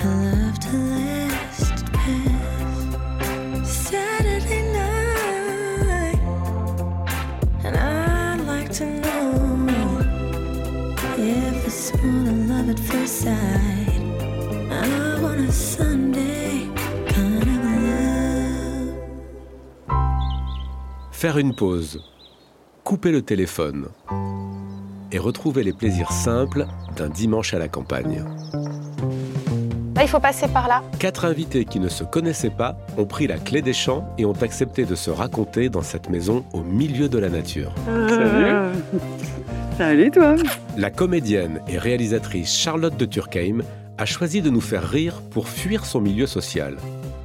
A love to last past Saturday night. And I'd like to know if it's more than love at first sight. I want a Sunday kind of love. Faire une pause, couper le téléphone et retrouver les plaisirs simples d'un dimanche à la campagne. Là, Bah, il faut passer par là. Quatre invités qui ne se connaissaient pas ont pris la clé des champs et ont accepté de se raconter dans cette maison au milieu de la nature. Salut. Salut toi. La comédienne et réalisatrice Charlotte de Turckheim a choisi de nous faire rire pour fuir son milieu social.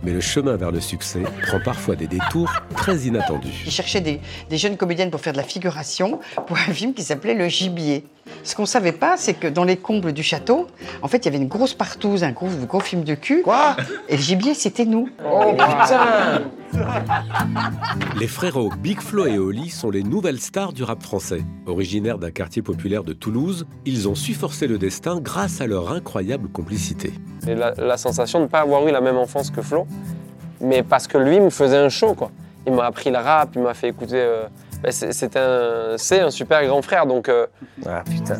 Mais le chemin vers le succès prend parfois des détours très inattendus. qui cherchait des, des jeunes comédiennes pour faire de la figuration pour un film qui s'appelait Le Gibier. Ce qu'on savait pas, c'est que dans les combles du château, en fait, il y avait une grosse partouze, un gros, gros film de cul. Quoi Et le gibier, c'était nous. Oh, Les frérots Big Flo et Oli sont les nouvelles stars du rap français. Originaires d'un quartier populaire de Toulouse, ils ont su forcer le destin grâce à leur incroyable complicité. C'est la, la sensation de ne pas avoir eu la même enfance que Flo, mais parce que lui me faisait un show, quoi. Il m'a appris le rap, il m'a fait écouter. euh, ben, c'est c'est un, c'est un super grand frère, donc. euh, Ah putain.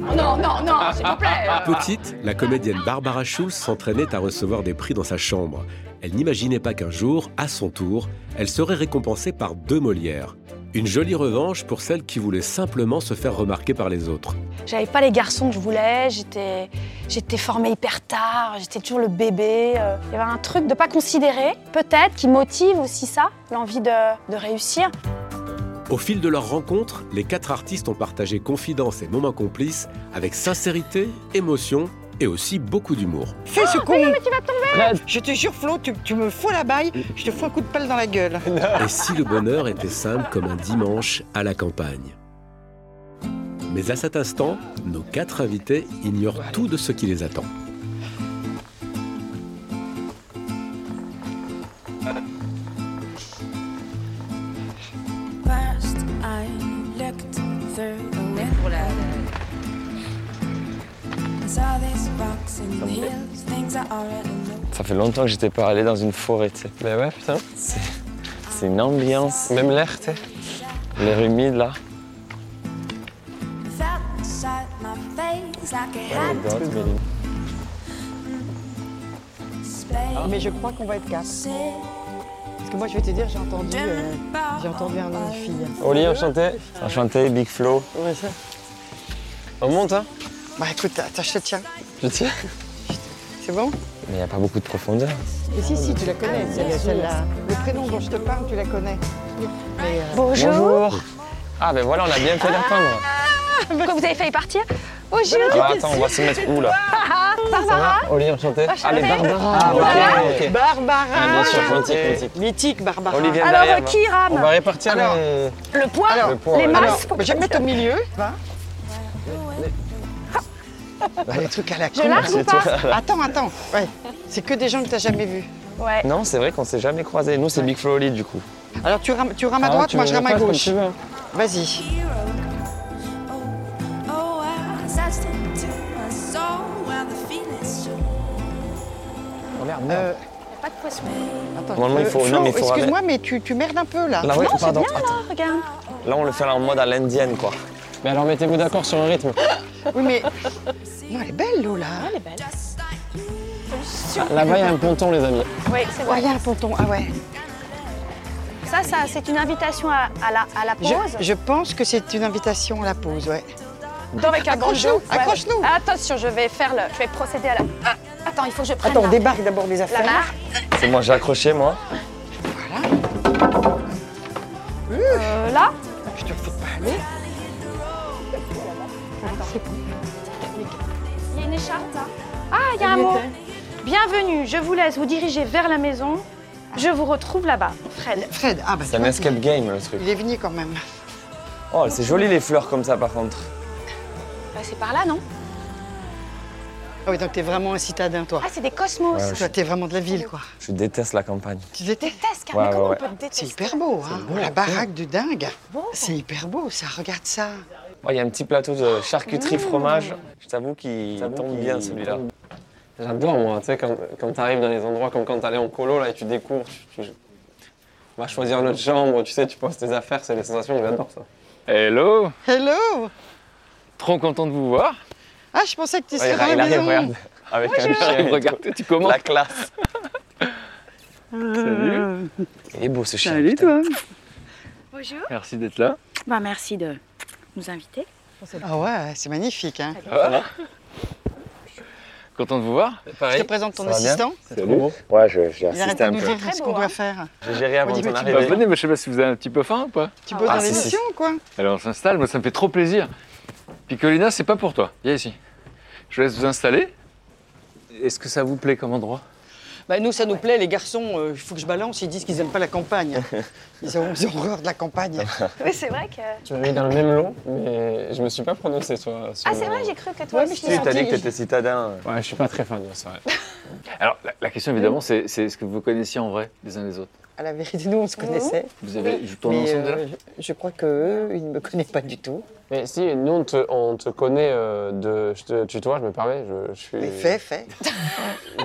Non, non, non, s'il vous plaît. Petite, la comédienne Barbara Schulz s'entraînait à recevoir des prix dans sa chambre. Elle n'imaginait pas qu'un jour, à son tour, elle serait récompensée par deux Molières. Une jolie revanche pour celle qui voulait simplement se faire remarquer par les autres. J'avais pas les garçons que je voulais, j'étais, j'étais formée hyper tard, j'étais toujours le bébé. euh. Il y avait un truc de pas considérer, peut-être, qui motive aussi ça, l'envie de, de réussir. Au fil de leur rencontre, les quatre artistes ont partagé confidences et moments complices avec sincérité, émotion et aussi beaucoup d'humour. Fais ce con Je te jure, Flo, tu, tu me fous la baille, je te fous un coup de pelle dans la gueule. Et si le bonheur était simple comme un dimanche à la campagne Mais à cet instant, nos quatre invités ignorent tout de ce qui les attend. First, I looked through the window and saw this box in the hills. Things I already know. Ça fait longtemps que j'étais pas allé dans une forêt, tu sais. Ben ouais, putain. C'est une ambiance, Même l'air, tu sais. l'air humide là. Felt inside my face like it Oh had God, mais les- Ah, Mais space. je crois qu'on va être quatre. Parce que moi, je vais te dire, j'ai entendu, euh, j'ai entendu un nom de fille. Oli, enchanté. Enchanté, Big Flo. On monte, hein Bah écoute, attends, je te tiens. Je tiens. C'est bon Mais il n'y a pas beaucoup de profondeur. Et si, si, tu la connais, celle- celle-là. euh, Le prénom dont je te parle, tu la connais. Bonjour. Ah ben voilà, on a bien fait d'attendre. Ah, Quand vous avez failli partir Oh, Bonjour. Alors Bah, attends, on va se mettre où là Barbara Oli, enchanté. Allez, Barbara Barbara. Ah, ok, ok. Barbara Ah, bien sûr, gentil, gentil, gentil. Mythique, Barbara. Oli, viens Alors, derrière. euh, qui On rame va répartir Alors, les... Le poids, alors, le poids, les ouais. masses Alors, faut que je vais me mettre au milieu. Va. Bah, Les trucs à la con. largue ou c'est pas tout. Attends, attends. Ouais. C'est que des gens que t'as jamais vus. Ouais. Non, c'est vrai qu'on s'est jamais croisés. Nous, c'est Big Flo Oli du coup. Alors tu rames, tu Ah, rames à droite, moi je rame à gauche. Vas-y. Oh, I said to my soul while the feeling's strong. Euh, Pas de poisson. attends. Normalement, il faut- Flo, non, mais il faut excuse-moi, mais tu, tu merdes un peu là. Là, ouais, Non, c'est pardon. bien là, regarde. Là, on le fait en mode à l'indienne quoi. Mais alors mettez-vous d'accord sur le rythme. Oui, mais. Non, elle est belle Lola. Elle est belle. Là-bas, il y a un ponton, les amis. Oui, c'est Ouais, vrai. il y a un ponton. Ah ouais. Ça, ça c'est une invitation à, à la, à la pause. Je, je pense que c'est une invitation à la pause, ouais. Non, avec un Accroche-nous, banjo. Ouais. accroche-nous. Attention, je vais faire le. Je vais procéder à la. Ah, attends, il faut que je prenne Attends, la- on débarque d'abord les la affaires. barre. C'est moi, j'ai accroché moi. Euh, là. Je te fais pas aller. Il y a une écharpe là. Ah, il y a un mot. Bienvenue, je vous laisse vous diriger vers la maison Je vous retrouve là-bas, Fred. Fred, ah bah C'est un escape game, le truc. Il est venu quand même. Oh, c'est joli les fleurs comme ça, par contre. Bah, c'est par là, non Ah oui, donc t'es vraiment un citadin, toi. Ah, c'est des cosmos. Ouais, ouais. Toi, t'es vraiment de la ville, quoi. Je déteste la campagne. Tu l'étais Déteste, car Ouais, mais comment ouais, on peut détester C'est hyper beau, hein La baraque de dingue. Bon. C'est hyper beau, ça. Regarde ça. Oh, Il y a un petit plateau de Mmh. charcuterie fromage. Je t'avoue qu'il J'avoue tombe qu'il- bien celui-là. J'adore, moi, tu sais, quand, quand t'arrives dans les endroits comme quand t'allais en colo, là, et tu découvres, tu, tu- on va choisir notre chambre, tu sais, tu poses tes affaires, c'est les sensations, j'adore ça. Hello Hello Trop content de vous voir. Ah, je pensais que tu Ouais, serais il à la arrive, maison. regarde. Avec un chien. et tout. Regarde, tu commences. La classe. Euh, Il est beau ce chien. Salut, putain. toi. Bonjour. Merci d'être là. Bah, merci de nous inviter. Ah ouais, c'est magnifique, hein. Ah, Content de vous voir. Je te Pareil, présente ton Ça va bien assistant. Ouais, je- j'ai Il arrête pas assisté de un nous peu. dire ce beau, qu'on hein. doit faire. J'ai géré On avant dit, ton mais tu Bah, arrivée. venez, mais je sais pas si vous avez un petit peu faim ou pas. Tu bosses Ah, dans si, si, l'émission, quoi. Allez, on s'installe. Moi, ça me fait trop plaisir. Picolina, c'est pas pour toi. Viens ici. Je vous laisse vous installer. Est-ce que ça vous plaît comme endroit Bah, nous, ça nous plaît, les garçons, euh, il faut que je balance, ils disent qu'ils aiment pas la campagne. Ils ont, ils ont horreur de la campagne. Oui, c'est vrai que. tu m'as mis dans le même lot, mais je me suis pas prononcé sur. sur Ah, c'est le- vrai, j'ai cru que toi Ouais, mais aussi. je t'ai Si, hein. t'as dit que t'étais citadin. Ouais, je suis pas très fan de ça. ouais. Alors, la, la question, évidemment, c'est c'est ce que vous connaissiez en vrai, les uns les autres. À la vérité, nous, on se connaissait. Vous avez je tourne Mais ensemble, là euh, je, je crois qu'eux, ils ne me connaissent pas du tout. Mais si, nous, on te, on te connaît euh, de. Je te tutoie, je me permets, je, je suis. Mais fais, fais.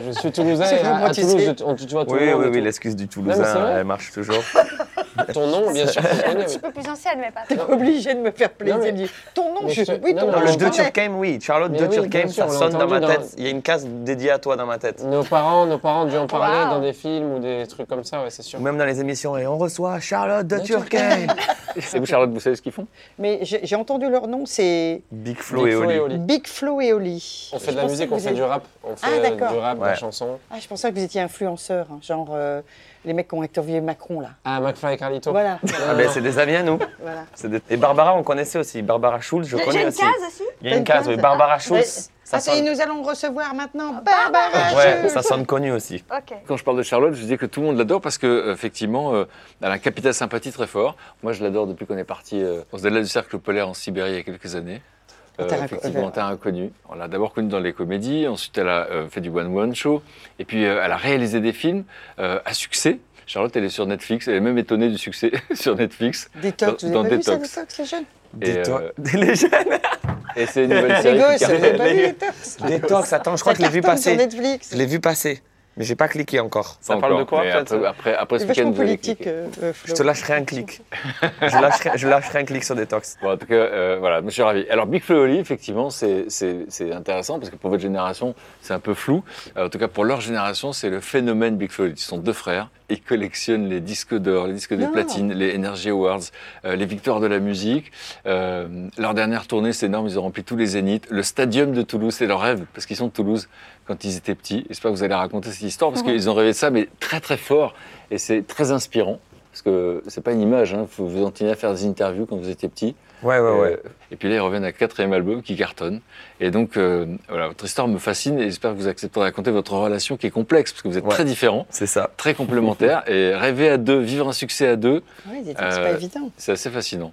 Je suis toulousain, C'est et à, vraiment à Toulouse, tissu. je- on tutoie tout Oui, le monde. oui, et oui, tout. l'excuse du Non, mais c'est Toulousain, euh. vrai. elle marche toujours. Ton nom, bien sûr, je Un connais. petit peu plus ancienne, mais pas. T'es pas obligé de me faire plaisir. Non, mais- de dire, Ton nom, mais je... je te- oui, non, ton nom, Non, mais on je le l'entend. De connais. Turckheim, oui. Charlotte Mais De oui, Turckheim, bien sûr, ça on l'a sonne dans ma entendu dans- tête. Il y a une case dédiée à toi dans ma tête. Nos parents, nos parents ont dû en parler Wow. dans des films ou des trucs comme ça, ouais, c'est sûr. Ou même dans les émissions. Et on reçoit Charlotte de De Turckheim. C'est vous, Charlotte, vous savez ce qu'ils font Mais j'ai j'ai entendu leur nom, c'est Big Flo et Oli. Big Flo et Oli. On fait Je de la pensais musique, que on vous fait êtes- du rap. On Ah, fait euh, d'accord. du rap, de la Ouais. chanson. Ah, je pensais que vous étiez influenceurs, hein, genre euh, les mecs qui ont interviewé Macron, là. Ah, McFly et Carlito. Voilà, Ah ben c'est des amis à nous. voilà. C'est des- Et Barbara, on connaissait aussi. Barbara Schulz, je J'ai j'ai connais une aussi. case aussi Il y a une case, oui. Barbara Schulz. Ah, Ça c'est- sonne... nous allons recevoir maintenant Barbara Ouais, Schulz. ça sonne connu aussi. Ah, Ok. Quand je parle de Charlotte, je dis que tout le monde l'adore parce que euh, effectivement, euh, elle a un capital sympathie très fort. Moi, je l'adore depuis qu'on est parti euh, au delà du cercle polaire en Sibérie il y a quelques années. En terre inco- effectivement, en euh, terre inconnue. On l'a d'abord connue dans les comédies, ensuite elle a euh, fait du one-one show, et puis euh, elle a réalisé des films euh, à succès. Charlotte, elle est sur Netflix, elle est même étonnée du succès sur Netflix. Détox, vous Dans- avez dans pas vu ça, Détox. Détox, les jeunes Et, Détox. euh, Les jeunes. et c'est une nouvelle Les série. gosses, qui vous cartonne. avez pas vu les- Détox Détox, attends, je crois Ça que je l'ai vu cartonne sur passer. Netflix. Je l'ai vu passer. Mais j'ai pas cliqué encore. Pas encore, mais après, après, après C'est ce week-end, vachement vous allez politique, cliquer. euh, euh, Flo. Je te lâcherai un clic. Je lâcherai, je lâcherai un clic sur Détox. Bon, en tout cas, euh, voilà, je suis ravi. Alors, Big Flo et Oli, effectivement, c'est- c'est c'est intéressant parce que pour votre génération, c'est un peu flou. Euh, en tout cas, pour leur génération, c'est le phénomène Big Flo et Oli. Ils sont deux frères. Ils collectionnent les disques d'or, les disques de Non. platine, les Energy Awards, euh, les victoires de la musique. Euh, leur dernière tournée, c'est énorme. Ils ont rempli tous les zéniths. Le stadium de Toulouse, c'est leur rêve parce qu'ils sont de Toulouse quand ils étaient petits. J'espère que vous allez raconter cette histoire parce qu'ils ont rêvé de ça, mais très, très fort. Et c'est très inspirant. Parce que c'est pas une image, hein. faut vous entraîner à faire des interviews quand vous étiez petit. Ouais, ouais, ouais. Euh, Et puis là, ils reviennent à quatrième album qui cartonne. Et donc, euh, voilà, votre histoire me fascine et j'espère que vous accepterez de raconter votre relation qui est complexe parce que vous êtes Ouais. très différents, C'est ça. très complémentaires et rêver à deux, vivre un succès à deux, Ouais, Détox, Euh, c'est pas évident. c'est assez fascinant.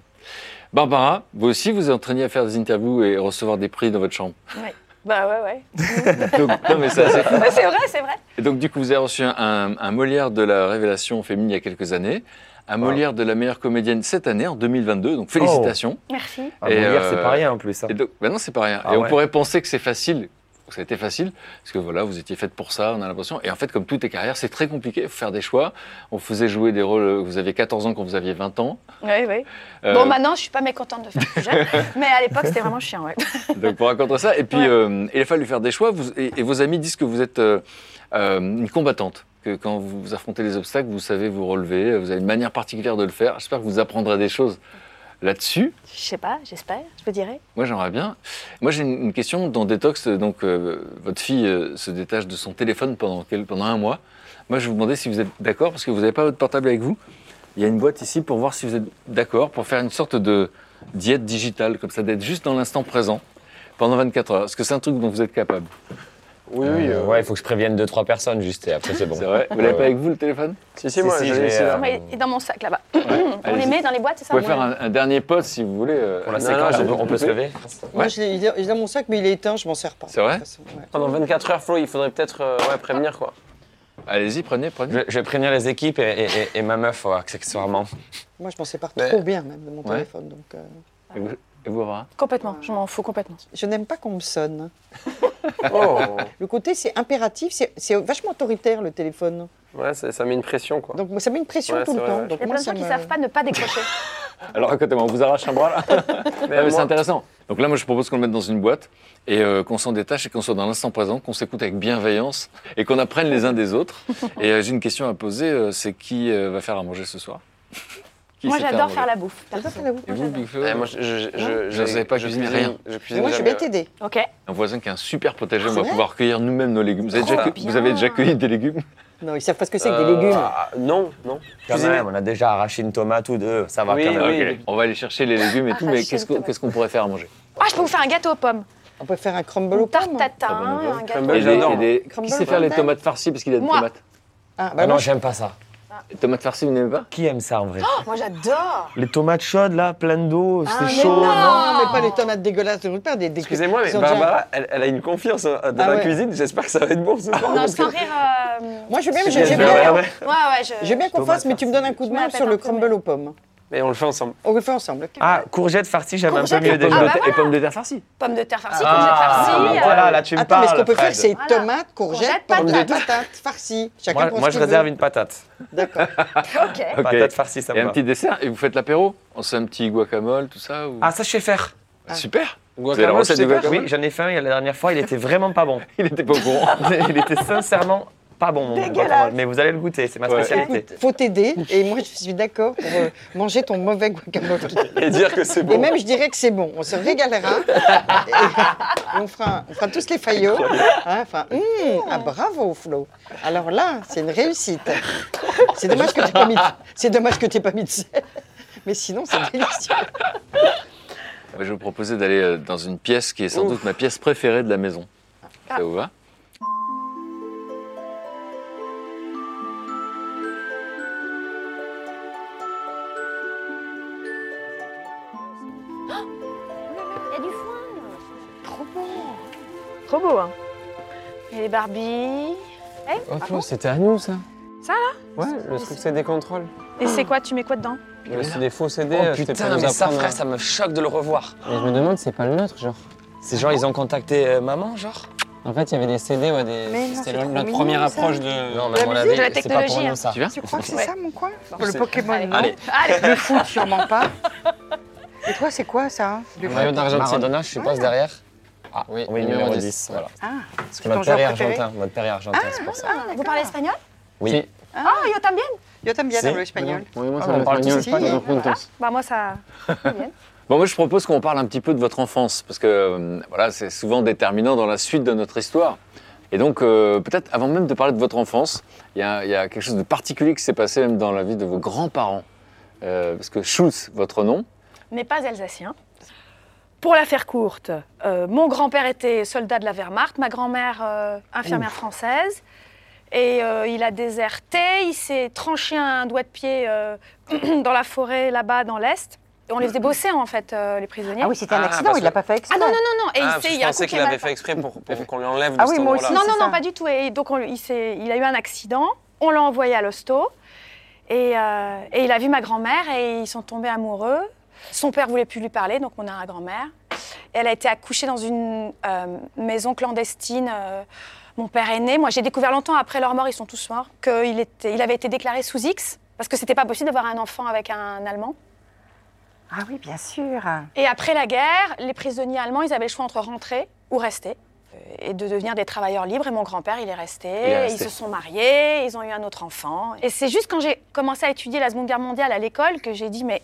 Barbara, vous aussi, vous vous entraînez à faire des interviews et recevoir des prix dans votre chambre. Bah ouais, ouais. Donc, non, mais ça, c'est- Ouais, c'est vrai, c'est vrai. Et donc, du coup, vous avez reçu un, un Molière de la révélation féminine il y a quelques années, un Wow. Molière de la meilleure comédienne cette année, en 2022. Donc, félicitations. Merci. Ah, Et, bon, hier, c'est euh, pas rien en plus. hein. Et donc, bah non, c'est pas rien. Ah et on ouais. pourrait penser que c'est facile. Ça a été facile, parce que voilà, vous étiez faite pour ça, on a l'impression. Et en fait, comme toutes les carrières, c'est très compliqué, il faut faire des choix. On faisait jouer des rôles, euh, vous aviez 14 ans quand vous aviez 20 ans. Oui, oui. Euh, Bon, maintenant, je suis pas mécontente de faire plus jeune, mais à l'époque, c'était vraiment chiant, ouais. donc pour raconter ça, et puis Ouais. euh, il a fallu faire des choix, vous- et, et vos amis disent que vous êtes euh, euh, une combattante, que quand vous affrontez les obstacles, vous savez vous relever, euh, vous avez une manière particulière de le faire. J'espère que vous apprendrez des choses là-dessus. Je sais pas, j'espère, je vous dirai. Moi, j'aimerais bien. Moi, j'ai une une question. Dans Détox, euh, donc, euh, votre fille euh, se détache de son téléphone pendant, quel- pendant un mois. Moi, je vous demandais si vous êtes d'accord, parce que vous n'avez pas votre portable avec vous. Il y a une boîte ici pour voir si vous êtes d'accord, pour faire une sorte de diète digitale, comme ça, d'être juste dans l'instant présent pendant 24 heures. Est-ce que c'est un truc dont vous êtes capable Oui, Euh, oui. euh, Ouais, il faut que je prévienne deux, trois personnes juste et après c'est bon. C'est vrai. Vous Ouais, l'avez pas ouais. avec vous le téléphone Si, si, moi, Si, si, je je l'ai vais, ici, là. euh, Ouais, il est dans mon sac là-bas. On les allez-y. met dans les boîtes, c'est Vous ça pouvez Ouais. faire un, un dernier pote si vous voulez. euh, Pour la Non, séquence, non, on je- peut- on peut se lever Ouais. Moi, je l'ai- il est il est dans mon sac, mais il est éteint, je m'en sers pas. C'est vrai De toute façon, ouais. Pendant 24 heures, Flo, il faudrait peut-être euh, ouais, prévenir, quoi. Allez-y, prenez, prenez. Je, je vais prévenir les équipes et, et- et- et ma meuf, Ah, ouais, accessoirement. Moi, je m'en sépare Mais- trop bien, même, de mon Ouais. téléphone. Donc, euh, Et vous, et vous, Barbara Complètement, je m'en fous complètement. je n'aime pas qu'on me sonne. Oh Le côté, c'est impératif, c'est- c'est vachement autoritaire, le téléphone. Ouais, ça, ça met une pression, quoi. Donc, moi, ça met une pression Ouais, tout c'est le vrai, temps. ouais. Donc, Il y a moi, plein de ça gens qui me- savent pas ne pas décrocher. Alors écoutez, on vous arrache un bras là. Mais Ah, mais c'est moi- intéressant. Donc là, moi, je propose qu'on le mette dans une boîte et euh, qu'on s'en détache et qu'on soit dans l'instant présent, qu'on s'écoute avec bienveillance et qu'on apprenne les uns des autres. Et euh, j'ai une question à poser, euh, c'est qui euh, va faire à manger ce soir Qui Moi sait j'adore faire à la bouffe. J'adore faire la bouffe. manger Et vous, Big Flo Ouais, moi, je, je, je, Eh, Je savais pas cuisiner cuisine- rien. Je Mais cuisine moi, je jamais, vais t'aider. Ok. Un voisin qui a un super potager, on Ah, C'est va vrai Ah, pouvoir cueillir nous-mêmes nos légumes. Vous avez, Trop déjà, cue- bien. vous avez déjà cueilli des légumes Non, ils savent pas ce que ouais. c'est que Euh, des légumes. ah, Non, non. Quand Cuisiner. même, on a déjà arraché une tomate ou deux, ça va Oui, quand même. Ah, oui. ok. On va aller chercher les légumes et tout, mais Arracher qu'est-ce une qu'on tomate. qu'est-ce qu'on pourrait faire à manger Ah, je peux vous faire un gâteau aux pommes. On peut faire un crumble Une aux tarte pommes. hein. tatin, Ah, bonne idée. un gâteau. Crumble, Et aux des- pommes. j'adore. et des- Qui Crumble sait faire les crumble. tomates farcies parce qu'il a des Moi. Ah, tomates Ah, bah Ah non, non, je- j'aime pas ça. Tomates farcies, vous n'aimez pas Qui aime ça en vrai Oh, Moi j'adore. Les tomates chaudes là, pleines d'eau, Ah, c'est mais chaud. non. Non, mais pas les tomates dégueulasses de Rupert, des des- Excusez-moi, mais ils ont déjà- Barbara, elle, elle a une confiance euh, dans Ah la ouais. cuisine. J'espère que ça va être bon Ah, ce soir. Non, parce que- sans rire. euh, Moi, je veux bien, C'est j'ai- bien, j'ai c'est vrai, bien, ouais. Ouais, ouais, je. j'ai bien qu'on Tomate fasse, mais tu me farcie. donnes un coup de Je main me sur le répète un peu, crumble aux pommes. Mais on le fait ensemble. On le fait ensemble. ah, Ah, courgettes farcies, j'aime un peu Courgettes mieux et Pommes déjà. de bah terre- Et pommes de terre farcies Pommes de terre farcie, Ah, courgettes farcies. voilà, là tu me Attends, parles. mais ce qu'on peut Fred. faire, c'est Voilà. tomates, courgettes, Courgettes, pommes de patates. patates, farcies. Chacun Moi, prend moi, ce qu'il je veut. réserve une patate. D'accord. Ok. Ok. Patate farcie, ça Et me un va. petit dessert et vous faites l'apéro On se fait un petit guacamole, tout ça ou- Ah, ça, je sais faire. Super Guacamole, C'est la recette je sais du faire. guacamole Oui, j'en ai fait un il y a la dernière fois, il était vraiment pas bon. Il était pas au courant. Il était sincèrement pas bon, mon Dégueulasse. guacamole. Mais vous allez le goûter, c'est ma Ouais. spécialité. Faut t'aider, et moi, je suis d'accord pour euh, manger ton mauvais guacamole. Et dire que c'est Et bon. même, je dirais que c'est bon. On se régalera. et, et on, fera, on fera tous les faillots. hein, enfin, hum, ah, bravo, Flo. Alors là, c'est une réussite. C'est dommage que tu n'aies pas mis de, c'est dommage que t'aies pas mis de sel. Mais sinon, c'est délicieux. Je vais vous proposer d'aller euh, dans une pièce qui est sans Ouf. doute ma pièce préférée de la maison. Ça vous va Il y a du foin. Trop beau. Trop beau, hein. Et les Barbie. Oh, Flo, c'était à nous, ça. Ça, là Ouais, le truc CD contrôle. Et c'est quoi Tu mets quoi dedans C'est des faux CD. Oh euh, je t'ai pas putain, nous mais ça, apprendre. frère, ça me choque de le revoir. Mais je me demande, c'est pas le nôtre, genre. Ces gens, ils ont contacté euh, maman, genre En fait, il y avait des CD, ouais, des... Mais non, c'était c'est le- trop notre mignon, première ça. approche de. Non, mais mais on l'avait, de la c'est pas pour technologie, hein. nous, ça. Tu viens Tu crois que c'est Ouais. ça, mon coin le Le c'est- Pokémon, non Allez. Allez. Le foot, sûrement pas. Et toi, c'est quoi, ça Le Le maillot d'Argentine. Maradona, je sais pas, c'est derrière Ah, Oui, oui, numéro 10, voilà. Ah, Parce c'est que ton notre père joueur est préféré argentin, notre père est argentin, c'est pour Ah, ça. Vous parlez espagnol Oui. Ah, yo también Yo t'aimes bien C'est- le espagnol. Oui, moi, Ah, on parle tous espagnol. Bah, moi, ça. Bon, moi, je propose qu'on parle un petit peu de votre enfance, parce que euh, voilà, c'est souvent déterminant dans la suite de notre histoire. Et donc, euh, peut-être avant même de parler de votre enfance, il y, a il y a quelque chose de particulier qui s'est passé même dans la vie de vos grands-parents. Euh, parce que Schulz, votre nom, N'est pas alsacien. Pour la faire courte, euh, mon grand-père était soldat de la Wehrmacht, ma grand-mère euh, infirmière française. Et euh, il a déserté, il s'est tranché un doigt de pied euh, dans la forêt là-bas dans l'Est. Et on les faisait bosser en fait, euh, les prisonniers. Ah oui, c'était un Ah, accident, parce il l'a que- pas fait Ah exprès. non, non, non, non. Et il Ah, s'est- je il y a un pensais coup qui qu'il est avait mal fait exprès pour, pour qu'on lui enlève Ah de oui, cet moi aussi. endroit-là. Non, c'est non, ça. non, pas du tout. Et donc, on lui- il, s'est- il a eu un accident, on l'a envoyé à l'hosto, et, euh, et il a vu ma grand-mère, et ils sont tombés amoureux. Son père voulait plus lui parler, donc on a la grand-mère. Et Elle a été accouchée dans une euh, maison clandestine. euh, mon père est né. Moi, j'ai découvert longtemps après leur mort, ils sont tous morts, qu'il était- il avait été déclaré sous X, parce que c'était pas possible d'avoir un enfant avec un Allemand. Ah oui, bien sûr. Et après la guerre, les prisonniers allemands, ils avaient le choix entre rentrer ou rester euh, et de devenir des travailleurs libres. Et mon grand-père, il est resté. est Et Ils resté. se sont mariés, ils ont eu un autre enfant. Et c'est juste quand j'ai commencé à étudier la Seconde Guerre mondiale à l'école que j'ai dit mais,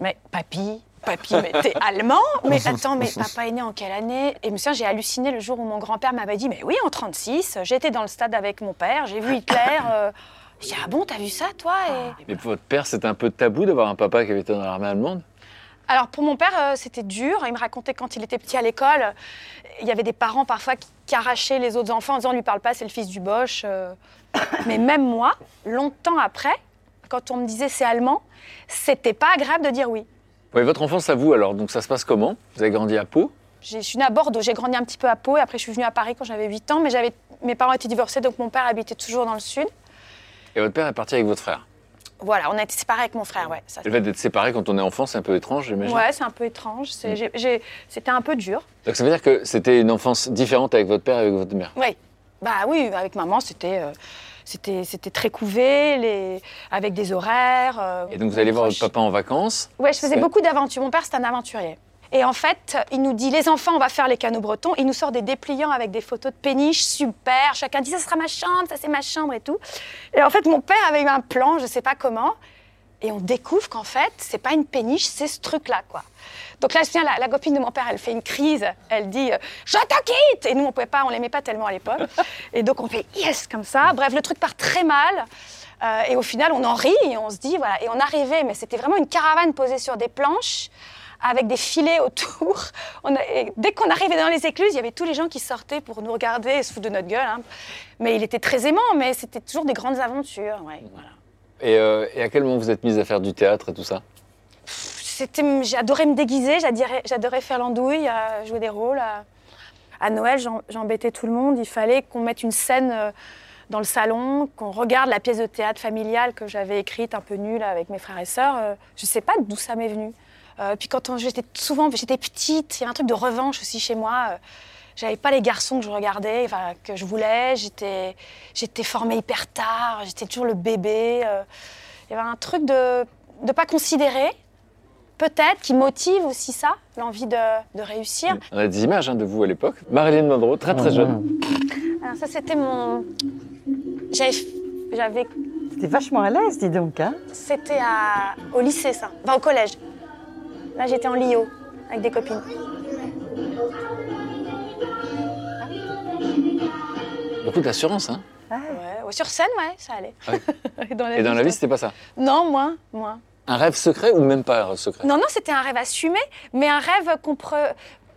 mais papy, papy, mais t'es allemand Mais attends, mais papa est né en quelle année Et je me souviens, j'ai halluciné le jour où mon grand-père m'avait dit mais oui, en 36, j'étais dans le stade avec mon père, j'ai vu Hitler. euh, j'ai dit ah bon, t'as vu ça toi Et- mais pour votre père, c'était un peu tabou d'avoir un papa qui avait été dans l'armée allemande Alors pour mon père, euh, c'était dur. Il me racontait quand il était petit à l'école, euh, il y avait des parents parfois qui, qui arrachaient les autres enfants en disant lui parle pas, c'est le fils du Bosch. euh. Mais même moi, longtemps après, quand on me disait c'est allemand, c'était pas agréable de dire oui. Ouais, votre enfance à vous alors, donc ça se passe comment Vous avez grandi à Pau J'ai- Je suis née à Bordeaux, j'ai grandi un petit peu à Pau et après je suis venue à Paris quand j'avais 8 ans, mais j'avais- mes parents étaient divorcés donc mon père habitait toujours dans le sud. et votre père est parti avec votre frère. Voilà, on a été séparés avec mon frère, ouais. ça, Le fait d'être séparé quand on est enfant, c'est un peu étrange, j'imagine. Ouais, c'est un peu étrange. c'est- j'ai- j'ai- C'était un peu dur. Donc ça veut dire que c'était une enfance différente avec votre père et avec votre mère. Oui. Bah oui, avec maman, c'était. euh, C'était, c'était très couvé, les... avec des horaires. euh, Et donc vous allez voir votre proches. papa en vacances. Ouais, je faisais C'est- beaucoup d'aventures. Mon père, c'est un aventurier. Et en fait, il nous dit les enfants, on va faire les canaux bretons. Il nous sort des dépliants avec des photos de péniches, super. Chacun dit ça sera ma chambre, ça c'est ma chambre et tout. Et en fait, mon père avait eu un plan, je sais pas comment. Et on découvre qu'en fait, c'est pas une péniche, c'est ce truc-là, quoi. Donc là, je me souviens, la, la copine de mon père, elle fait une crise. Elle dit euh, Je te quitte Et nous, on pouvait pas, on l'aimait pas tellement à l'époque. Et donc, on fait Yes comme ça. Bref, le truc part très mal. Euh, et au final, on en rit et on se dit Voilà. Et on arrivait, mais c'était vraiment une caravane posée sur des planches avec des filets autour. On a- et dès qu'on arrivait dans les écluses, il y avait tous les gens qui sortaient pour nous regarder et se foutre de notre gueule. hein. Mais il était très aimant, mais c'était toujours des grandes aventures. ouais, voilà. Et, euh, et à quel moment vous êtes mise à faire du théâtre et tout ça C'était- J'adorais me déguiser, j'adorais, j'adorais faire l'andouille, euh, jouer des rôles. euh. À Noël, j'en- j'embêtais tout le monde. Il fallait qu'on mette une scène euh, dans le salon, qu'on regarde la pièce de théâtre familiale que j'avais écrite un peu nulle avec mes frères et sœurs. Euh, Je sais pas d'où ça m'est venu. Euh, puis quand on- j'étais souvent, j'étais petite, il y avait un truc de revanche aussi chez moi. Euh, J'avais pas les garçons que je regardais, enfin, que je voulais. J'étais, j'étais formée hyper tard. J'étais toujours le bébé. Euh, Il y avait un truc de ne pas considérer peut-être qui motive aussi ça, l'envie de, de réussir. On a des images hein, de vous à l'époque. Marilyn Monroe, très très jeune. Alors ça, c'était mon... J'avais... j'avais- T'es vachement à l'aise, dis donc. Hein C'était à... au lycée, ça. Enfin, au collège. Là, j'étais en Lio, avec des copines. Beaucoup d'assurance, hein. Ouais. ouais, Sur scène, ouais, ça allait. Ah oui. Et dans Et dans la vie, ça- c'était pas ça. Non, moins, moins. Un rêve secret ou même pas un rêve secret Non, non, c'était un rêve assumé, mais un rêve qu'on pre...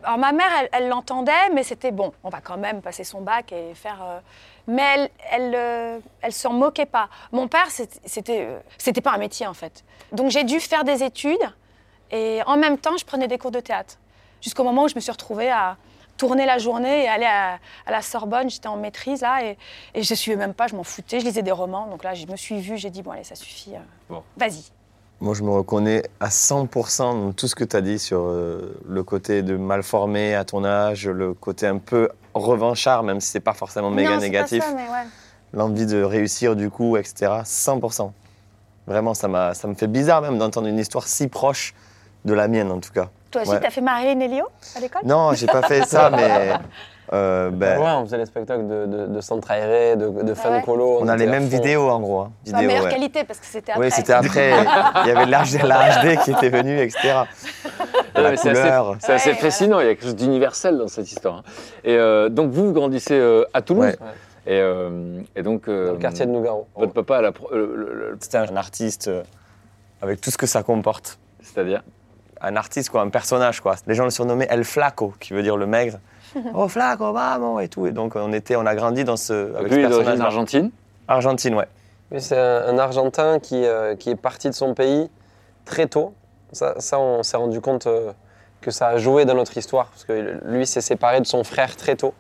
Alors, ma mère, elle- elle l'entendait, mais c'était bon, on va quand même passer son bac et faire. euh, Mais elle, elle, euh, elle s'en moquait pas. Mon père, c'était- c'était euh, c'était pas un métier en fait. Donc j'ai dû faire des études et en même temps, je prenais des cours de théâtre. Jusqu'au moment où je me suis retrouvée à tourner la journée et aller à, à la Sorbonne. J'étais en maîtrise là et, et je suivais même pas, je m'en foutais, je lisais des romans. Donc là, je me suis vue, j'ai dit bon, allez, ça suffit. euh, Bon. Vas-y. Moi, je me reconnais à 100% dans tout ce que tu as dit sur euh, le côté de mal formé à ton âge, le côté un peu revanchard, même si c'est pas forcément méga Non, c'est pas négatif, ça, mais ouais. l'envie de réussir du coup, etc. 100%. Vraiment, ça, m'a- ça me fait bizarre même d'entendre une histoire si proche de la mienne, en tout cas. Toi aussi, Ouais. t'as fait Marilyn Elio à l'école Non, j'ai pas fait ça, mais euh, ben, Ouais, on faisait les spectacles de, de, de centre aéré, de, Ah de fun ouais. colo. on a était les à mêmes fond. vidéos en gros. hein. Enfin, Vidéos, meilleure ouais. qualité parce que c'était après. Oui, c'était après. Il y avait l'âge la HD qui était venu, etc. Ah, La mais c'est assez- couleur. C'est assez Ouais, voilà. fascinant, il y a quelque chose d'universel dans cette histoire. hein. Et euh, donc vous, vous grandissez euh, à Toulouse. Ouais. Et, euh, et donc. euh, Dans le quartier de Nougaro. Votre papa, a la pro- euh, le- le- le- C'était un artiste euh, avec tout ce que ça comporte. c'est-à-dire Un artiste, quoi, un personnage, quoi. Les gens le surnommaient El Flaco, qui veut dire le maigre. oh, Flaco, vamos, et tout. Et donc, on, était, on a grandi dans ce, avec Lui, il ce est d'origine personnage. argentine. Argentine, ouais. Lui, c'est un, un Argentin qui, euh, qui est parti de son pays très tôt. Ça, ça, on s'est rendu compte euh, que ça a joué dans notre histoire. Parce que lui s'est séparé de son frère très tôt.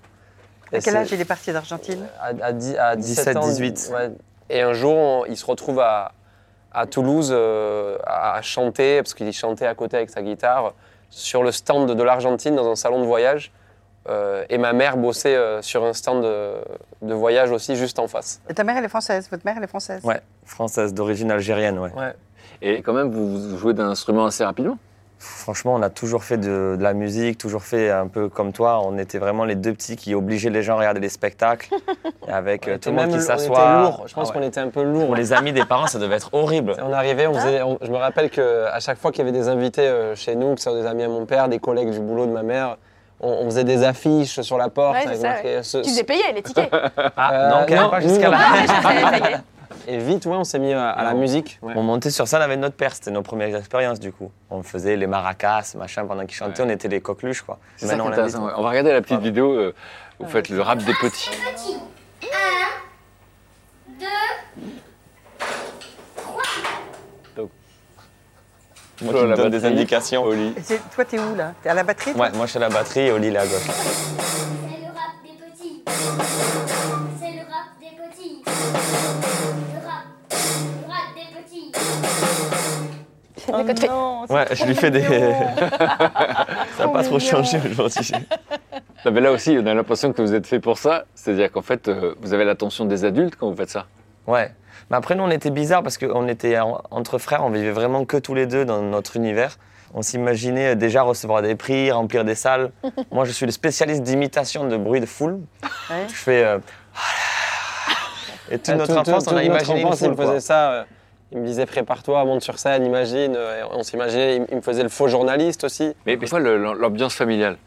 À Et quel c'est- âge il est parti d'Argentine à, à dix- à 17, 17, ans. 18. ouais. Et un jour, on- il se retrouve à, à Toulouse euh, à, à chanter, parce qu'il chantait à côté avec sa guitare, sur le stand de l'Argentine dans un salon de voyage. Euh, et ma mère bossait euh, sur un stand de, de voyage aussi, juste en face. Et Ta mère, elle est française. Votre mère, elle est française. Ouais, française d'origine algérienne, ouais. Et quand même, vous, vous jouez d'un instrument assez rapidement. Franchement, on a toujours fait de, de la musique, toujours fait un peu comme toi. On était vraiment les deux petits qui obligeaient les gens à regarder les spectacles. Et avec euh, tout le monde qui s'assoit. On était lourd. Je pense Ah ouais. qu'on était un peu lourd. Pour les amis des parents, ça devait être horrible. On arrivait, on faisait, on- je me rappelle qu'à chaque fois qu'il y avait des invités euh, chez nous, que ce soit des amis à mon père, des collègues du boulot de ma mère, on, on faisait des affiches sur la porte. Ouais, c'est avec ça, marqué ce- Tu ce- les payais, les tickets. Ah, Euh, non, quand même non, pas jusqu'à nous, la Ah, ça y est. Et vite, ouais, on s'est euh, mis à, à la Non. musique. ouais. On montait sur scène avec notre père, c'était nos premières expériences du coup. On faisait les maracas, machin, pendant qu'ils chantaient, on était des coqueluches quoi. C'est ça qui est Maintenant, on intéressant. l'invite. On va regarder la petite vidéo euh, où vous faites le rap des petits. Moi Flo, qui la me donne des batterie. indications. Oli. Et c'est- Toi, t'es où là T'es à la batterie toi Ouais, moi je suis à la batterie et Oli il est à gauche. C'est le rap des petits. C'est le rap des petits. Le rap. Le rap des petits. Dès que tu fais- Ouais, je lui fais des. Ça n'a pas trop changé aujourd'hui. Non, mais là aussi, on a l'impression que vous êtes fait pour ça. C'est-à-dire qu'en fait, euh, vous avez l'attention des adultes quand vous faites ça. Ouais. Mais après, nous, on était bizarre parce qu'on était en- entre frères, on vivait vraiment que tous les deux dans notre univers. On s'imaginait euh, déjà recevoir des prix, remplir des salles. Moi, je suis le spécialiste d'imitation de bruit de foule. Ouais. Je fais. euh, Et toute Ah, notre tout- tout- enfance, toute on a notre imaginé une enfance, il foule. me quoi. faisait ça. euh, Il me disait prépare-toi, monte sur scène, imagine. euh, et On s'imaginait, il- il me faisait le faux journaliste aussi. Mais pourquoi le- l'ambiance familiale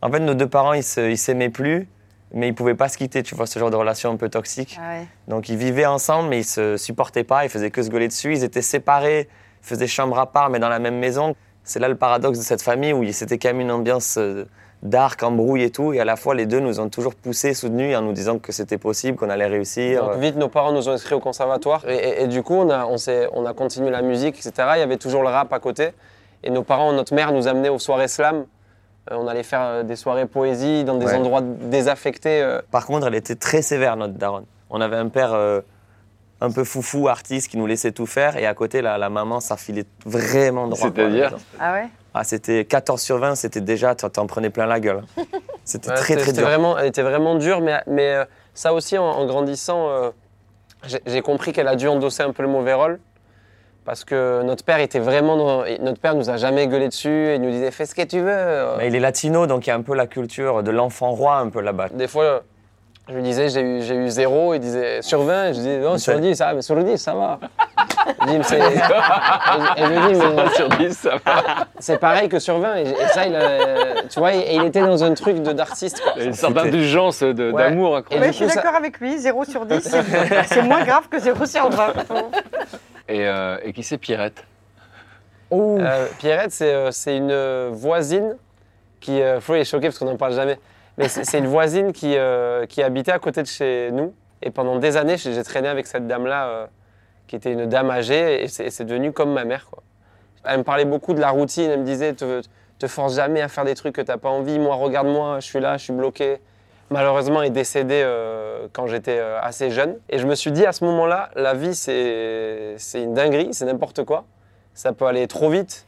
En fait, nos deux parents, ils se- ils s'aimaient plus, mais ils pouvaient pas se quitter. Tu vois, ce genre de relation un peu toxique. Ah ouais. Donc ils vivaient ensemble, mais ils se supportaient pas, ils faisaient que se gueuler dessus, ils étaient séparés, ils faisaient chambre à part, mais dans la même maison. C'est là le paradoxe de cette famille où c'était quand même une ambiance euh, d'arc, embrouille et tout, et à la fois les deux nous ont toujours poussés, soutenus en nous disant que c'était possible, qu'on allait réussir. Donc vite, nos parents nous ont inscrits au conservatoire. Et, et- et du coup, on a, on, s'est- on a continué la musique, etc. Il y avait toujours le rap à côté. Et nos parents, notre mère nous amenait aux soirées slam. Euh, on allait faire euh, des soirées poésie dans des Ouais. endroits désaffectés. euh. Par contre, elle était très sévère, notre daronne. On avait un père euh, un peu foufou, artiste, qui nous laissait tout faire, et à côté, la, la maman, ça filait vraiment droit. quoi, C'est-à-dire là-dedans. Ah ouais Ah, c'était 14 sur 20, c'était déjà, t'en t'en prenais plein la gueule. C'était Ouais, très, c'était- très c'était dur. Vraiment, elle était vraiment dure, mais, mais euh, ça aussi, en, en grandissant, euh, j'ai- j'ai compris qu'elle a dû endosser un peu le mauvais rôle. Parce que notre père était vraiment. dans- et notre père nous a jamais gueulé dessus et il nous disait fais ce que tu veux. euh. Mais il est latino, donc il y a un peu la culture de l'enfant roi un peu là-bas. Des fois, euh, je lui disais j'ai eu, j'ai eu zéro, il disait sur 20, je disais non, Mais sur ça- 10, ça, va, mais sur 10, ça va. Il dit, mais c'est- et je- et je lui dis, mais Pas sur 10, ça va. c'est pareil que sur 20. Et, j'ai- et ça, il, a- euh, tu vois, et il était dans un truc de- d'artiste. quoi. Il y a une sorte d'indulgence de- Ouais. d'amour. Et incroyable. Ouais, du je suis coup, ça- d'accord avec lui, 0 sur 10, c'est c'est moins grave que 0 sur 20. Et, euh, et qui c'est Pierrette Euh, Pierrette, c'est euh, c'est une euh, voisine qui. Euh, Flo est choqué parce qu'on n'en parle jamais. Mais c'est c'est une voisine qui, euh, qui habitait à côté de chez nous. Et pendant des années, j'ai j'ai traîné avec cette dame-là, euh, qui était une dame âgée, et c'est et c'est devenu comme ma mère. Quoi. Elle me parlait beaucoup de la routine. Elle me disait te, te force jamais à faire des trucs que t'as pas envie. Moi, regarde-moi, je suis là, je suis bloqué. Malheureusement, elle est décédée euh, quand j'étais euh, assez jeune. Et je me suis dit à ce moment-là, la vie, c'est c'est une dinguerie, c'est n'importe quoi ça peut aller trop vite.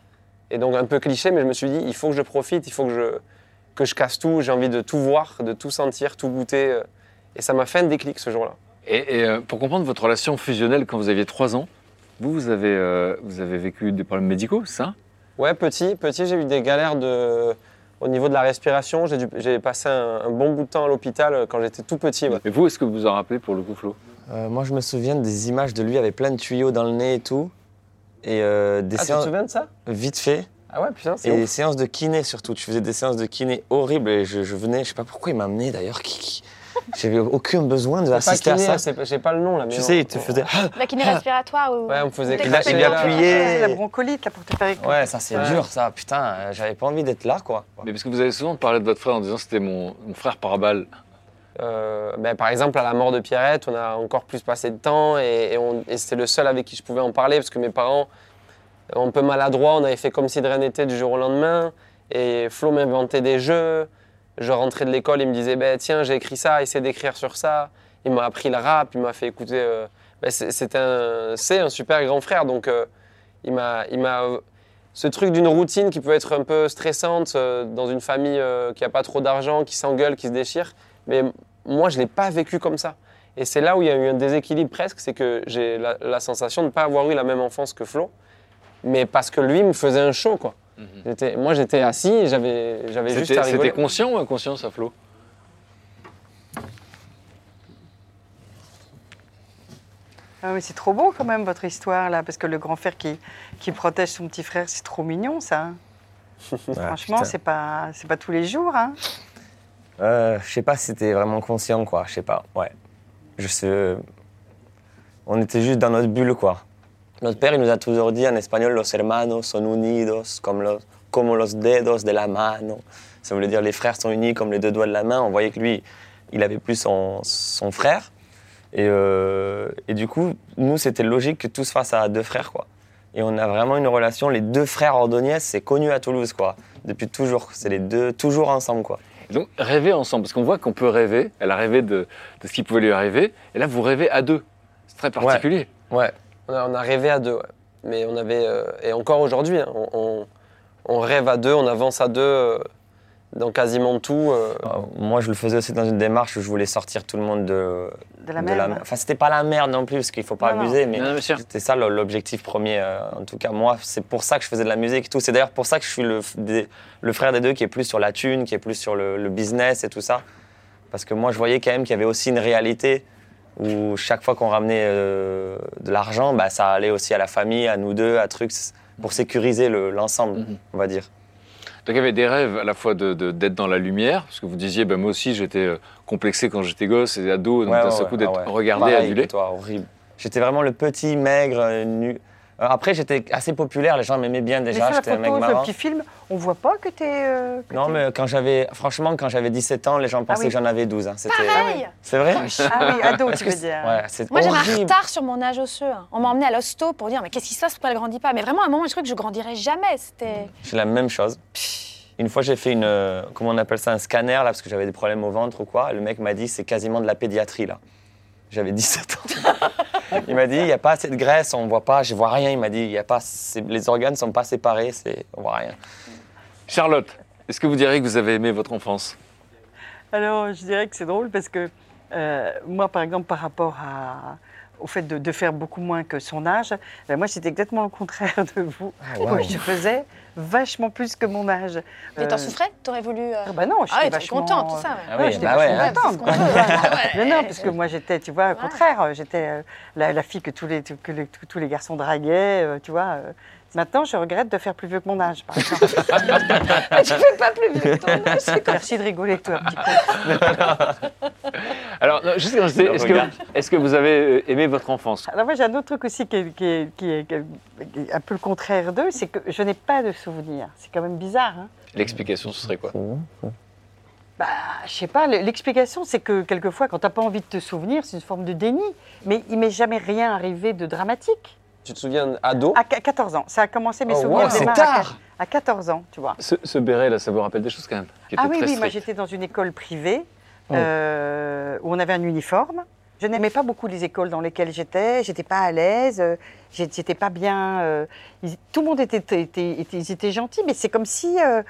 Et donc un peu cliché, mais je me suis dit, il faut que je profite, il faut que je, que je casse tout, j'ai envie de tout voir, de tout sentir, tout goûter. euh. Et ça m'a fait un déclic ce jour-là. Et, et, euh, pour comprendre votre relation fusionnelle quand vous aviez 3 ans, vous, vous avez, euh, vous avez vécu des problèmes médicaux, c'est ça Ouais, petit, petit, j'ai eu des galères de... au niveau de la respiration. J'ai dû- J'ai passé un, un bon bout de temps à l'hôpital euh, quand j'étais tout petit. ouais. Et vous, est-ce que vous vous en rappelez pour le coup, Flo Euh, moi, je me souviens des images de lui avec plein de tuyaux dans le nez et tout. Et euh, des Ah, tu te séances souviens de ça vite fait. Ah ouais, putain, Et c'est des ouf. séances de kiné surtout. Tu faisais des séances de kiné horribles et je, je venais, je sais pas pourquoi il m'a amené d'ailleurs. Qui, qui- J'avais aucun besoin de C'est pas assister à kiné, hein, ça. c'est pas- j'ai pas le nom là. mais Tu on- sais, il te on- faisait. ah, La Bah, kiné respiratoire ou... Ouais, on me faisait Il a- cracher, il a là. appuyé. C'est la broncolite là pour te faire écouter. ah. Ouais, ça c'est Ouais. dur, ça. Putain, euh, j'avais pas envie d'être là, quoi. Mais parce que vous avez souvent parlé de votre frère en disant c'était mon, mon frère par balle. Euh, ben, par exemple, à la mort de Pierrette, on a encore plus passé de temps et, et on- et c'était le seul avec qui je pouvais en parler parce que mes parents, euh, un peu maladroits, on avait fait comme si de rien n'était du jour au lendemain. Et Flo m'inventait des jeux. Je rentrais de l'école, il me disait ben Tiens, j'ai écrit ça, essaie d'écrire sur ça. Il m'a appris le rap, il m'a fait écouter. euh, ben, c'est c'est un, c'est un super grand frère. Donc, euh, il m'a. il m'a- Ce truc d'une routine qui peut être un peu stressante euh, dans une famille euh, qui n'a pas trop d'argent, qui s'engueule, qui se déchire. Mais moi, je ne l'ai pas vécu comme ça. Et c'est là où il y a eu un déséquilibre presque, c'est que j'ai la, la sensation de ne pas avoir eu la même enfance que Flo, mais parce que lui me faisait un show, quoi. J'étais- moi, j'étais assis et j'avais j'avais juste Mhm. à C'était rigoler. c'était conscient ou inconscient, ça, Flo Ah, mais c'est trop beau quand même votre histoire là, parce que le grand frère qui, qui protège son petit frère, c'est trop mignon ça. hein. Franchement, c'est pas, c'est pas tous les jours. Hein. Euh, je sais pas si c'était vraiment conscient, quoi. Je sais pas, ouais. Je sais. on était juste dans notre bulle, quoi. Notre père, il nous a toujours dit en espagnol, los hermanos son unidos, comme los, como los dedos de la mano. Ça voulait dire les frères sont unis comme les deux doigts de la main. On voyait que lui, il avait plus son, son frère. Et, euh, et du coup, nous, c'était logique que tout se fasse à deux frères, quoi. Et on a vraiment une relation, les deux frères Ordonez, c'est connu à Toulouse, quoi. Depuis toujours, c'est les deux, toujours ensemble, quoi. Et Donc rêver ensemble, parce qu'on voit qu'on peut rêver. Elle a rêvé de, de ce qui pouvait lui arriver, et là vous rêvez à deux. C'est très particulier. Ouais, on a, on a rêvé à deux, ouais. mais on avait euh, et encore aujourd'hui, hein, on, on- on rêve à deux, on avance à deux euh, dans quasiment tout. euh. Euh, Moi, je le faisais aussi dans une démarche où je voulais sortir tout le monde de, De la de merde. hein. mer- Enfin, c'était pas la merde non plus, parce qu'il faut pas Non, non. abuser, mais Non, non, bien sûr. c'était ça le- l'objectif premier. euh, En tout cas, moi, c'est pour ça que je faisais de la musique et tout. C'est d'ailleurs pour ça que je suis le, f- des- le frère des deux qui est plus sur la thune, qui est plus sur le, le business et tout ça. Parce que moi, je voyais quand même qu'il y avait aussi une réalité où chaque fois qu'on ramenait euh, de l'argent, bah, ça allait aussi à la famille, à nous deux, à trucs, pour sécuriser le- l'ensemble, Mhm. on va dire. Donc il y avait des rêves à la fois de- de- d'être dans la lumière, parce que vous disiez, ben, moi aussi j'étais euh, complexé quand j'étais gosse et ado, donc Ouais, d'un ouais, seul ouais, coup d'être ah ouais. regardé, Pareil adulé. que toi, horrible. J'étais vraiment le petit, maigre, euh, nu. Euh, Après, j'étais assez populaire, les gens m'aimaient bien Mais sur déjà, la j'étais un mec photo, le marrant. petit film, on voit pas que t'es. euh, que Non, t'es- mais quand j'avais, franchement, quand j'avais 17 ans, les gens pensaient Ah oui. que j'en avais 12. hein. C'était- Pareil C'est vrai Ah oui, ado, Est-ce tu que veux c'est- dire. Ouais, c'est Moi, j'avais un horrible. retard sur mon âge osseux. hein. On m'a emmené à l'hosto pour dire Mais qu'est-ce qui se passe Pourquoi elle grandit pas Mais vraiment, à un moment, je crois que je grandirais jamais. C'était. J'ai la même chose. Une fois, j'ai fait une, euh, comment on appelle ça, un scanner, là, parce que j'avais des problèmes au ventre ou quoi. Le mec m'a dit, c'est quasiment de la pédiatrie, là. J'avais 17 ans. il m'a dit, il n'y a pas assez de graisse, on voit pas, je vois rien. Il m'a dit, il y a pas, c'est- les organes sont pas séparés, c'est, on voit rien. Charlotte, est-ce que vous diriez que vous avez aimé votre enfance Alors, je dirais que c'est drôle parce que euh, moi, par exemple, par rapport à- au fait de, de faire beaucoup moins que son âge, ben moi, c'était exactement le contraire de vous. Ah, waouh. Moi, je faisais vachement plus que mon âge. Mais t'en Euh, souffrais T'aurais voulu. euh, ah bah non, je suis Ah ouais, t'es vachement... contente, tout ça. ouais. Ah Ouais, oui, j'étais bah ouais. vachement hein. Attends, contente. c'est ce qu'on veut, ouais. Non, Ouais. non, parce que moi j'étais, tu vois, au Ouais. contraire, euh, j'étais euh, la, la fille que tous les, que les- tous tous les garçons draguaient, euh, tu vois. euh. Maintenant, je regrette de faire plus vieux que mon âge, par exemple. Mais tu fais pas plus vieux que ton âge, c'est quoi Merci de rigoler, toi, petit con. Alors, non, juste rester, Le est-ce que, regard. est-ce que vous avez euh, aimé votre enfance Alors moi j'ai un autre truc aussi qui est, qui est- qui est- qui est un peu le contraire d'eux, c'est que je n'ai pas de souvenirs. C'est quand même bizarre. Hein L'explication, ce serait quoi Ah, je sais pas, l'explication c'est que quelquefois quand t'as pas envie de te souvenir, c'est une forme de déni. Mais il m'est jamais rien arrivé de dramatique. Tu te souviens ado À qu- à 14 ans, ça a commencé mes Oh, souvenirs. wow, c'est démarrent à tard. qu- À 14 ans, tu vois. ce, ce béret, là, ça vous rappelle des choses quand même qui étaient Ah oui, très Oh. oui, moi strictes. j'étais dans une école privée euh, où on avait un uniforme. Je n'aimais pas beaucoup les écoles dans lesquelles j'étais, j'étais pas à l'aise, euh, j'ai- j'étais pas bien. euh, ils- tout le monde était, était- était- ils étaient gentils, mais c'est comme si. euh,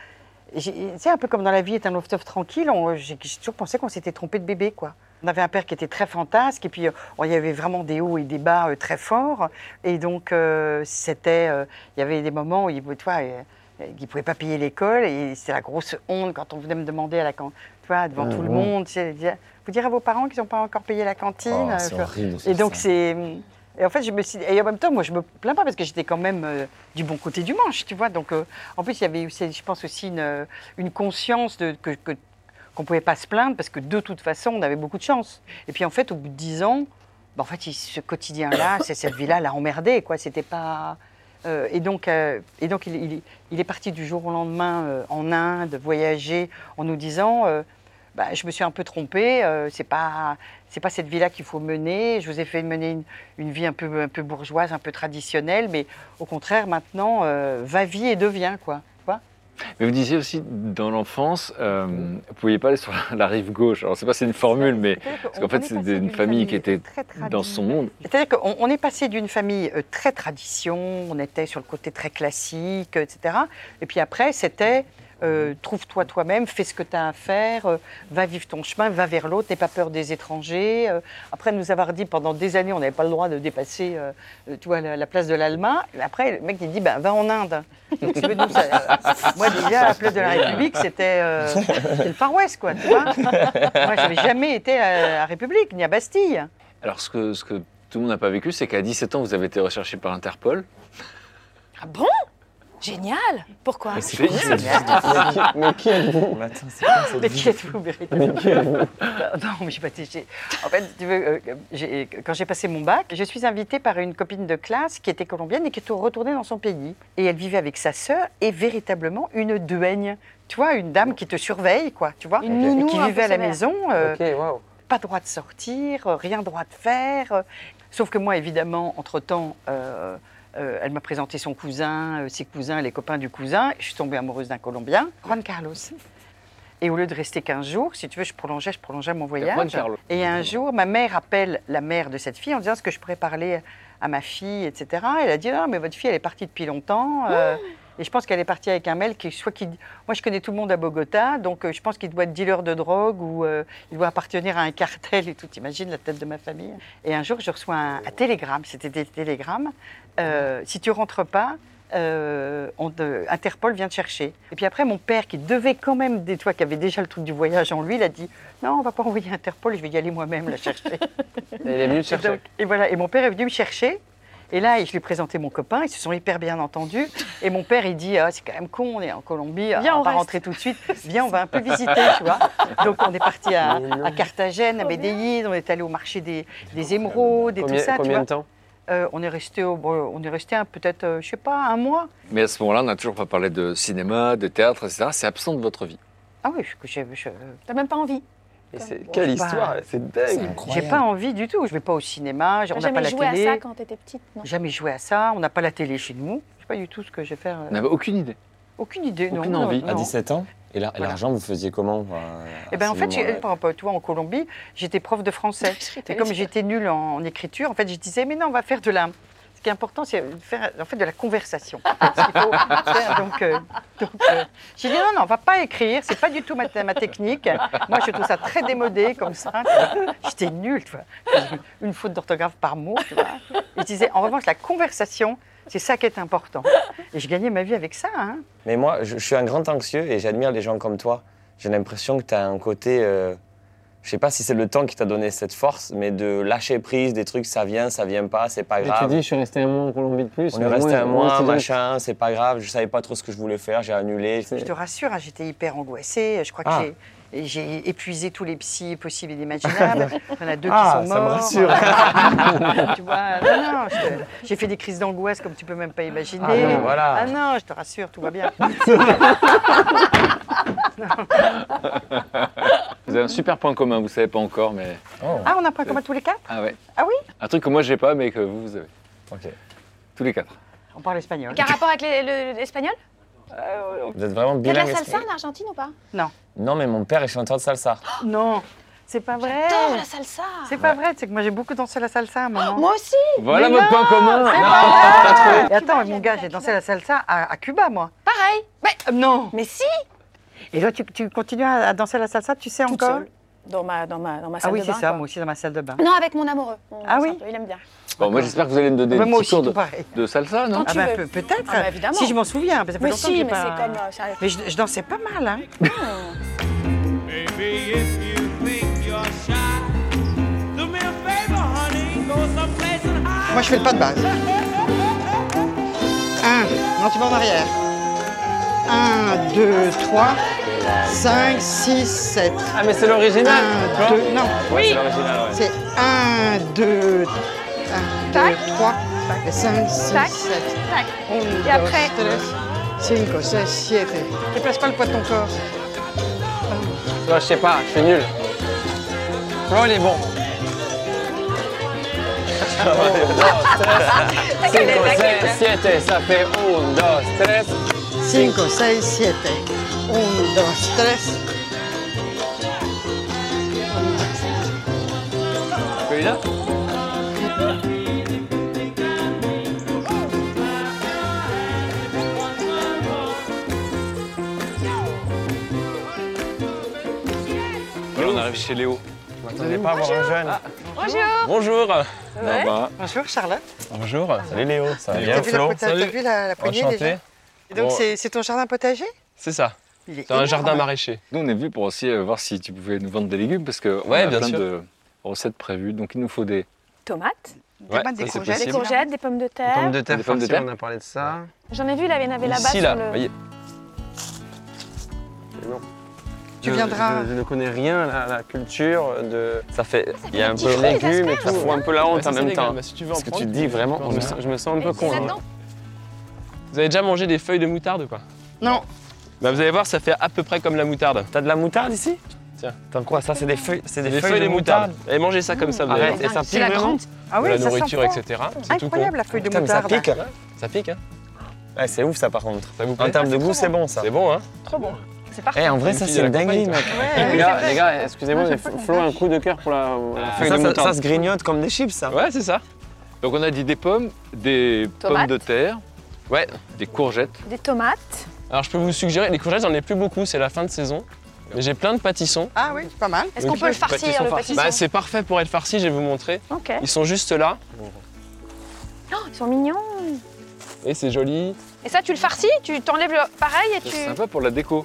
j'ai- tu sais, un peu comme dans La vie est un off tranquille, on- j'ai j'ai toujours pensé qu'on s'était trompé de bébé, quoi. On avait un père qui était très fantasque, et puis euh, on- il y avait vraiment des hauts et des bas euh, très forts. Et donc, euh, c'était. euh, il y avait des moments où il pouvait, toi, euh, euh, ils ne pouvaient pas payer l'école et c'était la grosse honte quand on venait me demander à la cantine, tu vois, Ah devant Ah tout le monde, tu sais, dire- vous dire à vos parents qu'ils n'ont pas encore payé la cantine. Oh, euh, c'est tu vois. horrible. et donc ça. c'est, et en fait je me suis, et en même temps moi je me plains pas parce que j'étais quand même euh, du bon côté du manche, tu vois. Donc euh, en plus il y avait aussi, je pense aussi une, euh, une conscience de que, que qu'on pouvait pas se plaindre parce que de toute façon on avait beaucoup de chance. Et puis en fait au bout de dix ans, bah, en fait il- ce quotidien-là, c'est cette vie-là l'a emmerdé quoi. C'était pas euh, et donc, euh, et donc il, il- il est parti du jour au lendemain euh, en Inde, voyager, en nous disant euh, Bah, Je me suis un peu trompé, euh, c'est pas, c'est pas cette vie-là qu'il faut mener, je vous ai fait mener une, une vie un peu, un peu bourgeoise, un peu traditionnelle, mais au contraire, maintenant, euh, va vie et deviens, quoi. Tu vois Mais vous disiez aussi, dans l'enfance, euh, vous ne pouviez pas aller sur la, la rive gauche. Alors, c'est pas si c'est une formule, mais Parce qu'en fait, c'est des- une famille qui était dans son monde. C'est-à-dire qu'on on est passé d'une famille euh, très tradition, on était sur le côté très classique, euh, etc. Et puis après, c'était euh, trouve-toi toi-même, fais ce que tu as à faire, euh, va vivre ton chemin, va vers l'autre, n'aie pas peur des étrangers. euh. après nous avoir dit pendant des années, on n'avait pas le droit de dépasser euh, euh, tu vois, la, la place de l'Alma. Et Après, le mec, il dit ben, va en Inde. Donc, si tu veux, nous, ça, euh, moi, déjà, la place de la République, c'était euh, c'était le Far West, quoi. Tu vois moi, j'avais jamais été à, à République ni à Bastille. Alors, ce que, ce que tout le monde n'a pas vécu, c'est qu'à 17 ans, vous avez été recherché par Interpol. Ah bon Génial Pourquoi Ah, Mais c'est quoi cette vie Mais qui êtes-vous Mais attends, c'est quoi cette Mais qui vie êtes-vous, véritablement Non, mais j'ai pas été- j'ai- En fait, tu veux, euh, j'ai- quand j'ai passé mon bac, je suis invitée par une copine de classe qui était colombienne et qui était retournée dans son pays. Et elle vivait avec sa sœur et véritablement une duègne. Tu vois, une dame qui te surveille, quoi, tu vois. Une Et nounou qui un peu vivait à la sévère. maison, euh, Ok, waouh. pas droit de sortir, euh, rien droit de faire. euh. Sauf que moi, évidemment, entre-temps, euh, euh, elle m'a présenté son cousin, euh, ses cousins, les copains du cousin. Je suis tombée amoureuse d'un Colombien, Juan Carlos. Et au lieu de rester 15 jours, si tu veux, je prolongeais, je prolongeais mon Juan voyage. Carlos. Et un jour, ma mère appelle la mère de cette fille en disant est-ce que je pourrais parler à ma fille, etc. Elle a dit non, mais votre fille, elle est partie depuis longtemps. euh, et je pense qu'elle est partie avec un mail qui soit qui. Moi, je connais tout le monde à Bogota, donc euh, je pense qu'il doit être dealer de drogue ou euh, il doit appartenir à un cartel et tout. Imagine la tête de ma famille. Et un jour, je reçois un, un télégramme. C'était des télégrammes. Euh, si tu rentres pas. euh, on te- Interpol vient te chercher. Et puis après, mon père, qui devait quand même, des toi, qui avait déjà le truc du voyage en lui, il a dit Non, on va pas envoyer Interpol, je vais y aller moi-même la chercher. Il est venu te Et, donc, chercher. et voilà, et mon père est venu me chercher. Et là, je lui ai présenté mon copain, ils se sont hyper bien entendus. Et mon père, il dit, Ah, c'est quand même con, on est en Colombie, Viens, on, on va reste. rentrer tout de suite, viens, on va un peu visiter, tu vois. Donc on est parti à, à Carthagène, à Oh, Medellín, on est allé au marché des, des émeraudes et Combien, tout ça, tu combien vois. de temps Euh, on est resté, au- bon, on est resté un- peut-être, euh, je sais pas, un mois. Mais à ce moment-là, on n'a toujours pas parlé de cinéma, de théâtre, etc. C'est absent de votre vie. Ah oui, je- je- je- T'as même pas envie. Et c'est- Quelle histoire C'est dingue Bah, j'ai pas envie du tout. Je vais pas au cinéma, T'as on n'a pas jamais la joué à télé. ça quand t'étais petite, non Jamais joué à ça, on n'a pas la télé chez nous. Je sais pas du tout ce que je vais faire. euh, On n'avait aucune idée. Aucune idée, non. Aucune non, envie. non. À 17 ans Et la- et Voilà. l'argent, vous faisiez comment euh, Eh à ben, ce en fait, j'ai- moment-là par rapport à toi en Colombie, j'étais prof de français. Et comme j'étais nulle en, en écriture, en fait, je disais, mais non, on va faire de la. Ce qui est important, c'est de faire en fait, de la conversation. Ce qu'il faut faire, donc, euh, donc, euh, j'ai dit, non, non, on va pas écrire, c'est pas du tout ma, ma technique. Moi, je trouve ça très démodé comme ça. tu vois. J'étais nulle, tu vois. Une faute d'orthographe par mot, tu vois. Et je disais, en revanche, la conversation, c'est ça qui est important. Et je gagnais ma vie avec ça. hein. Mais moi, je, je suis un grand anxieux et j'admire les gens comme toi. J'ai l'impression que tu as un côté. euh, je sais pas si c'est le temps qui t'a donné cette force, mais de lâcher prise, des trucs, ça vient, ça vient pas, c'est pas Et tu grave. dis, je suis resté un mois en Colombie de plus. On mais est resté moi, un moi, mois, c'est dingue. machin, c'est pas grave, je savais pas trop ce que je voulais faire, j'ai annulé. Je te rassure, hein, j'étais hyper angoissée. Je crois que Ah. j'ai- et j'ai épuisé tous les psys possibles et imaginables. Il y en a deux Ah, qui sont ça me morts. rassure. tu vois, non, non, je te- j'ai fait des crises d'angoisse comme tu peux même pas imaginer. Ah non, voilà. Ah non, je te rassure, tout va bien. Vous avez un super point commun, vous ne savez pas encore, mais. Ah, on a un point commun tous les quatre Ah ouais. Ah oui Un truc que moi, j'ai pas, mais que vous, vous avez. Ok. Tous les quatre. On parle espagnol. Qu'un rapport avec les- le- l'espagnol Euh, Vous êtes vraiment T'as de la bilingue. salsa en Argentine ou pas Non, mais mon père est chanteur de salsa. Oh Non, c'est pas vrai. J'adore la salsa C'est pas vrai, c'est que moi j'ai beaucoup dansé la salsa, maman. Moi aussi Voilà Mais votre point Ah, commun Et attends, Cuba, mon j'habite à gars, j'ai Cuba. dansé la salsa à, à Cuba, moi. Pareil Euh, non. Mais si Et toi, tu, tu continues à à danser la salsa, tu sais Toute encore seule. Dans ma, dans ma, dans ma salle Ah oui, de c'est bain. ça, quoi. moi aussi dans ma salle de bain. Non, avec mon amoureux. On Ah oui sort- Il aime bien. Bon, moi, j'espère que vous allez me donner Bah, des moi petits aussi, cours tout de, pareil. de salsa, non Quand Ah tu bah, veux. peu- peut-être. Ah bah, évidemment. Si je m'en souviens, parce que ça fait longtemps Mais que si, j'ai mais pas- c'est comme... euh, ça- Mais je, je dansais pas mal, hein. Baby, if you think you're shy, do me a favor, honey, go someplace and hide. Moi, je fais le pas de base. Un. Non, tu vas en arrière. Un, deux, trois, cinq, six, sept. Ah, mais c'est l'original tu vois Un, deux, non. Ouais, c'est l'original, ouais. C'est 1, 2, 1, 2, 3, 5, 6, 7, Tac. Tac. 11, 12, Et après 13, 5, 6, 7. Déplace pas le poids de ton corps. Toi, je sais pas, je suis nul. Toi, il est bon. Oh, Cinco, seis, siete, ça fait un, dos, tres. 5, 6, 7. 1, 2, 3. Celui-là Là, on arrive chez Léo. Je m'attendais pas à voir un jeune. Bonjour Bonjour. Non, bah, Bonjour Charlotte. Bonjour. Salut Léo. Ça va T'as bien vu la Flo pota- t'as vu la, la poignée déjà Enchanté. Et donc, Bon. c'est c'est ton jardin potager C'est ça. Il est C'est un énorme. jardin maraîcher. hein. nous, on est venus pour aussi euh, voir si tu pouvais nous vendre des légumes, parce que on Ouais, a bien plein sûr. de recettes prévues. Donc, il nous faut des Tomate Des Ouais, tomates, des ça, c'est courgettes. Des possible. courgettes, des pommes de terre. Pommes de terre, Des pommes de farcies, terre. on a parlé de ça. J'en ai vu, il y en avait là-bas. Ici, sur là, le- voyez. Mais non. Tu Je- viendras- Je, je ne connais rien à la, à la culture de Ça fait. Il y a un de peu. légumes et tout. Ça fout un peu la honte ça, en c'est même légal. temps. Bah, si tu veux en Parce que prendre, tu te dis vraiment. Je on me, a- sens, je me sens un peu Et con. hein. là. là-dedans. Vous avez déjà mangé des feuilles de moutarde ou quoi Non, Bah vous allez voir, ça fait à peu près comme la moutarde. T'as de la moutarde ici Tiens. T'as quoi Ça, c'est des feuilles. C'est des, Des feuilles de moutarde. Allez manger ça comme ça, Ah, vous allez Arrête, voir. et ça c'est pique la vraiment grande. Ah De oui, la ça nourriture, sent fort. etc. C'est tout con. Incroyable la feuille de Putain, mais ça moutarde. pique. Ça pique, hein Ouais, c'est ouf ça par contre. Ça vous En plaît termes de goût, c'est bon ça. C'est bon, hein C'est parfait. Eh, en vrai, ça, Une c'est une fille à la dinguerie, mec. Les oui, gars, c'est vrai. les gars, excusez-moi, Ouais, mais je sais pas, Flo a un coup de cœur pour la, la Ah, feuille Ça, de ça- ça moutarde. se grignote comme des chips, ça. Ouais, c'est ça. Donc on a dit des pommes, des Tomates. pommes de terre, Ouais. des courgettes. Des tomates. Alors je peux vous suggérer, les courgettes, j'en ai plus beaucoup, c'est la fin de saison. Mais j'ai plein de pâtissons. Ah oui, c'est pas mal. Est-ce qu'on peut le farcir, le farci. pâtisson Bah c'est parfait pour être farci, je vais vous montrer. Ok. Ils sont juste là. Oh, ils sont mignons. Et c'est joli. Et ça, tu le farcis Tu t'enlèves le... pareil et Ça, tu... C'est sympa pour la déco.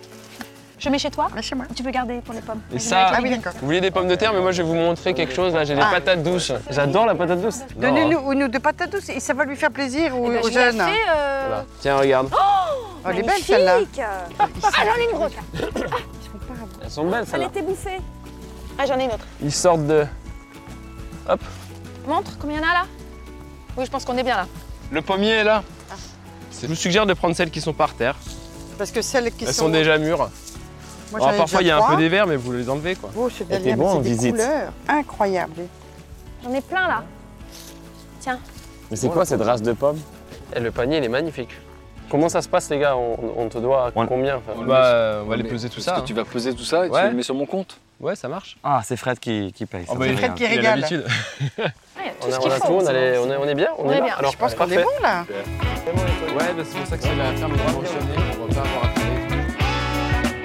Je mets chez toi Là, chez moi. Tu peux garder pour les pommes. Et Je ça- mets Ah avec les oui, légumes. d'accord. Vous voulez des pommes de terre, mais moi je vais vous montrer quelque chose. Là, j'ai des Ah. patates douces. J'adore la patate douce. Non, hein. Donnez-nous une ou deux patates douces et ça va lui faire plaisir Eh aux, ben, aux je l'ai jeunes. fait, euh, Voilà. Tiens, regarde. Oh, elle est belle magnifique. celle-là. Oh, Ah, j'en ai une grosse. là. Elles sont belles Elle celles-là. était bouffée. Ah, j'en ai une autre. Ils sortent de. Montre combien il y en a là Oui, je pense qu'on est bien là. Le pommier est là. Ah. Je vous suggère de prendre celles qui sont par terre. Parce que celles qui Elles sont déjà mûres. Moi, Alors, j'en ai parfois, il déjà y a un trois. peu des verts, mais vous les enlevez quoi. Oh, c'est de la Elles étaient liane, bons en c'est des visite. couleurs incroyables. J'en ai plein là. Mais c'est quoi cette race de pommes Et le panier, il est magnifique. Comment ça se passe, les gars on, on te doit On- combien enfin on- Bah, euh, on va Mais les peser tout est-ce ça. que Tu vas peser tout ça et Ouais. tu le mets sur mon compte. hein. Ouais, ça marche. Ah, c'est Fred qui, qui paye. ça, Ah, bah, c'est il- rien. Fred qui il a régale. l'habitude. Ah, Ouais, tout On ce a, qu'il on a faut. tout, on, a les- on est, on est bien On est là bien. Alors, Je pense qu'on est bon là. Ouais, bah, c'est pour ça que c'est la ferme conventionnée. On va pas avoir à traîner.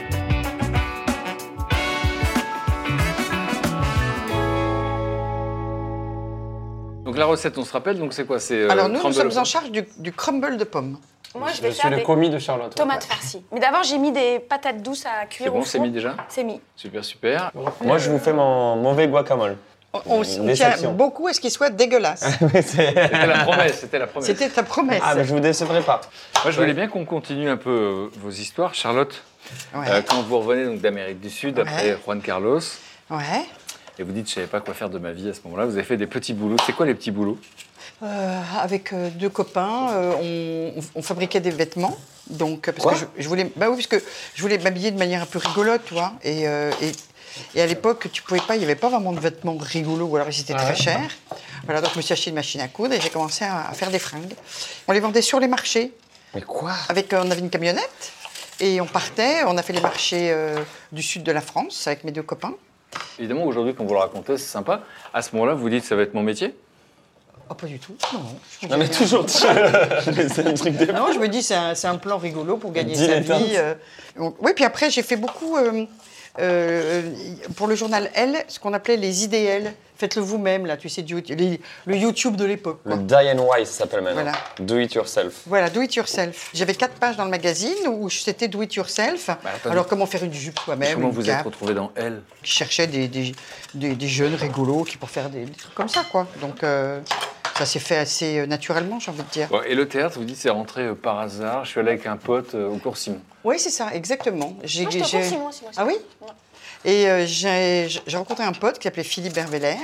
Donc la recette, on se rappelle, donc c'est quoi C'est euh, Alors nous, nous crumble- sommes en charge du, du crumble de pommes. Moi, je Je vais suis faire le des commis de Charlotte. tomates farcies. Mais d'abord, j'ai mis des patates douces à cuire C'est au bon, c'est four. mis déjà C'est mis. Super, super. Oh. Moi, je vous fais mon mauvais guacamole. On, Euh, on s- on tient Déception. beaucoup à ce qu'il soit dégueulasse. Mais c'est- C'était la promesse, c'était la promesse. C'était ta promesse. ah, mais je vous décevrai pas. Moi, je voulais bien qu'on continue un peu euh, vos histoires. Charlotte, Ouais. euh, quand vous revenez donc d'Amérique du Sud, après Juan Carlos, Ouais. et vous dites, je savais pas quoi faire de ma vie à ce moment-là, vous avez fait des petits boulots. C'est quoi les petits boulots Euh, avec euh, deux copains, euh, on, on- on fabriquait des vêtements. Donc, euh, parce Quoi que je, je voulais, bah oui, parce que je voulais m'habiller de manière un peu rigolote, tu vois. Et, euh, et, et à l'époque, tu pouvais pas, il n'y avait pas vraiment de vêtements rigolos, ou alors ils étaient Ah très chers. Voilà, donc je me suis acheté une machine à coudre et j'ai commencé à, à faire des fringues. On les vendait sur les marchés. Mais quoi Avec, euh, on avait une camionnette et on partait. On a fait les marchés euh, du sud de la France avec mes deux copains. Évidemment, aujourd'hui, quand vous le racontez, c'est sympa. À ce moment-là, vous dites, ça va être mon métier Oh, pas du tout. Non, non. Je Non, mais faisais- toujours. Mais c'est un truc de. Non, je me dis, c'est un, c'est un plan rigolo pour gagner sa Dilettante. vie. euh. Donc, oui, puis après, j'ai fait beaucoup, euh, euh, pour le journal Elle, ce qu'on appelait les IDL. Faites-le vous-même, là, tu sais, du, les- le YouTube de l'époque. quoi. Le Diane Weiss s'appelle maintenant. Voilà. Do it yourself. Voilà, Do It Yourself. J'avais quatre pages dans le magazine où c'était Do It Yourself. attendez. Alors, comment faire une jupe Mais toi-même, Comment une vous êtes cape. retrouvé dans Elle Je cherchais des, des, des- des jeunes rigolos qui pour faire des, des trucs comme ça, quoi. Donc, euh, ça s'est fait assez euh, naturellement, j'ai envie de dire. Bon, Et le théâtre, vous dites, c'est rentré euh, par hasard. Je suis allé avec un pote euh, au cours Simon. Oui, c'est ça, exactement. J'ai- Moi, je te j'ai- conseille, moi, sinon. Ah oui Et euh, j'ai j'ai rencontré un pote qui s'appelait Philippe Berveler.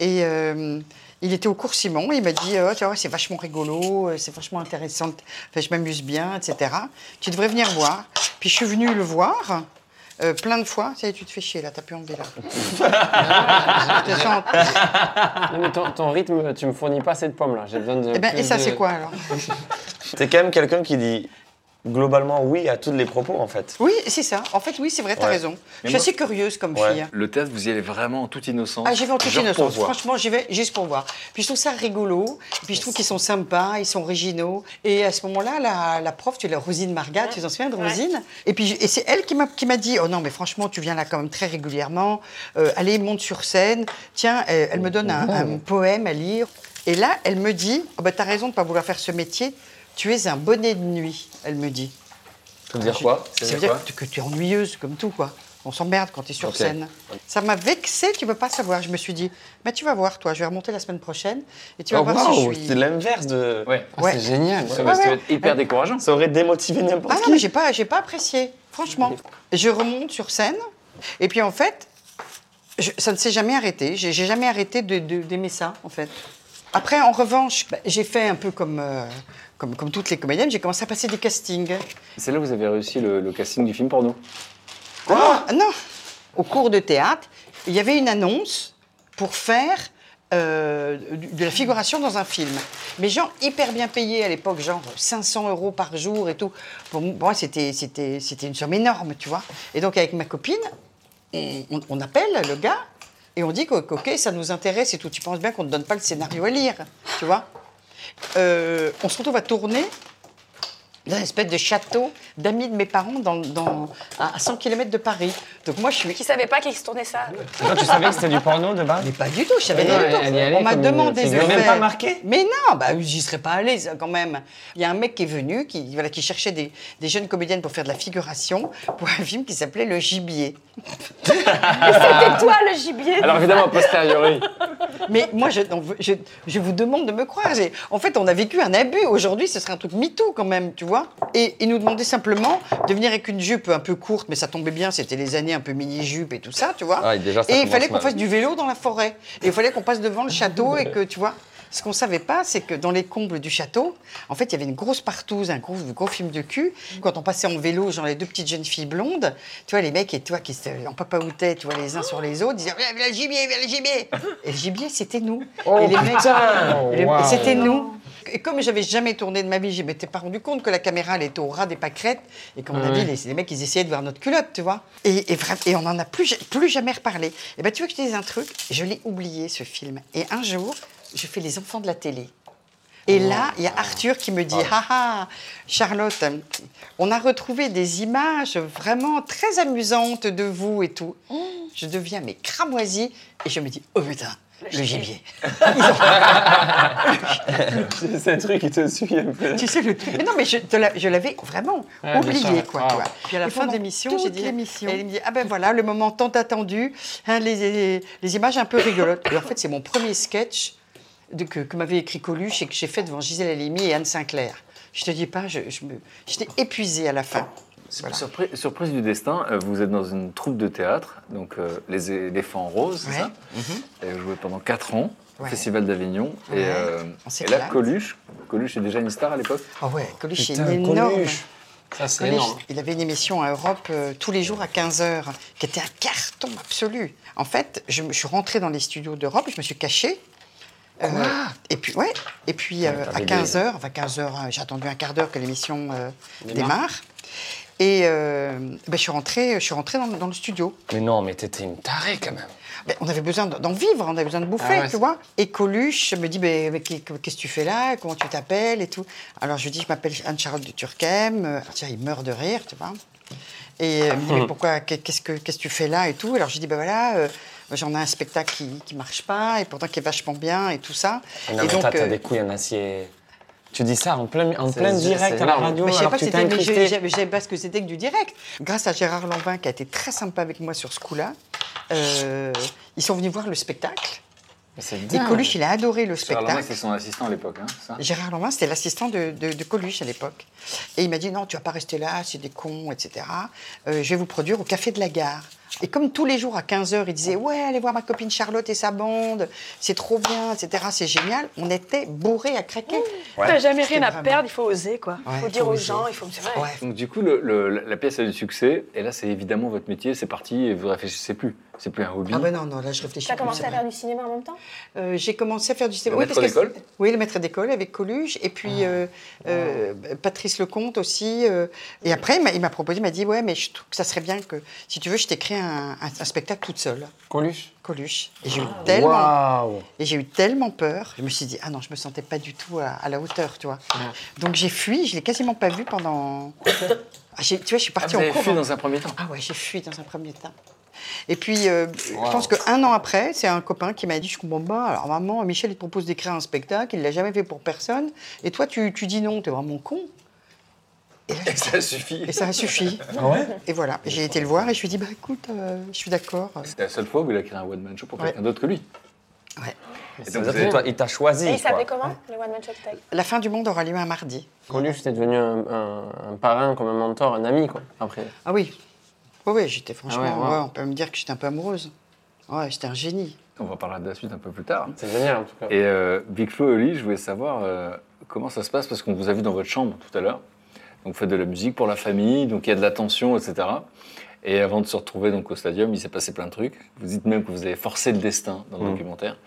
Et euh, il était au cours Simon. Il m'a dit Oh, tu vois, c'est vachement rigolo, euh, c'est vachement intéressant. Enfin, je m'amuse bien, etc. Tu devrais venir voir. Puis je suis venue le voir. euh, plein de fois, ça y est, tu te fais chier là, t'as pu enlever là. Je te sens- Non, mais ton, ton rythme, tu me fournis pas assez de pommes là. J'ai besoin de. Eh ben, plus et ça, de- c'est quoi alors T'es quand même quelqu'un qui dit globalement oui à tous les propos, en fait. Oui, c'est ça. En fait, oui, c'est vrai, t'as Ouais. raison. Je Mais suis moi- assez curieuse comme Ouais. fille. Le théâtre, vous y allez vraiment en toute innocence. Ah, j'y vais en toute genre pour innocence. voir. Franchement, j'y vais juste pour voir. Puis je trouve ça rigolo. Puis je trouve qu'ils sont sympas, ils sont originaux. Et à ce moment-là, la, la prof, tu l'as Rosine Marga, tu t'en souviens de Rosine Et puis et c'est elle qui m'a qui m'a dit Oh non, mais franchement, tu viens là quand même très régulièrement. Euh, allez, monte sur scène. Tiens, elle, elle me donne Oh, un, un poème à lire. Et là, elle me dit Oh, bah, t'as raison de pas vouloir faire ce métier. Tu es un bonnet de nuit, elle me dit. Ça veut dire quoi Ça veut dire que tu- que tu es ennuyeuse comme tout, quoi. On s'emmerde quand tu es sur Ok. scène. Ça m'a vexé, tu peux pas savoir. Je me suis dit, mais tu vas voir, toi, je vais remonter la semaine prochaine et tu vas Oh, voir si je waouh, suis. c'est l'inverse de. Ouais. Ah, Ouais. C'est génial. Ça va ça va être hyper Ouais. décourageant. Ça aurait démotivé n'importe Ah non, qui. mais j'ai pas, j'ai pas apprécié, franchement. Je remonte sur scène, et puis en fait, je- ça ne s'est jamais arrêté. J'ai j'ai jamais arrêté de- de- d'aimer ça, en fait. Après, en revanche, bah, j'ai fait un peu comme, euh, comme, comme toutes les comédiennes, j'ai commencé à passer des castings. C'est là où vous avez réussi le, le casting du film porno. Quoi Non Au cours de théâtre, il y avait une annonce pour faire euh, du- de la figuration dans un film. Mais gens hyper bien payés à l'époque, genre 500 euros par jour et tout. Pour m- moi, c'était c'était- c'était une somme énorme, tu vois. Et donc, avec ma copine, on, on- on appelle le gars et on dit que, que, ok, ça nous intéresse et tout. Tu penses bien qu'on ne donne pas le scénario à lire, tu vois. Euh, on se retrouve à tourner dans une espèce de château d'amis de mes parents dans, dans- à à 100 km de Paris. Donc moi, je suis... Qui savait pas qu'ils se tournaient ça Toi, tu savais que c'était du porno de base Mais pas du tout, je savais Ouais, rien non, du tout. elle y allait On m'a comme une demandé de figure. faire. Même pas marqué Mais non, bah j'y serais pas allée ça, quand même. Il y a un mec qui est venu, qui, voilà, qui cherchait des, des jeunes comédiennes pour faire de la figuration pour un film qui s'appelait Le Gibier. C'était toi le gibier Alors évidemment, a posteriori. Mais moi, je, non, je, je vous demande de me croire. J'ai- En fait, on a vécu un abus. Aujourd'hui, ce serait un truc MeToo quand même, tu vois. Et il nous demandait simplement de venir avec une jupe un peu courte, mais ça tombait bien, c'était les années un peu mini-jupe et tout ça, tu vois. Ah, et déjà, ça et il commence fallait qu'on mal. fasse du vélo dans la forêt. Et il fallait qu'on passe devant le château et que, tu vois. Ce qu'on savait pas, c'est que dans les combles du château, en fait, il y avait une grosse partouze, un gros, gros film de cul. Quand on passait en vélo, genre les deux petites jeunes filles blondes, tu vois, les mecs et toi qui se- en papaoutaient, tu vois, les uns sur les autres, disaient Viens, viens, le gibier, viens, le gibier Et le gibier, c'était nous. et les mecs, et les- Wow. c'était nous. Et comme j'avais jamais tourné de ma vie, je m'étais pas rendu compte que la caméra elle était au ras des pâquerettes et qu'à mon avis, les, les mecs ils essayaient de voir notre culotte, tu vois. Et, et, vra- et on en a plus, ja- plus jamais reparlé. Et ben tu veux que je te dise un truc Je l'ai oublié ce film. Et un jour, je fais les enfants de la télé. Et là, il y a Arthur qui me dit Ah ah, Charlotte, on a retrouvé des images vraiment très amusantes de vous et tout. Je deviens mais cramoisie et je me dis Oh putain, le gibier. C'est un truc qui te suit un peu. tu sais le truc. Mais non, mais je, te la- je l'avais vraiment Ouais, bien oublié, sûr. quoi. Ah. tu vois. Puis à la fin de l'émission, j'ai dit. Elle me dit ah ben voilà le moment tant attendu, hein, les, les- les images un peu rigolotes. Et en fait, c'est mon premier sketch de- que, que m'avait écrit Coluche et que j'ai fait devant Gisèle Halimi et Anne Sinclair. Je te dis pas, je, je me, j'étais épuisée à la fin. Voilà. Surpri- surprise du destin, euh, vous êtes dans une troupe de théâtre, donc euh, Les éléphants roses, c'est Ouais. ça Mhm. Et vous jouez pendant 4 ans au Ouais. Festival d'avignon. Ouais. Et, euh, On et là, s'éclate. Coluche, Coluche est déjà une star à l'époque. Ah ouais, Coluche est Putain, une énorme. Coluche. Ça, c'est Coluche, énorme. Il avait une émission à Europe euh, tous les jours à 15h, qui était un carton absolu. En fait, je, me- je suis rentrée dans les studios d'Europe, je me suis cachée. Euh, et puis, ouais, et puis euh, à 15h, enfin 15h, j'ai attendu un quart d'heure que l'émission euh, démarre. Et euh, ben, je suis rentrée, je suis rentrée dans, dans le studio. Mais non, mais t'étais une tarée quand même. Ben, on avait besoin d'en vivre, on avait besoin de bouffer, Ah ouais, tu vois. Et Coluche me dit, ben, mais qu'est- qu'est-ce que tu fais là Comment tu t'appelles et tout Alors je lui dis, je m'appelle Anne-Charlotte de Turquem. Euh, tiens, il meurt de rire, tu vois. Et euh, il me dit, mais pourquoi qu'est- Qu'est-ce que qu'est-ce que tu fais là et tout Alors je lui dis, ben voilà, euh, j'en ai un spectacle qui, qui marche pas et pourtant qui est vachement bien et tout ça. Non, et mais t'as euh, t'as des couilles en acier. Tu dis ça en plein, en C'est- plein c'est- direct c'est à la énorme. radio, mais je sais alors pas que que tu t'es c'était- mais je- incrusté. je- je savais pas ce que c'était que du direct. Grâce à Gérard Lanvin qui a été très sympa avec moi sur ce coup-là, euh, ils sont venus voir le spectacle. Mais C'est Et dingue. Coluche, il a adoré le Gérard Lanvin, spectacle. c'est son assistant à l'époque. Hein, c'est ça Gérard Lanvin, c'était l'assistant de, de- de Coluche à l'époque. Et il m'a dit, non, tu vas pas rester là, c'est des cons, etc. Euh, je vais vous produire au Café de la Gare. Et comme tous les jours à 15h, il disait, ouais, allez voir ma copine Charlotte et sa bande, c'est trop bien, etc., c'est génial, on était bourrés à craquer. T'as jamais rien à vraiment- perdre, il faut oser quoi. Il Ouais, faut dire faut aux oser. gens, il faut. C'est vrai. Ouais. Donc du coup, le- le- la pièce a eu du succès, et là, c'est évidemment votre métier, c'est parti, et vous réfléchissez plus. C'est plus un hobby. Ah ben non, non, là je réfléchis. T'as plus, commencé c'est à vrai. faire du cinéma en même temps Euh, j'ai commencé à faire du cinéma. Le oui, maître parce que- d'école Ah. Oui, le maître d'école avec Coluche. Et puis euh, euh, Patrice Lecomte aussi. euh. et après, il m'a- il m'a proposé, il m'a dit Ouais, mais je trouve que ça serait bien que, si tu veux, je t'écris un, un- un spectacle toute seule, Coluche. Coluche. Et j'ai eu, Ah. tellement, et j'ai eu tellement peur. Je me suis dit Ah non, je me sentais pas du tout à, à la hauteur, tu vois. Donc j'ai fui, je l'ai quasiment pas vu pendant. Ah, j'ai- tu vois, je suis Ah, partie vous en avez cours. fui dans un premier temps. Ah ouais, j'ai fui dans un premier temps. Et puis, euh, je pense qu'un an après, c'est un copain qui m'a dit, je comprends pas, alors maman, Michel, il te propose d'écrire un spectacle, il l'a jamais fait pour personne, et toi, tu, tu dis non, t'es vraiment con. Et là, Et ça suffit. Et ça a suffi. Ah Et voilà, j'ai été le voir et je lui ai dit, bah écoute, euh, je suis d'accord. C'était la seule fois où il a créé un one-man show pour Ouais. quelqu'un d'autre que lui. Ouais. Et Ça donc, vous veut dire que avez- toi, il t'a choisi. Et il s'appelait quoi. comment, le One Man Show que t'as eu La fin du monde aura lieu un mardi. Connu, c'était devenu un, un- un parrain, comme un mentor, un ami, quoi. Après, Ah oui. Oui, oui, j'étais franchement, Ah ouais, ouais. ouais, on peut me dire que j'étais un peu amoureuse. Ouais, j'étais un génie. on va parler de la suite un peu plus tard. c'est génial, en tout cas. Et euh, Big Flo et Oli, je voulais savoir euh, comment ça se passe parce qu'on vous a vu dans votre chambre tout à l'heure. Donc vous faites de la musique pour la famille, donc il y a de l'attention, etc. Et avant de se retrouver donc au stadium, il s'est passé plein de trucs. Vous dites même que vous avez forcé le destin dans le Mm. documentaire.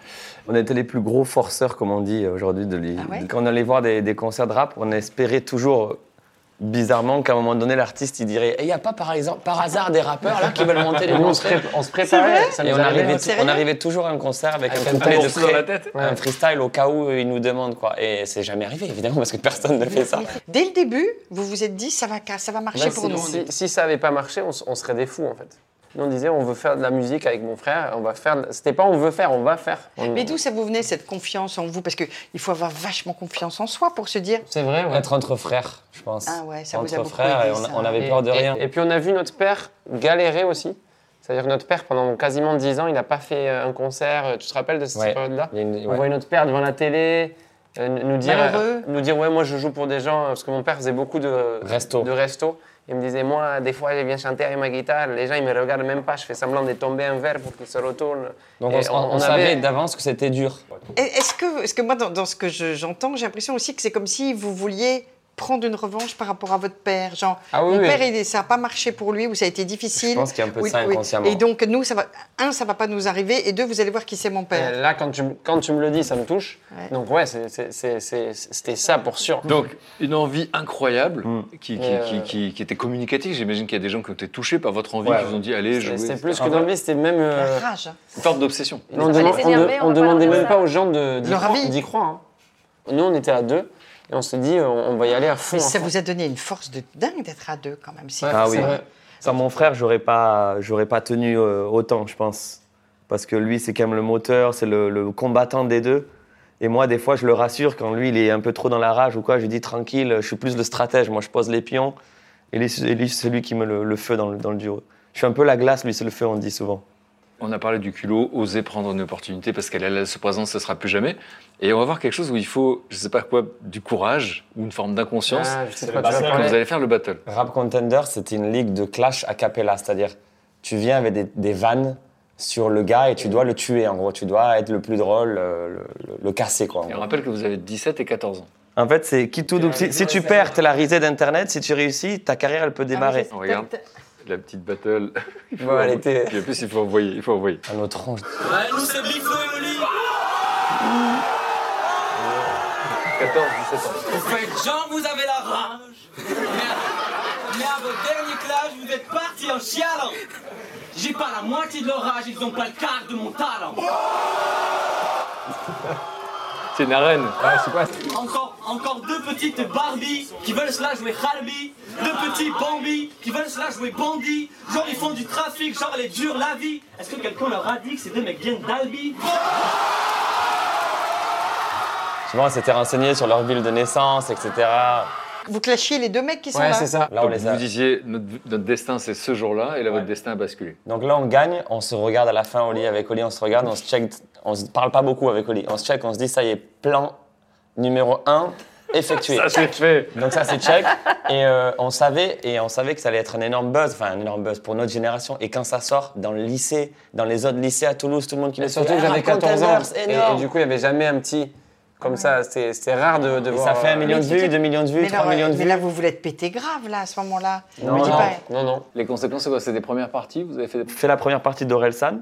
On était les plus gros forceurs, comme on dit aujourd'hui. De les- Ah ouais Quand on allait voir des, des concerts de rap, on espérait toujours, euh, bizarrement, qu'à un moment donné, l'artiste il dirait Il n'y a pas par, exemple, par hasard des rappeurs là qui veulent monter les Nous, on se, concerts pré- on se préparait. ça Et nous on arrivait. arrivait, Ah sérieux on arrivait toujours à un concert avec, Avec un un couplet de morceau dans près, la tête un freestyle au cas où ils nous demandent. Quoi. Et c'est jamais arrivé, évidemment, parce que personne ne fait ça. Dès le début, vous vous êtes dit, ça va, ca- ça va marcher Là, pour si, nous. si- si ça n'avait pas marché, on, s- on serait des fous, en fait. Nous, on disait, on veut faire de la musique avec mon frère. On va faire. C'était pas on veut faire, on va faire. On- Mais d'où ça vous venait cette confiance en vous Parce qu'il faut avoir vachement confiance en soi pour se dire, C'est vrai, ouais. Être entre frères, je pense. Ah ouais, ça vous entre a beaucoup frères, aidé, et on- ça. on, avait Et- peur de et- rien. Et, puis on a vu notre père galérer aussi. C'est-à-dire que notre père, pendant quasiment 10 ans, il n'a pas fait euh, un concert. Euh, Tu te rappelles de cette Ouais. période-là Il y a une- On ouais. voyait notre père devant la télé, euh, n- nous dire, Malheureux. nous dire ouais, moi je joue pour des gens, euh, parce que mon père faisait beaucoup de Resto. De resto. Il me disait, moi, des fois, je viens chanter avec ma guitare, les gens, ils me regardent même pas, je fais semblant de tomber un verre pour qu'ils se retournent. Donc Et on, on- on avait- savait d'avance que c'était dur. Et Est-ce que, est que moi, dans, dans ce que je- j'entends, j'ai l'impression aussi que c'est comme si vous vouliez prendre une revanche par rapport à votre père. Genre, Ah oui, mon oui. père, il, ça n'a pas marché pour lui, ou ça a été difficile. Je pense qu'il y a un peu de Oui, ça oui. inconsciemment. Et donc, nous, ça va, un, ça va pas nous arriver, et deux, vous allez voir qui c'est mon père. Et Là, quand tu, me- quand tu me le dis, ça me touche. Ouais. Donc ouais, c'est- c'est- c'est- c'est- c'était ça pour sûr. Donc une envie incroyable qui, qui, Euh. qui, qui- qui était communicative. J'imagine qu'il y a des gens qui ont été touchés par votre envie, Ouais. qui vous ont dit allez jouer. C'est c'est etc. plus que d'envie, c'était même... euh, La Ah rage. hein. Une forme d'obsession. On, va demande- les on de- énerver, on on va pas demandait leur même dire pas ça. aux gens de- d'y Leur croire. avis. d'y croire, hein. Nous, on était à deux et on se dit, on, on va y aller à fond. hein. Mais à ça fond. vous a donné une force de dingue d'être à deux, quand même. C'est- Ouais, Ah c'est oui. vrai. Sans mon frère, j'aurais pas, j'aurais pas tenu euh, autant, je pense. Parce que lui, c'est quand même le moteur, c'est le, le combattant des deux. Et moi, des fois, je le rassure quand lui, il est un peu trop dans la rage ou quoi. Je lui dis tranquille, je suis plus le stratège. Moi, je pose les pions. Et lui, c'est- et lui, c'est lui qui met le, le feu dans le, dans le duo. Je suis un peu la glace, lui, c'est le feu, on dit souvent. On a parlé du culot, oser prendre une opportunité parce qu'elle elle se présente, ça sera plus jamais. Et on va voir quelque chose où il faut, je sais pas quoi, du courage ou une forme d'inconscience. Ah, je sais de quand quoi tu vas parler. vous allez faire le battle. Rap Contender, c'était une ligue de clash a cappella, c'est-à-dire tu viens avec des, des vannes sur le gars et tu dois le tuer, en gros. Tu dois être le plus drôle, euh, le, le- le casser, quoi. en Et gros. on rappelle que vous avez 17 et 14 ans. En fait, c'est qui tout double. Si, si tu perds, t'es la risée d'Internet. Si tu réussis, ta carrière, Ah, elle peut démarrer. On regarde la petite battle. Il faut Bon, elle envoyer. était- Et en plus, il faut envoyer. Il faut envoyer. À notre rang. Nous c'est Big Flo et Oli. 14, 17 ans. Vous faites genre vous avez la rage. Mais, mais à votre dernier clash, vous êtes partis en chialant. J'ai pas la moitié de leur rage, ils ont pas le quart de mon talent. C'est une arène. Ah, Encore, encore deux petites Barbie qui veulent cela jouer Harley. Deux petits Bambi qui veulent cela jouer bandit. Genre ils font du trafic, genre les dure la vie. Est-ce que quelqu'un leur a dit que ces deux mecs viennent d'Albi Souvent, on s'était renseigné sur leur ville de naissance, etc. Vous clashiez les deux mecs qui sont Ouais, là. c'est ça. Là, on Donc, les vous a. disiez, notre, notre destin, c'est ce jour-là, et là, votre destin a basculé. Donc là, on gagne. On se regarde à la fin au lit avec Oli. On se regarde, on se check. On se parle pas beaucoup avec Oli. On se check, on se dit, ça y est, plan numéro 1 effectué. Ça, c'est fait. Donc ça c'est check. Et euh, on savait et on savait que ça allait être un énorme buzz, enfin un énorme buzz pour notre génération. Et quand ça sort dans le lycée, dans les autres lycées à Toulouse, tout le Ah, monde qui Et nous surtout que j'avais 14 ans. Et, et du coup, il n'y avait jamais un petit... Comme ça, c'était c'était rare de, de et voir... ça fait un euh, million de vues, deux millions de vues, Mais, trois là, millions de mais vues. là, vous voulez être pété grave, là, à ce moment-là. Non, Me dis non. pas, Non, non. Les conséquences, c'est quoi C'est des premières parties Vous avez fait des... fait la première partie d'Orelsan.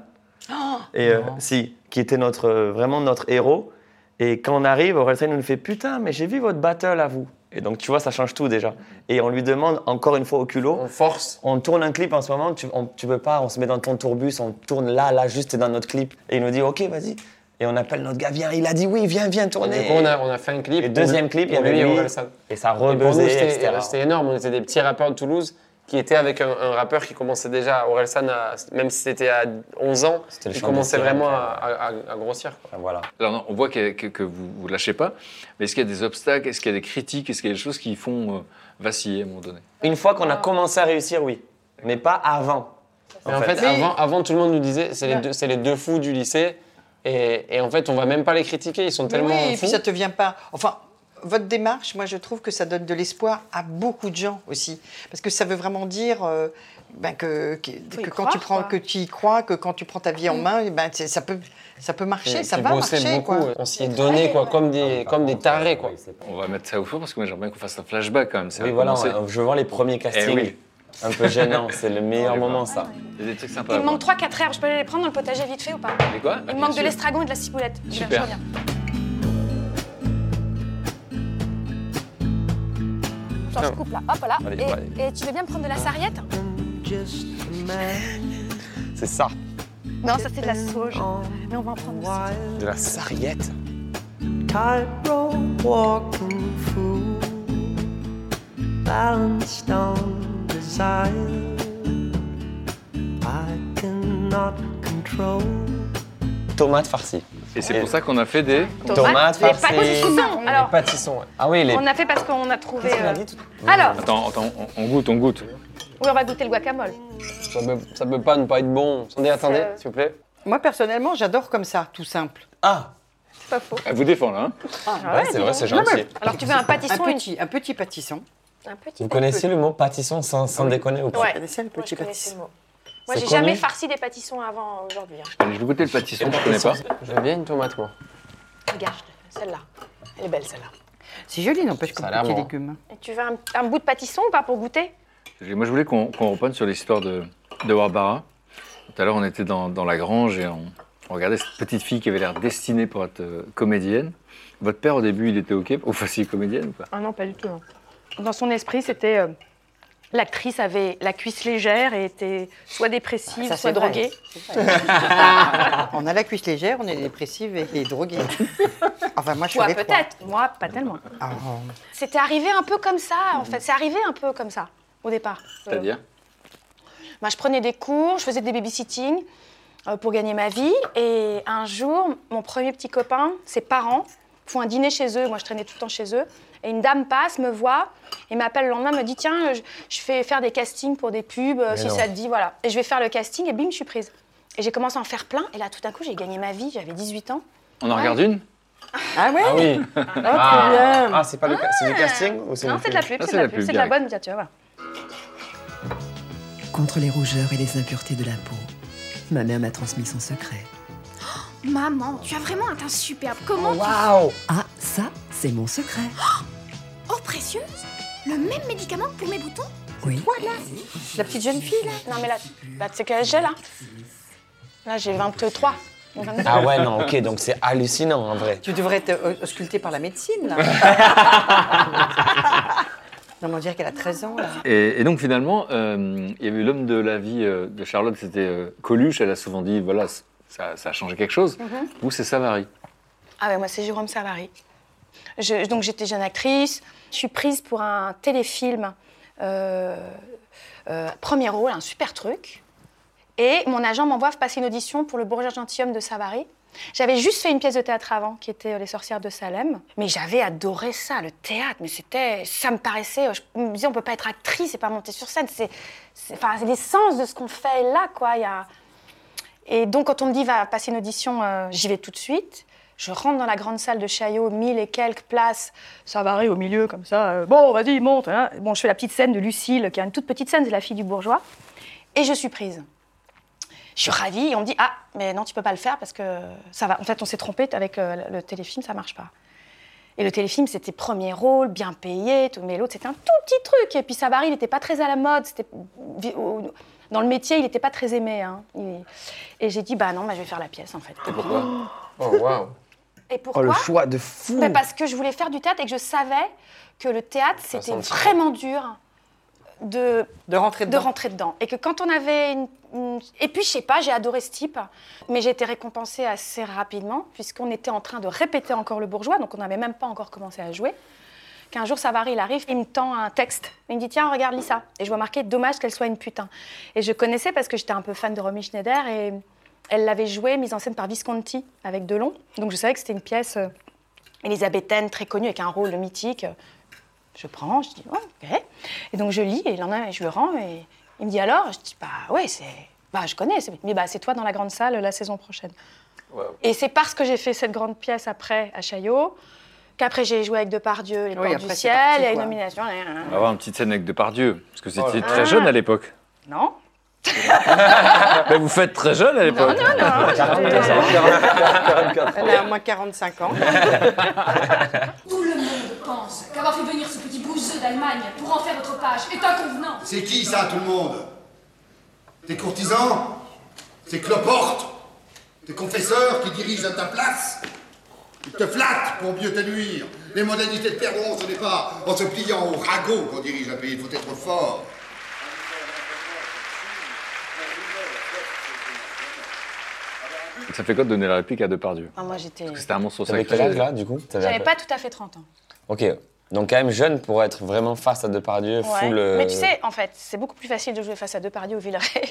Oh, et euh, si, qui était notre, euh, vraiment notre héros. Et quand on arrive, Orelsan nous fait Putain, mais j'ai vu votre battle à vous. Et donc, tu vois, ça change tout déjà. Et on lui demande encore une fois au culot On force. On tourne un clip en ce moment, tu, on- tu peux pas, on se met dans ton tourbus, on tourne là, là, juste t'es dans notre clip. Et il nous dit, ok, vas-y. Et on appelle notre gars, viens, il a dit oui, viens, viens Et tourner. du coup, on a, on a fait un clip. Et deuxième clip, il y Pour avait et lui. Orelsan. Et ça Et pour nous, rebuzzait, c'était etc. c'était énorme. On était des petits rappeurs de Toulouse qui était avec un, un rappeur qui commençait déjà, Orelsan, à- même si c'était à 11 ans, C'était le il champ commençait des terres, vraiment ouais. à, à- à- à grossir. quoi. Enfin, Ah, Voilà. Alors, non, on voit que, que- que vous ne lâchez pas, mais est-ce qu'il y a des obstacles, est-ce qu'il y a des critiques, est-ce qu'il y a des choses qui font euh, vaciller à un moment donné Une fois qu'on a commencé à réussir, oui. Mais pas avant. Mais en fait, avant, avant, tout le monde nous disait c'est les, deux- c'est les deux fous du lycée. Et, et en fait, on va même pas les critiquer, ils sont Mais tellement oui, et fous. puis ça te vient pas. Enfin, votre démarche, moi, je trouve que ça donne de l'espoir à beaucoup de gens aussi, parce que ça veut vraiment dire euh, ben, que, que, y que quand croire, tu prends, quoi. Mm. que tu y crois, que quand tu prends ta vie en main, eh ben c'est- ça peut, ça peut marcher, Et ça puis va bosser marcher, beaucoup, euh, quoi. On s'y est donné, quoi, comme Ah, des, comme des tarés, quoi. On va mettre ça au four parce que moi j'aimerais bien qu'on fasse un flashback quand même. ça Oui, va voilà, commencer. on- je vends les premiers castings. Eh oui. Un peu gênant, c'est le meilleur Ouais, moment, bah. ça. Il y a des trucs sympas. Il me à manque voir. 3-4 herbes, je peux aller les prendre dans le potager vite fait ou pas Mais quoi Ah, Il me bien manque de sûr. l'estragon et de la ciboulette. Je viens, Super. Je reviens. Genre, je coupe là, hop là. Allez, et, allez. et tu veux bien me prendre de la sarriette C'est ça, Non, ça c'est de la sauge. Mais on va en prendre aussi. de la sarriette. Tomate farcie. Et c'est pour ça qu'on a fait des. Tomate les farcie. pâtes aussi sont. Les Alors, pâtissons. ouais. Ah oui, les. on a fait parce qu'on a trouvé. Qu'est-ce qu'on a euh, dit tout- Alors, Attends, attends, on, on goûte, on goûte. oui, on va goûter le guacamole. Ça peut, ça peut pas ne pas être bon. Attendez, attendez, Ça- s'il vous plaît. Moi, personnellement, j'adore comme ça, tout simple. Ah, C'est pas faux. Elle vous défend là. Hein Ah, ouais, c'est vrai, c'est gentil. Alors, tu veux un Un pâtisson et une- petit, un petit pâtisson. Un petit. Vous connaissez le mot pâtisson sans, sans déconner ou pas Ouais. Vous connaissez le Moi, je petit connaissais pâtisson le mot. Moi, C'est j'ai jamais connu farci des pâtissons avant aujourd'hui. hein. Allez, je vais goûter le pâtisson, je connais pas. Je veux bien une tomate, moi. Regarde, celle-là. Elle est belle, celle-là. C'est joli, n'empêche, comme a l'air petit bon. légume. Et tu veux un, un bout de pâtisson ou pas pour goûter Et Moi, je voulais qu'on qu'on reprenne sur l'histoire de, de Barbara. Tout à l'heure, on était dans, dans la grange et on, on regardait cette petite fille qui avait l'air destinée pour être euh, comédienne. Votre père, au début, il était OK pour facile comédienne ou pas Ah non, pas du tout. non. Dans son esprit, c'était. euh, L'actrice avait la cuisse légère et était soit dépressive, Ah, Ça, soit c'est vrai. droguée. On a la cuisse légère, on est dépressive et, et droguée. Enfin, moi, je suis Toi, les trois. peut-être. Moi, pas tellement. Ah, C'était arrivé un peu comme ça, en fait. C'est arrivé un peu comme ça, au départ. Euh, C'est-à-dire Bah, je prenais des cours, je faisais des babysitting euh, pour gagner ma vie. Et un jour, mon premier petit copain, ses parents font un dîner chez eux. Moi, je traînais tout le temps chez eux. Et une dame passe, me voit et m'appelle le lendemain, me dit Tiens, je, je fais faire des castings pour des pubs, euh, si non. ça te dit, voilà. Et je vais faire le casting et bim, je suis prise. Et j'ai commencé à en faire plein. Et là, tout d'un coup, j'ai gagné ma vie. J'avais 18 ans. On en regarde une ah ouais Ah oui. Ah, ah, c'est pas le, ca- c'est du casting ou c'est Non, une c'est de la pub pub, Ah, c'est de la pub, c'est de la direct. bonne, tiens, tu vois. voilà. contre les rougeurs et les impuretés de la peau. Ma mère m'a transmis son secret. Maman, tu as vraiment un teint superbe. Comment Waouh Ah, ça, c'est mon secret. Oh, précieuse Le même médicament pour mes boutons Oui. La petite jeune fille, là Non, mais là, bah, là tu sais quel âge j'ai, là hein. Là, j'ai 23. 22. Ah ouais, non, ok, donc c'est hallucinant en vrai. Tu devrais être euh, auscultée par la médecine, là. non, mais on dirait qu'elle a 13 ans, là. Et, et donc finalement, euh, il y avait l'homme de la vie euh, de Charlotte, c'était euh, Coluche. Elle a souvent dit, voilà, c- ça, ça a changé quelque chose. Mhm. Vous, c'est Savary. Ah ouais, moi c'est Jérôme Savary. Je- donc j'étais jeune actrice, je suis prise pour un téléfilm, euh, euh, premier rôle, un super truc. Et mon agent m'envoie passer une audition pour le bourgeois gentilhomme de Savary. J'avais juste fait une pièce de théâtre avant, qui était euh, Les sorcières de Salem. Mais j'avais adoré ça, le théâtre. Mais c'était, ça me paraissait, euh, je me disais, on peut pas être actrice et pas monter sur scène. C'est, c'est- enfin, c'est l'essence de ce qu'on fait là, quoi. Il y a... Et donc, quand on me dit va passer une audition, euh, j'y vais tout de suite. Je rentre dans la grande salle de Chaillot, mille et quelques places, ça varie au milieu comme ça. euh, bon, vas-y, monte. hein. Bon, je fais la petite scène de Lucille, qui est une toute petite scène, c'est la fille du bourgeois. Et je suis prise. Je suis ravie et on me dit Ah, mais non, tu peux pas le faire parce que ça va. En fait, on s'est trompé avec euh, le téléfilm, ça marche pas. Et le téléfilm, c'était premier rôle, bien payé, tout, mais l'autre, c'était un tout petit truc. Et puis Savary, il n'était pas très à la mode. C'était Dans le métier, il n'était pas très aimé. hein. Il- Et j'ai dit, bah non, bah, je vais faire la pièce, en fait. Et pourquoi Oh, waouh. Et pourquoi Oh, choix de fou Mais Parce que je voulais faire du théâtre et que je savais que le théâtre, c'était sentir. vraiment dur de De rentrer de dedans. rentrer dedans. Et que quand on avait une... une- Et puis, je sais pas, j'ai adoré ce type, mais j'ai été récompensée assez rapidement, puisqu'on était en train de répéter encore Le Bourgeois, donc on n'avait même pas encore commencé à jouer. qu'un jour Savary, il arrive, il me tend un texte. Il me dit Tiens, regarde, lis ça. Et je vois marqué Dommage qu'elle soit une putain. Et je connaissais parce que j'étais un peu fan de Romy Schneider et elle l'avait jouée, mise en scène par Visconti avec Delon. Donc je savais que c'était une pièce euh, élisabéthaine, très connue, avec un rôle mythique. Je prends, je dis Ouais, ok. Et donc je lis et il en a, je le rends et il me dit Alors Je dis Bah ouais, c'est. Bah je connais. C'est- Mais bah c'est toi dans la grande salle la saison prochaine. Et c'est parce que j'ai fait cette grande pièce après à Chaillot qu'après j'ai joué avec Depardieu, Oui, Les Portes après, du c'est Ciel, parti, il y a une quoi. nomination. là, là, là. On va avoir une petite scène avec Depardieu, parce que c'était là. très jeune Ah. à l'époque. Non Mais vous faites très jeune à l'époque. Elle a au moins 45 ans. Tout le monde pense qu'avoir fait venir ce petit bouseux d'Allemagne pour en faire votre page est inconvenant. C'est qui ça, tout le monde Tes courtisans Tes cloportes Tes confesseurs qui dirigent à ta place Ils te flattent pour mieux te nuire. Les modalités de perdront, ce n'est pas en se pliant au ragot qu'on dirige un pays. Il faut être fort. Ça fait quoi de donner la réplique à Depardieu Ah, moi j'étais. C'était un monstre T'avais sacré. quel âge là, du coup T'avais à J'avais peu- pas tout à fait 30 ans. Ok, donc quand même jeune pour être vraiment face à Depardieu, Ouais. full. euh, Mais tu sais, en fait, c'est beaucoup plus facile de jouer face à Depardieu ou Villeray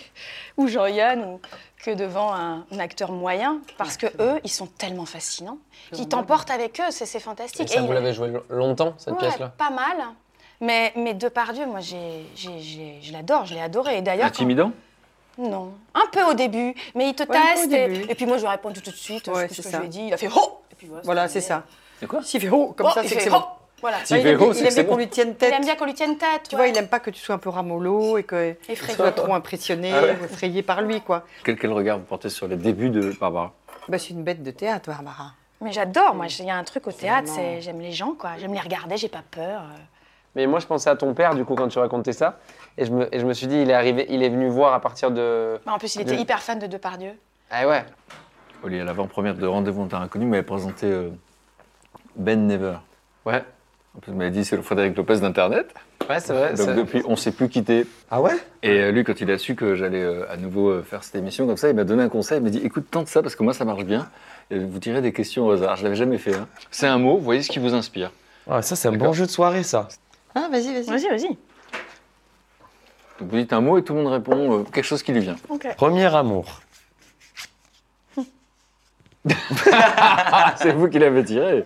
ou Jean-Yann ou- que devant un, un acteur moyen parce que eux, ils sont tellement fascinants. Ils t'emportent avec eux, c'est c'est Et fantastique. ça, Et vous ils- l'avez joué lo- longtemps, cette Ouais, pièce-là Pas mal. Mais, mais Depardieu, moi, j'ai, j'ai- j'ai- je l'adore, je l'ai adoré. Et d'ailleurs, quand- Intimidant Non, un peu au début, mais il te un peu teste. au et- début. Et, puis moi, je lui réponds tout, tout de suite. Ouais, je c'est sais ce que ça. je lui ai dit. Il a fait oh Et puis Voilà, c'est ça. C'est quoi S'il fait haut, comme Oh, ça, il c'est fait que c'est bon. oh Voilà. Tu vois, il oh, aime bien- il aime bien qu'on lui tienne tête. Il aime bien qu'on lui tienne tête. Tu vois, il aime pas que tu sois un peu ramolo et que tu Effrayé. sois trop impressionné Ah ouais. ou effrayé par lui, quoi. Quel, quel regard vous portez sur les débuts de Barbara Bah, c'est une bête de théâtre, Barbara. Mais j'adore, moi, il y a un truc au théâtre, vraiment- c'est j'aime les gens, quoi. J'aime les regarder, j'ai pas peur. euh. Mais moi, je pensais à ton père, du coup, quand tu racontais ça. Et je me, et je me suis dit, il est arrivé, il est venu voir à partir de. Mais Bah, en plus, il de- était hyper fan de Depardieu. Ah ouais. Oli, à l'avant-première de Rendez-vous en Terre Inconnue, m'avait présenté euh, Ben Never. Ouais. En plus, il m'avait dit c'est le Frédéric Lopez d'Internet. Ouais, c'est vrai. Donc c'est- depuis, on s'est plus quitté. Ah ouais Et euh, lui, quand il a su que j'allais euh, à nouveau euh, faire cette émission comme ça, il m'a donné un conseil. Il m'a dit écoute, tente ça parce que moi, ça marche bien. Et vous tirez des questions au hasard. Je l'avais jamais fait. hein. C'est un mot. Voyez ce qui vous inspire. Ah, ça, c'est un bon jeu de soirée, ça. Ah, vas-y, vas-y. Vas-y, vas-y. Donc, vous dites un mot et tout le monde répond euh, quelque chose qui lui vient. Ok. Premier amour. c'est vous qui l'avez tiré.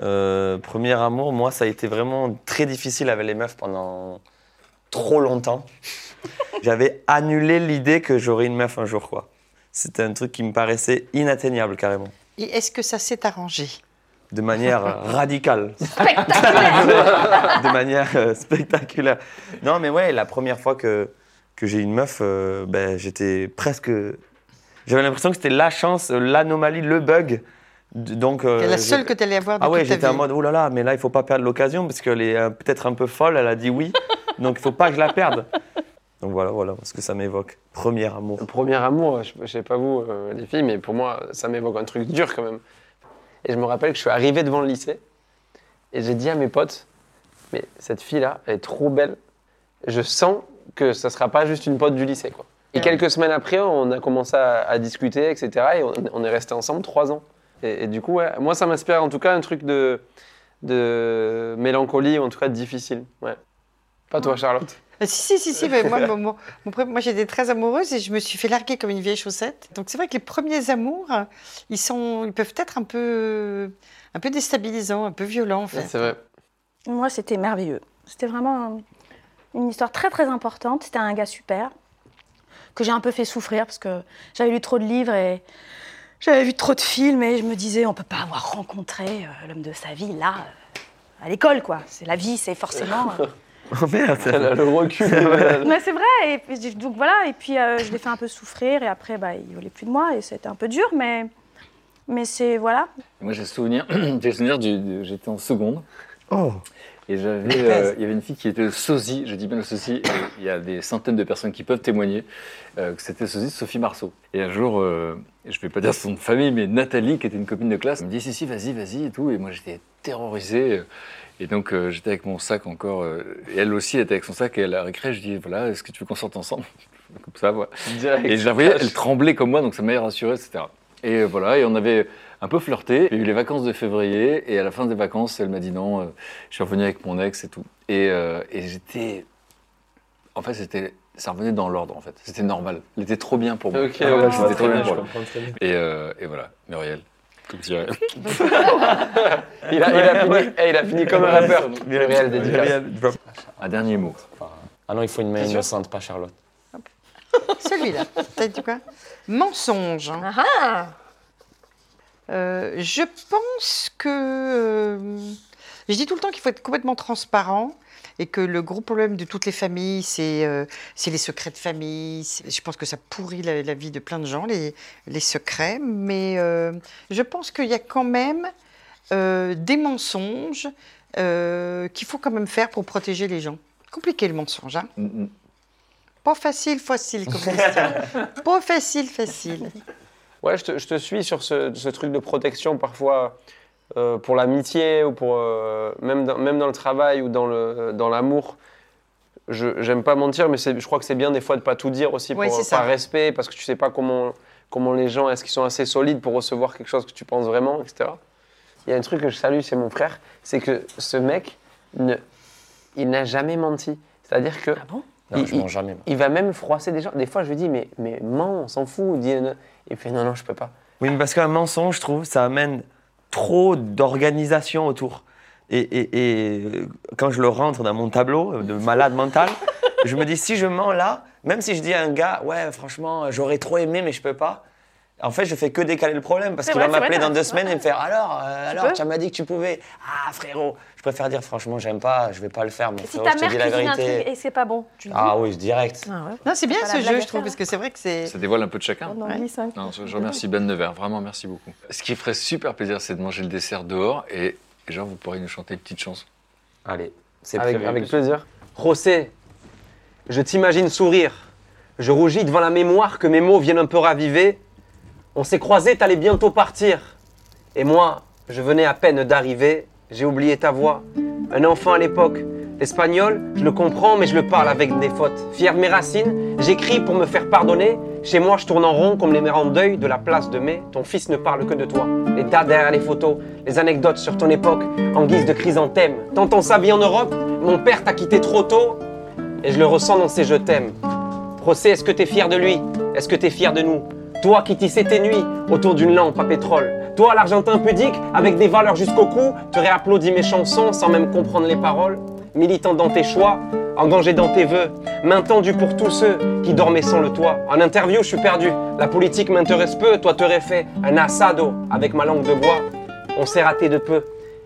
euh, premier amour, moi, ça a été vraiment très difficile avec les meufs pendant trop longtemps. J'avais annulé l'idée que j'aurais une meuf un jour, quoi. C'était un truc qui me paraissait inatteignable, carrément. Et est-ce que ça s'est arrangé De manière euh, radicale. Spectaculaire De manière euh, spectaculaire. Non, mais ouais, la première fois que, que j'ai eu une meuf, euh, ben, j'étais presque. J'avais l'impression que c'était la chance, euh, l'anomalie, le bug. D- Donc, euh, La seule j'ai- que t'allais avoir de Ah ouais, toute ta j'étais en vie. mode, oh là là, mais là, il faut pas perdre l'occasion parce qu'elle est euh, peut-être un peu folle, elle a dit oui, donc il faut pas que je la perde. Donc voilà, voilà ce que ça m'évoque. Premier amour. Premier amour, je, je sais pas vous, euh, les filles, mais pour moi, ça m'évoque un truc dur quand même. Et je me rappelle que je suis arrivé devant le lycée et j'ai dit à mes potes, mais cette fille-là, elle est trop belle. Je sens que ça sera pas juste une pote du lycée, quoi. Et quelques semaines après, on a commencé à, à discuter, etc. Et on, on est resté ensemble trois ans. Et, et du coup, ouais, moi, ça m'inspire en tout cas un truc de, de mélancolie, ou en tout cas difficile. Ouais. Pas toi, Charlotte. Ah, Si, si, si, si, mais moi, mon- mon- mon premier- moi j'étais très amoureuse et je me suis fait larguer comme une vieille chaussette. Donc c'est vrai que les premiers amours, hein, ils, sont, ils peuvent être un peu, un peu déstabilisants, un peu violents en fait. C'est vrai. Moi, c'était merveilleux. C'était vraiment un- une histoire très très importante. C'était un gars super que j'ai un peu fait souffrir parce que j'avais lu trop de livres et j'avais vu trop de films et je me disais on peut pas avoir rencontré euh, l'homme de sa vie là euh, à l'école quoi. C'est la vie, c'est forcément. euh, Oh merde Elle a le recul. euh, Mais c'est vrai, et puis, j'ai- donc voilà, et puis euh, je l'ai fait un peu souffrir, et après, bah, il voulait plus de moi, et c'était un peu dur, mais, mais c'est, voilà. Et Moi, j'ai souvenir, j'ai souvenir du- du- j'étais en seconde. Oh. Et j'avais, euh, il y avait une fille qui était le sosie, je dis bien le sosie, et il y a des centaines de personnes qui peuvent témoigner euh, que c'était le sosie de Sophie Marceau. Et un jour, euh, je vais pas dire son nom de famille, mais Nathalie, qui était une copine de classe, me dit si, si, vas-y, vas-y, et tout. Et moi, j'étais terrorisé. Et donc, euh, j'étais avec mon sac encore. euh, et elle aussi, elle était avec son sac, et elle a récré, je dis voilà, est-ce que tu veux qu'on sorte ensemble Comme ça, voilà. Direct. Et je la voyais, elle tremblait comme moi, donc ça m'avait rassuré, etc. Et euh, voilà, et on avait un peu flirté. Il y a eu les vacances de février, et à la fin des vacances, elle m'a dit non, euh, je suis revenu avec mon ex et tout. Et, euh, et j'étais. En fait, c'était. Ça revenait dans l'ordre, en fait. C'était normal. Il était trop bien pour moi. Ok, Ah, ouais, je vois c'était très trop bien bien, pour je lui. comprends très bien. Et, euh, et voilà, Muriel. Comme dirait. Il a, il a fini, eh, il a fini comme un rappeur. Muriel, dédicace. Un dernier mot. Ah non, il faut une main T'es sûr innocente, pas Charlotte. Celui-là. T'as dit quoi Mensonge. hein. Ah, Euh, je pense que. euh, je dis tout le temps qu'il faut être complètement transparent et que le gros problème de toutes les familles, c'est euh, c'est les secrets de famille. C'est- Je pense que ça pourrit la, la vie de plein de gens, les, les secrets. Mais euh, je pense qu'il y a quand même euh, des mensonges euh, qu'il faut quand même faire pour protéger les gens. Compliqué le mensonge, hein Pas facile, facile comme question. Pas facile, facile. Ouais, je te, je te suis sur ce, ce truc de protection parfois euh, pour l'amitié ou pour euh, même, dans, même dans le travail ou dans le dans l'amour. Je j'aime pas mentir, mais c'est- je crois que c'est bien des fois de pas tout dire aussi Ouais, pour, c'est ça. par respect parce que tu sais pas comment comment les gens est-ce qu'ils sont assez solides pour recevoir quelque chose que tu penses vraiment, etc. Il y a un truc que je salue, c'est mon frère, c'est que ce mec ne il n'a jamais menti. C'est-à-dire que Ah Non, il- je mens il- jamais, moi. il va même froisser des gens. Des fois, je lui dis, mais, mais mens, on s'en fout. Dis, non. Il fait, non, non, je peux pas. Oui, mais parce qu'un mensonge, je trouve, ça amène trop d'organisation autour. Et, et- et, euh, quand je le rentre dans mon tableau euh, de malade mental, je me dis si je mens là, même si je dis à un gars, ouais, franchement, j'aurais trop aimé, mais je peux pas. En fait, je fais que décaler le problème parce C'est qu'il va vrai, c'est m'appeler vrai, dans t'as- deux semaines et me faire alors, euh, alors, peux tu m'as dit que tu pouvais. Ah, frérot, je préfère dire franchement, j'aime pas, je vais pas le faire, mon Si frérot, ta je te mère dis la cuisine un vérité. truc et c'est pas bon, tu le dis. Ah oui, direct. Non, c'est bien Pas ce la blague jeu, à je trouve, faire, parce que c'est vrai que c'est. Ça dévoile un peu de chacun. On en glisse un. Non, je, je remercie Ben Nevers, vraiment merci beaucoup. Ce qui ferait super plaisir, c'est de manger le dessert dehors et, et genre vous pourriez nous chanter une petite chanson. Allez, c'est Avec, avec plaisir. José, je t'imagine sourire. Je rougis devant la mémoire que mes mots viennent un peu raviver. On s'est croisés, t'allais bientôt partir. Et moi, je venais à peine d'arriver. J'ai oublié ta voix. Un enfant à l'époque. L'espagnol, je le comprends, mais je le parle avec des fautes. Fier de mes racines, j'écris pour me faire pardonner. Chez moi, je tourne en rond comme les mères en deuil de la place de mai. Ton fils ne parle que de toi. Les tas derrière les photos, les anecdotes sur ton époque, en guise de chrysanthème. Tant on s'habille en Europe, mon père t'a quitté trop tôt. Et je le ressens dans ses je t'aime. Procès, est-ce que t'es fier de lui Est-ce que t'es fier de nous Toi qui tissais tes nuits autour d'une lampe à pétrole. Toi, l'argentin pudique, avec des valeurs jusqu'au cou, tu réapplaudis mes chansons sans même comprendre les paroles. Militant dans tes choix, engagé dans tes vœux, main tendue pour tous ceux qui dormaient sans le toit. En interview, je suis perdu. La politique m'intéresse peu. Toi, t'aurais fait un assado avec ma langue de bois. On s'est raté de peu.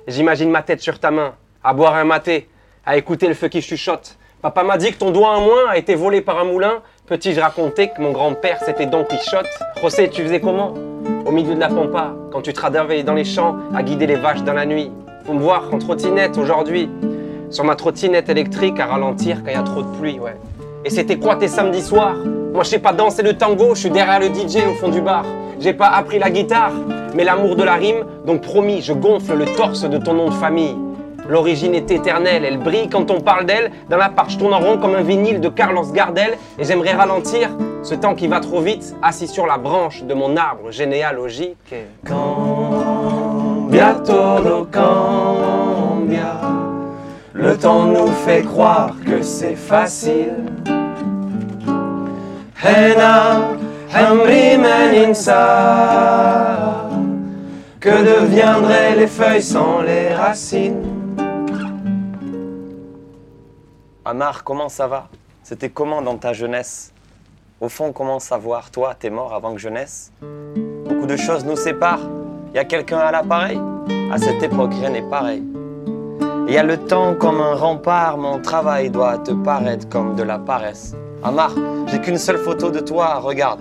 J'imagine ma tête sur ta main, à boire un maté, à écouter le feu qui chuchote. Papa m'a dit que ton doigt en moins a été volé par un moulin. Petit, je racontais que mon grand-père, c'était Don Quichotte. José, tu faisais comment Au milieu de la pampa, quand tu travaillais dans les champs, à guider les vaches dans la nuit. Faut me voir en trottinette aujourd'hui, sur ma trottinette électrique à ralentir quand il y a trop de pluie, ouais. Et c'était quoi tes samedis soirs Moi, je sais pas danser le tango, je suis derrière le DJ au fond du bar. J'ai pas appris la guitare, mais l'amour de la rime, donc promis, je gonfle le torse de ton nom de famille. L'origine est éternelle, elle brille quand on parle d'elle. Dans la part, je tourne en rond comme un vinyle de Carlos Gardel. Et j'aimerais ralentir ce temps qui va trop vite, assis sur la branche de mon arbre généalogique. Cambia todo cambia. Le temps nous fait croire que c'est facile. Hena, Hamri, Meninsa. Que deviendraient les feuilles sans les racines Amar, comment ça va C'était comment dans ta jeunesse Au fond, comment savoir Toi, t'es mort avant que je naisse Beaucoup de choses nous séparent. Y a quelqu'un à l'appareil À cette époque, rien n'est pareil. Y a le temps comme un rempart, mon travail doit te paraître comme de la paresse. Amar, j'ai qu'une seule photo de toi, regarde.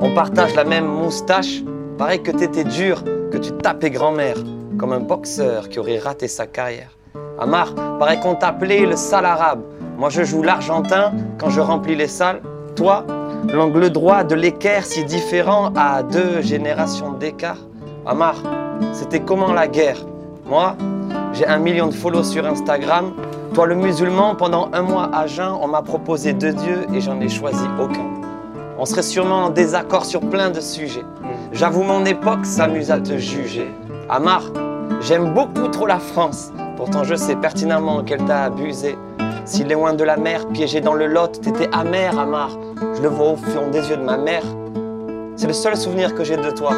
On partage la même moustache, pareil que t'étais dur, que tu tapais grand-mère, comme un boxeur qui aurait raté sa carrière. Amar, pareil qu'on t'appelait le sale arabe. Moi je joue l'argentin quand je remplis les salles. Toi, l'angle droit de l'équerre si différent à deux générations d'écart. Amar, c'était comment la guerre Moi, j'ai un million de follows sur Instagram. Toi le musulman, pendant un mois à jeun, on m'a proposé deux dieux et j'en ai choisi aucun. On serait sûrement en désaccord sur plein de sujets. J'avoue, mon époque s'amuse à te juger. Amar, j'aime beaucoup trop la France. Pourtant, je sais pertinemment qu'elle t'a abusé. Si loin de la mer, piégé dans le lot, t'étais amer, Amar. Je le vois au fond des yeux de ma mère. C'est le seul souvenir que j'ai de toi.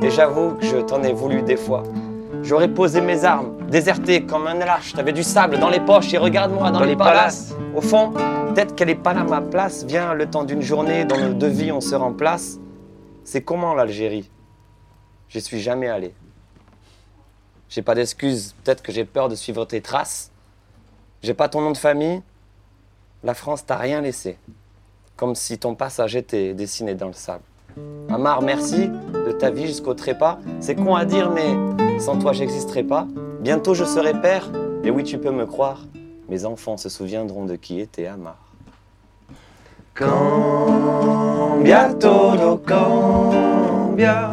Et j'avoue que je t'en ai voulu des fois. J'aurais posé mes armes, déserté comme un lâche. T'avais du sable dans les poches et regarde-moi dans, Dans les les palaces. Au fond, peut-être qu'elle est pas là ma place. Viens, le temps d'une journée, dans nos deux vies, on se remplace. C'est comment l'Algérie J'y suis jamais allé. J'ai pas d'excuses. Peut-être que j'ai peur de suivre tes traces. J'ai pas ton nom de famille. La France t'a rien laissé. Comme si ton passage était dessiné dans le sable. Amar, merci de ta vie jusqu'au trépas. C'est con à dire, mais sans toi, j'existerai pas. Bientôt, je serai père. Et oui, tu peux me croire. Mes enfants se souviendront de qui était Amar. Cambia todo cambia.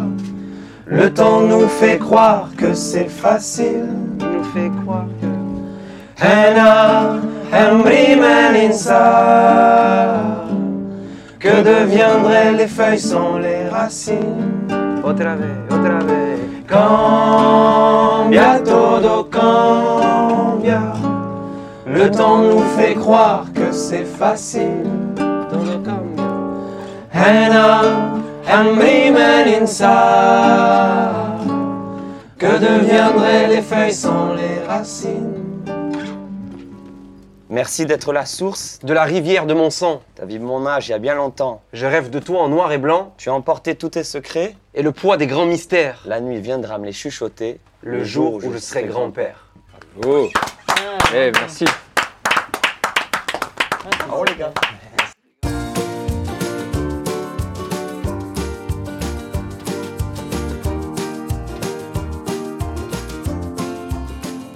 Le temps nous fait croire que c'est facile. Nous fait croire que. Hena, Henry Melinsa. Que deviendraient les feuilles sans les racines? Otra vez, otra vez. Cambia todo cambia. Le temps nous fait croire que c'est facile. Todo cambia. هنا عمري ما ننسى Que deviendraient les feuilles sans les racines Merci d'être la source de la rivière de mon sang. T'as vu mon âge il y a bien longtemps. Je rêve de toi en noir et blanc. Tu as emporté tous tes secrets et le poids des grands mystères. La nuit viendra me les chuchoter. Le jour où je serai grand-père. Oh Eh, merci. Bravo les gars.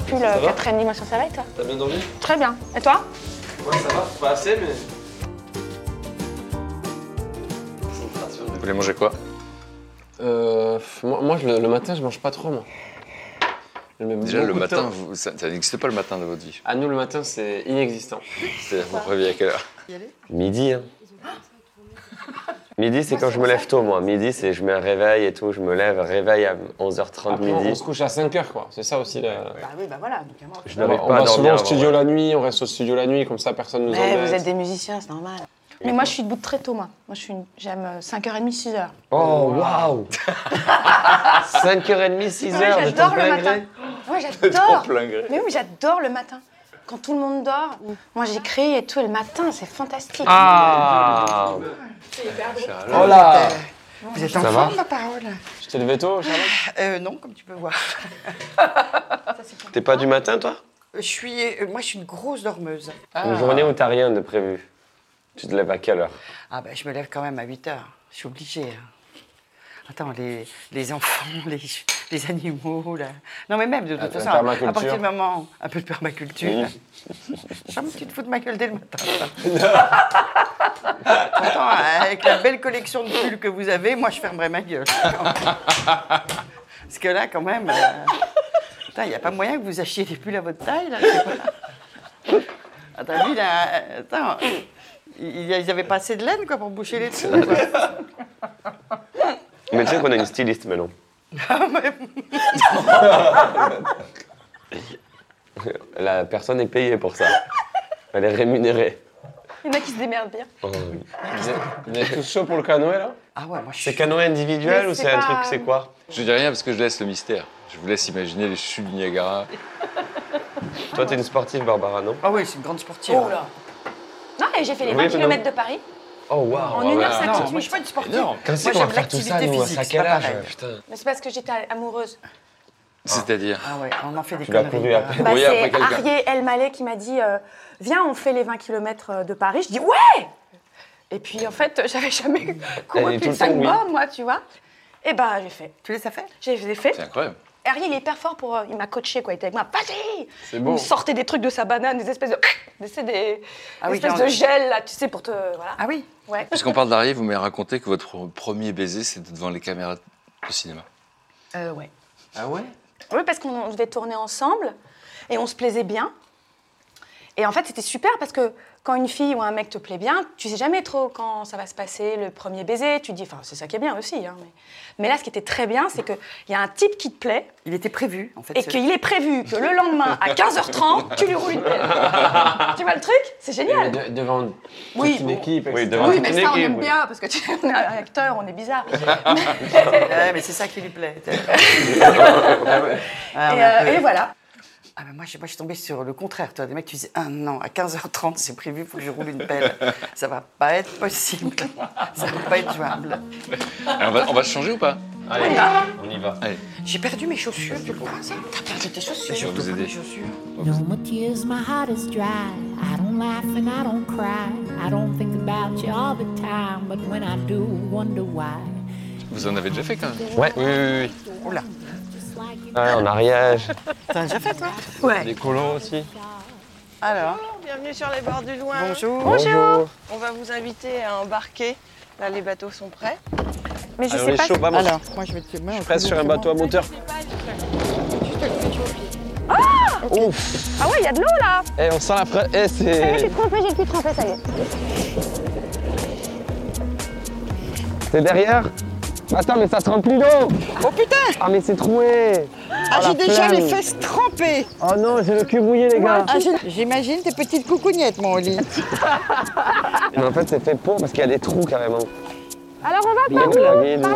Puis Ça va le quatrième dimension, ça va et toi T'as bien dormi Très bien. Et toi Ouais, ça va, pas assez, mais. Vous voulez manger quoi Euh, moi, moi, je- le, le matin, je mange pas trop, moi. Je mets Déjà, le beaucoup de matin, temps. vous- ça, ça n'existe pas le matin de votre vie. À nous, le matin, c'est inexistant. C'est vous réveillez à quelle heure Midi, hein. Midi, c'est quand je me lève tôt, moi. Midi, c'est je mets un réveil et tout. Je me lève, réveil à 11h30 Après, on, midi. on se couche à 5h, quoi. C'est ça aussi. la- Bah oui, bah voilà. Donc, à moi. Je On n'arrive va- on pas à va souvent dormir au avant, studio ouais. la nuit, on reste au studio la nuit, comme ça, personne nous euh, Mais embête. Eh, vous êtes des musiciens, c'est normal. Mais moi, je suis debout très tôt, moi. Moi, je suis une- j'aime euh, 5h30, 6h. Oh, waouh 5h30, 6h Ouais, de ton j'adore le plein matin. gré. Ouais, De ton j'adore. plein gré. Mais oui, j'adore le matin. Quand tout le monde dort, moi j'écris et tout, et le matin, c'est fantastique. Ah C'est hyper drôle. Oh là Vous êtes Ça en va forme, ma parole Je t'ai levé Oh, tôt, Charlotte euh, Non, comme tu peux voir. T'es pas du matin, toi Je suis, euh, moi, je suis une grosse dormeuse. Ah. Une journée où t'as rien de prévu. Tu te lèves à quelle heure Ah ben, je me lève quand même à 8 heures. Je suis obligée. hein. Attends, les, les enfants, les, les animaux, là. Non, mais même, de Ah, La- toute la façon, à- à permaculture. partir du moment... Un peu de Mmh. permaculture. Jamais tu te fous de ma gueule dès le matin. Pourtant, avec la belle collection de pulls que vous avez, moi, je fermerais ma gueule. Parce que là, quand même... euh, Putain, il n'y a pas moyen que vous achetiez des pulls à votre taille, là. c'est pas- Attends, lui, là... euh, Attends... Ils ils avaient pas assez de laine quoi, pour boucher les trous. quoi. Mais tu sais qu'on a une styliste maintenant. Ah, La personne est payée pour ça. Elle est rémunérée. Il y en a qui se démerdent bien. Vous êtes tous chauds pour le canoë, là Ah ouais, moi je C'est canoë individuel Mais ou c'est c'est un pas- truc, c'est quoi Je dis rien parce que je laisse le mystère. Je vous laisse imaginer les chutes du Niagara. Toi, t'es une sportive, Barbara, non Ah oui, c'est une grande sportive. Oh là Non, et j'ai fait les Oui, 20 mais km de Paris. Oh, waouh En une heure Non, moi je suis 58. pas une sportive. Énorme. Comment c'est Moi, qu'on va j'aime faire tout ça, l'activité nous, à physique, ça, c'est quel pas âge, pareil. putain Mais c'est parce que j'étais amoureuse. C'est-à-dire Ah ouais, on en fait des Tu l'as conneries. couru après- Bah, Oui, après c'est quelqu'un. Arié El Malé qui m'a dit euh, Viens, on fait les 20 km de Paris. Je dis Ouais Et puis en fait, j'avais jamais Elle couru est plus tout de le temps 5 oui. mois, moi, tu vois. Et bah, j'ai fait. Tu les as fait J'ai les ai fait. C'est incroyable. Arié, il est hyper fort pour. euh, il m'a coaché, quoi. Il était avec moi. Vas-y C'est Il bon. me sortait des trucs de sa banane, des espèces de. Des, c'est des, Ah des oui, espèces genre- de gel, là, tu sais, pour te. Voilà. Ah oui Ouais. Puisqu'on parle d'arrière, vous m'avez raconté que votre pr- premier baiser, c'était devant les caméras de cinéma. Euh, ouais. Ah ouais Oui, parce qu'on devait tourner ensemble et on se plaisait bien. Et en fait, c'était super parce que quand une fille ou un mec te plaît bien, tu sais jamais trop quand ça va se passer, le premier baiser, tu te dis, enfin, c'est ça qui est bien aussi. hein, mais... mais là, ce qui était très bien, c'est qu'il y a un type qui te plaît. Il était prévu, en fait. Et ce- qu'il est prévu que le lendemain, à 15h30, tu lui roules une pelle. tu vois le truc C'est génial. De- devant Oui, toute une équipe. etc. Oui, mais ça, on aime bien, parce que tu on est acteur, on est bizarre. Ouais, mais c'est ça qui lui plaît. Ah, on et, est un euh, peu- et voilà. Ah, mais moi, je, moi, je suis tombée sur le contraire. Toi, des mecs, tu disais, ah non, à 15h30, c'est prévu, il faut que je roule une pelle. Ça va pas être possible. Ça va pas être jouable. Alors, on, va, on va se changer ou pas Allez, On y va. on y va. Allez. J'ai perdu mes chaussures, tu le crois, ça T'as perdu tes chaussures. Je vais vous aider. No more tears, my heart is dry. I don't laugh and I don't cry. I don't think about you all the time, but when I do, wonder why. Vous en avez déjà fait quand même Ouais, oui, oui, oui. Oula. Ouais, en Ariège. T'en as déjà fait, toi Les colos aussi. Alors Bonjour, bienvenue sur les bords du Loing. Bonjour. Bonjour. On va vous inviter à embarquer. Là, les bateaux sont prêts. Mais je Alors, sais les pas- chauds, vamos. Alors, moi, je vais te. moi, Je on presse peut sur un bateau à moteur. Ah Ouf Ah ouais, il y a de l'eau là Eh, on sent la fraise. Eh, Ça y est, c'est. j'ai trempé, j'ai plus trempé, ça y est. C'est derrière Attends, mais ça se remplit d'eau Oh putain Ah, mais c'est troué Ah, la j'ai déjà flamme. les fesses trempées Oh non, j'ai le cul mouillé, les gars Ah, j'ai- J'imagine tes petites coucougnettes, mon Oli. Ah. Mais en fait, c'est fait pour parce qu'il y a des trous carrément. Alors on va par où Par là-bas ou par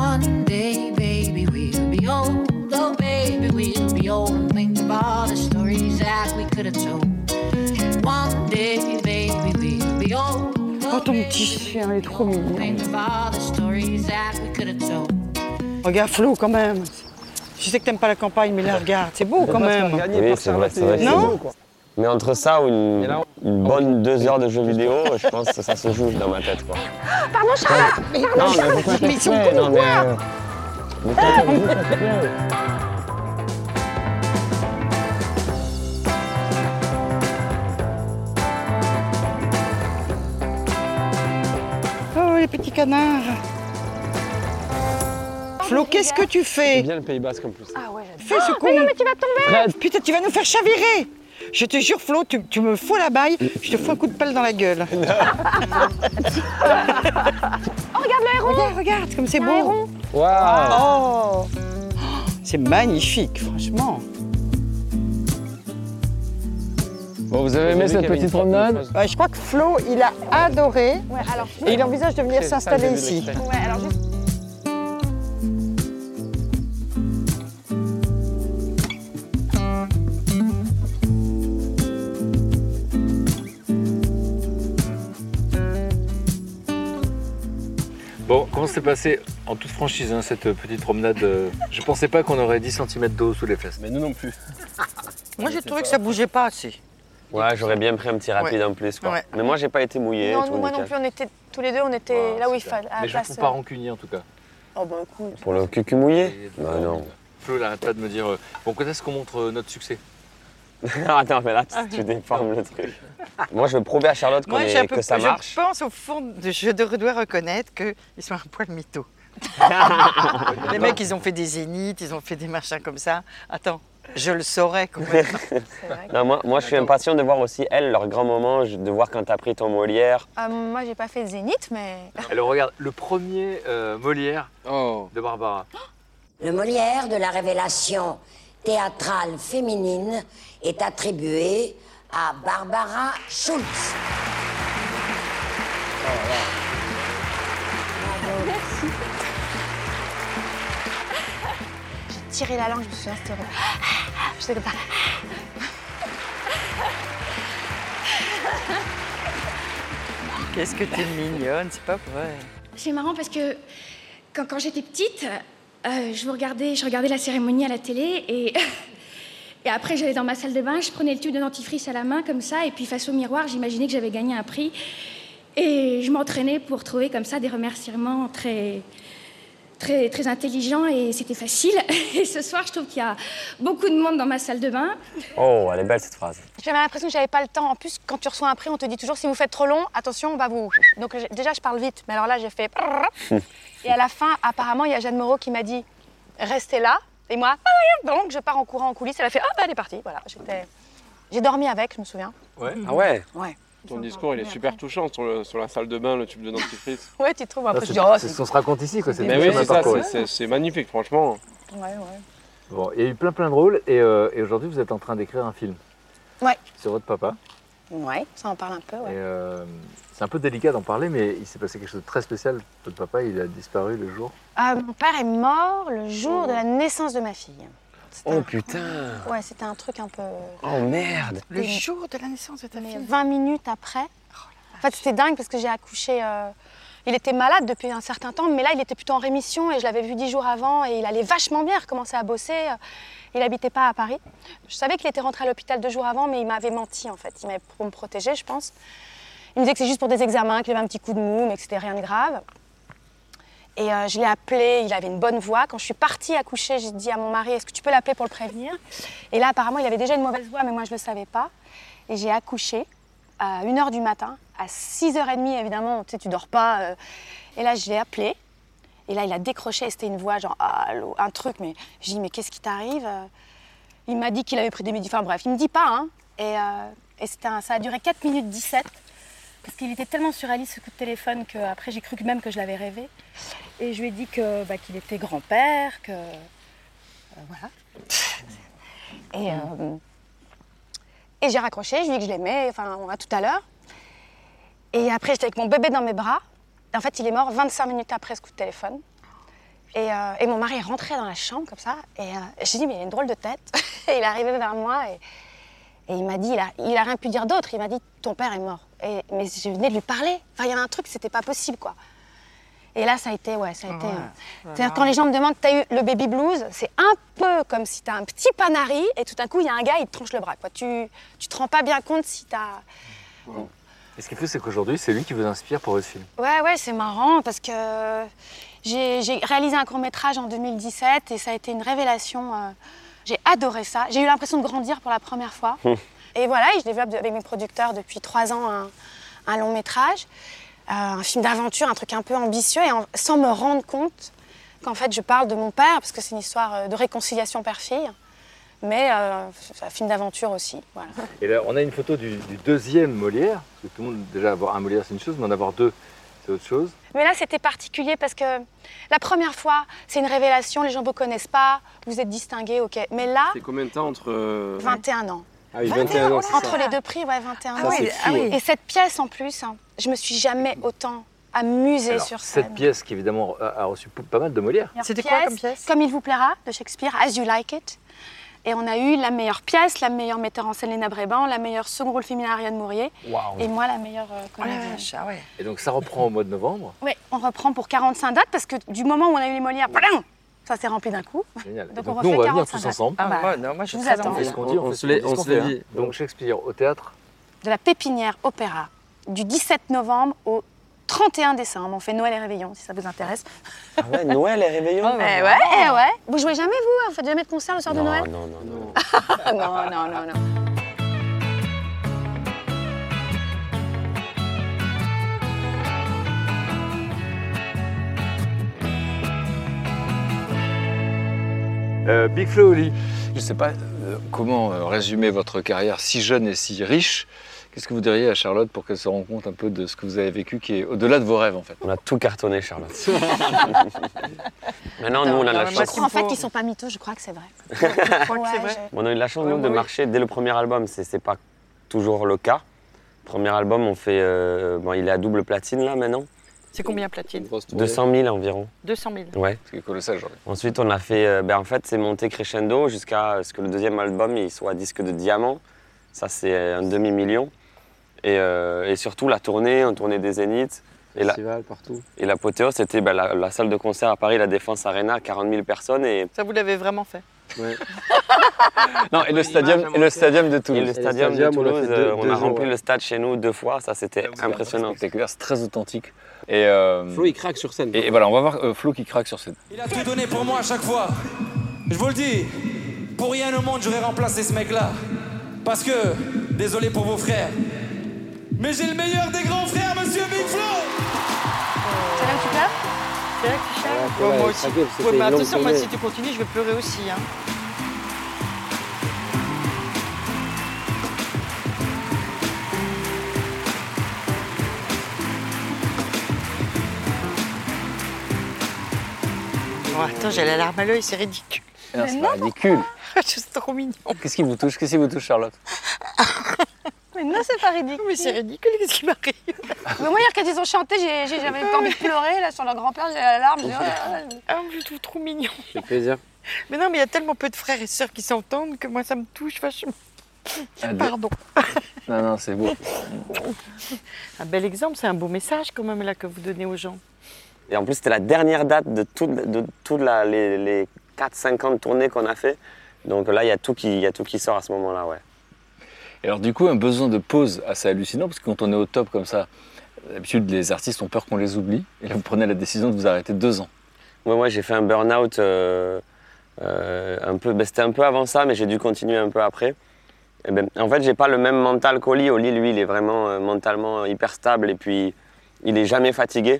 là-bas One day, baby, we'll be old. Oh, baby, we'll be old. Think of all the stories that we could have told. One day, baby, we'll be old. Oh, ton petit chien, il est trop mignon. Think of all the stories that we could have told. Regarde Flo, quand même. Je sais que t'aimes pas la campagne, mais là, regarde, c'est beau quand même. Oui, c'est vrai, c'est vrai. c'est Non vrai. Mais entre ça ou une, une bonne deux heures de jeux vidéo, je pense que ça se joue dans ma tête. Quoi. Pardon, Charlotte Non, Pardon, Ah, mais Charlotte pourquoi t'as fait Non, mais. euh, mais pourquoi t'as fait ça, s'il te plaît Oh, les petits canards. Flo, qu'est-ce que tu fais bien le Pays Basque en plus. Ah ouais, Fais ce con. Mais non, mais tu vas tomber. Putain, tu vas nous faire chavirer. Je te jure, Flo, tu, tu me fous la baille, je te fous un coup de pelle dans la gueule. Oh, regarde le héron Regarde, regarde, comme c'est beau. Waouh Oh. C'est magnifique, franchement. Bon, vous avez aimé cette petite promenade Ouais, je crois que Flo, il a adoré. alors, et il envisage de venir C'est ça, s'installer j'ai vu ici. l'extrait. Ouais, alors juste. Bon, comment s'est passé en toute franchise hein, cette petite promenade euh, Je pensais pas qu'on aurait 10 cm d'eau sous les fesses. Mais nous non plus. Moi, j'ai trouvé que ça bougeait pas assez. Ouais, j'aurais bien pris un petit rapide Ouais. en plus. Quoi. Ouais. Mais moi, j'ai pas été mouillé. Non, tout nous, moi non nickel. plus, on était tous les deux, on était là où il fallait. à Mais la je ne trouve place, pas euh, rancunier en tout cas. Oh bah écoute. Pour le cucu mouillé Bah non. Flo, là, arrête pas de me dire. euh, bon, quand est-ce qu'on montre euh, notre succès non, attends, mais là, tu, tu déformes le truc. Moi, je veux prouver à Charlotte qu'on Ah. Moi, est- j'ai un peu, que ça je marche. pense au fond, de, je de- dois reconnaître qu'ils sont un poil mytho. les mecs, ils ont fait des zéniths, ils ont fait des machins comme ça. Attends, je le saurais quand même. Non, moi, moi, je suis impatient de voir aussi, elle, leur grand moment, je- de voir quand t'as pris ton Molière. Ah, moi, j'ai pas fait de zénith, mais. Alors regarde, le premier euh, Molière Oh. de Barbara. Oh, Le Molière de la révélation théâtrale féminine est attribué à Barbara Schultz. Merci. J'ai tiré la langue, je me souviens, c'était horrible. J'étais comme ça. Qu'est-ce que t'es mignonne, c'est pas vrai. C'est marrant parce que quand, quand j'étais petite, euh, je, vous regardais, je regardais la cérémonie à la télé et, et après j'allais dans ma salle de bain, je prenais le tube de dentifrice à la main comme ça et puis face au miroir, j'imaginais que j'avais gagné un prix et je m'entraînais pour trouver comme ça des remerciements très, très, très intelligents et c'était facile. Et ce soir, je trouve qu'il y a beaucoup de monde dans ma salle de bain. Oh, elle est belle cette phrase. J'avais l'impression que j'avais pas le temps. En plus, quand tu reçois un prix, on te dit toujours si vous faites trop long, attention, on va vous. Donc j'ai- déjà, je parle vite. Mais alors là, j'ai fait. Et à la fin, apparemment, il y a Jeanne Moreau qui m'a dit restez là. Et moi, Ah oui, donc je pars en courant en coulisses. Elle a fait ah bah elle est partie. Voilà, j'étais. J'ai dormi avec, je me souviens. Ouais. Ah ouais Ouais. Ton discours, il est super touchant sur, le- sur la salle de bain, le tube de dentifrice. Ouais, tu te trouves. Ah, Après, je dis, oh, Mais c'est- se raconte ici, quoi. c'est Mais des oui, choses c'est à ça, c'est- parcourir. c'est c'est magnifique, franchement. Ouais, ouais. Bon, il y a eu plein plein de rôles et, euh, et aujourd'hui vous êtes en train d'écrire un film Ouais. sur votre papa. Ouais, ça en parle un peu, ouais. Et, euh, c'est un peu délicat d'en parler, mais il s'est passé quelque chose de très spécial. Votre papa, il a disparu le jour. Ah, mon père est mort le jour de la naissance de ma fille. Oh putain Ouais, c'était un truc un peu. Oh merde Le jour de la naissance de ta fille 20 minutes après. En fait, c'était dingue parce que j'ai accouché. euh, Il était malade depuis un certain temps, mais là, il était plutôt en rémission et je l'avais vu dix jours avant et il allait vachement bien, il recommençait à bosser. euh, Il habitait pas à Paris. Je savais qu'il était rentré à l'hôpital deux jours avant, mais il m'avait menti en fait. Il m'avait pour me protéger, je pense. Il me disait que c'est juste pour des examens, qu'il avait un petit coup de mou, mais que c'était rien de grave. Et euh, je l'ai appelé, il avait une bonne voix. Quand je suis partie accoucher, j'ai dit à mon mari, est-ce que tu peux l'appeler pour le prévenir Et là, apparemment, il avait déjà une mauvaise voix, mais moi, je ne le savais pas. Et j'ai accouché à 1h du matin, à 6h30, évidemment, tu sais, tu dors pas. euh. Et là, je l'ai appelé. Et là, il a décroché, et c'était une voix genre, allô, un truc, mais j'ai dit, mais qu'est-ce qui t'arrive Euh, Il m'a dit qu'il avait pris des médicaments, enfin, bref, il me dit pas, hein. Et, euh, et c'était un- ça a duré 4 minutes 17, parce qu'il était tellement surréaliste ce coup de téléphone qu'après, j'ai cru que même que je l'avais rêvé. Et je lui ai dit que, bah, qu'il était grand-père, que. euh, voilà. Et, euh, et j'ai raccroché, je lui ai dit que je l'aimais, enfin, on va tout à l'heure. Et après, j'étais avec mon bébé dans mes bras. Et en fait, il est mort 25 minutes après ce coup de téléphone. Et, euh, et mon mari est rentré dans la chambre comme ça. Et euh, j'ai dit, mais il a une drôle de tête. et il est arrivé vers moi et, et il m'a dit, il a, il a rien pu dire d'autre. Il m'a dit, ton père est mort. Et, mais je venais de lui parler. Enfin, il y avait un truc, c'était pas possible, quoi. Et là, ça a été, ouais, ça a été. euh, C'est-à-dire, quand les gens me demandent, t'as eu le baby blues, c'est un peu comme si t'as un petit panari et tout d'un coup, il y a un gars, il te tranche le bras, quoi. Tu, tu te rends pas bien compte si t'as. Oh. Et ce qui est fou, c'est qu'aujourd'hui, c'est lui qui vous inspire pour votre film. Ouais, ouais, c'est marrant parce que j'ai j'ai réalisé un court métrage en 2017 et ça a été une révélation. euh, J'ai adoré ça. J'ai eu l'impression de grandir pour la première fois. Et voilà, et je développe de- avec mes producteurs depuis trois ans un, un long métrage, euh, un film d'aventure, un truc un peu ambitieux, et en- sans me rendre compte qu'en fait je parle de mon père, parce que c'est une histoire euh, de réconciliation père-fille, mais euh, c'est un film d'aventure aussi. Voilà. Et là, on a une photo du, du deuxième Molière. Parce que tout le monde, déjà, avoir un Molière, c'est une chose, mais en avoir deux, c'est autre chose. Mais là, c'était particulier parce que la première fois, c'est une révélation, les gens ne vous connaissent pas, vous êtes distingués, ok. Mais là, C'est combien de temps entre. euh, 21 ans. Ah oui, 21 ans, c'est ça. Entre les deux prix, ouais, 21 Ah ans. oui, Ça, c'est ah fou. oui. Et cette pièce, en plus, hein, je me suis jamais autant amusée Alors, sur scène. cette pièce qui, évidemment, a, a reçu p- pas mal de Molière. C'était quoi comme pièce Comme il vous plaira, de Shakespeare, As You Like It. Et on a eu la meilleure pièce, la meilleure metteur en scène, Léna Bréban, la meilleure second rôle féminin, Ariane Mourier. Waouh. Et moi, la meilleure euh, comédienne. Et donc, ça reprend au mois de novembre. Oui, on reprend pour 45 dates parce que du moment où on a eu les Molières, blam, ça s'est rempli d'un coup. Génial. Et Donc Donc, on nous, on refait va venir 45 tous ensemble. dates. Ah bah, je vous attends. Et ce qu'on dit, on, On fait se l'est- ce qu'on on se fait, l'est hein. dit. Donc, Shakespeare au théâtre. De la Pépinière Opéra, du 17 novembre au 31 décembre. On fait Noël et Réveillon, si ça vous intéresse. Ah ouais, Noël et réveillon. Eh ouais, eh ouais. Vous jouez jamais, vous Vous faites jamais de concert le soir de Noël non, non, non. Ah, non, non, non, non. Euh, Big Flo Oli. Je ne sais pas euh, comment euh, résumer votre carrière si jeune et si riche. Qu'est-ce que vous diriez à Charlotte pour qu'elle se rende compte un peu de ce que vous avez vécu qui est au-delà de vos rêves en fait On a tout cartonné Charlotte. Maintenant, nous, Non, on a de non, la mais Je moi, chance. crois en fait qu'ils sont pas mythos, je crois que c'est vrai. je crois que c'est vrai. On a eu de la chance, nous, Ouais, de oui. marcher dès le premier album. C'est c'est pas toujours le cas. Premier album, on fait. euh, bon, il est à double platine, là, maintenant. C'est combien platine 200 000 environ. 200 000. Ouais. C'est colossal, genre. Ensuite, on a fait. euh, ben, en fait, c'est monté crescendo jusqu'à ce que le deuxième album il soit disque de diamant. Ça, c'est un demi-million. Et, euh, et surtout, la tournée, on tournait des zéniths. Et la, partout. et l'apothéose, c'était ben, la, la salle de concert à Paris, la Défense Arena, 40 000 personnes. Et, Ça, vous l'avez vraiment fait. non, et le stadium, et le stadium de Toulouse. Et le stadium de stadium, on l'a fait Toulouse, deux- euh, on, deux a jours, rempli ouais. le stade chez nous deux fois. Ça, c'était impressionnant. C'est clair, c'est très authentique. Et, euh, Flo, il craque sur scène. Et, et voilà, on va voir euh, Flo qui craque sur scène. Il a tout donné pour moi à chaque fois. Je vous le dis, pour rien au monde, j'aurais remplacé ce mec-là. Parce que, désolé pour vos frères, mais j'ai le meilleur des grands frères, monsieur Big Flo C'est là que tu pleures C'est là que tu chantes Ouais, ouais, Ouais, Moi ouais, aussi. t'inquiète, Ouais, c'était mais une longue bah, attention, moi, tournée. si tu continues, je vais pleurer aussi. hein. Oh, attends, j'ai la larme à l'œil, c'est ridicule. Non, c'est pas ridicule. c'est trop mignon. Qu'est-ce qui vous touche Qu'est-ce qui vous touche, Charlotte Mais non, c'est pas ridicule. Mais c'est ridicule, qu'est-ce qui m'arrive Mais moi, hier, quand ils ont chanté, j'ai- j'ai- j'avais pas envie de pleurer, là, sur leur grand-père, j'ai la larme. j'ai dit, Ah, Ah, je le trouve trop mignon. C'est plaisir. Mais non, mais il y a tellement peu de frères et sœurs qui s'entendent que moi, ça me touche vachement. Ah, de- Pardon. Non, non, c'est beau. Un bel exemple, c'est un beau message quand même là que vous donnez aux gens. Et en plus, c'était la dernière date de toutes de, toute la- les, les 4-5 ans de tournée qu'on a fait. Donc là, il y, a tout qui- il y a tout qui sort à ce moment-là, ouais. Et alors, du coup, un besoin de pause assez hallucinant, parce que quand on est au top comme ça, d'habitude, les artistes ont peur qu'on les oublie. Et là, vous prenez la décision de vous arrêter deux ans. Moi, moi j'ai fait un burn-out euh, euh, un peu. ben, C'était un peu avant ça, mais j'ai dû continuer un peu après. Eh ben, en fait, j'ai pas le même mental qu'Oli. Oli, lui, il est vraiment euh, mentalement hyper stable et puis il est jamais fatigué.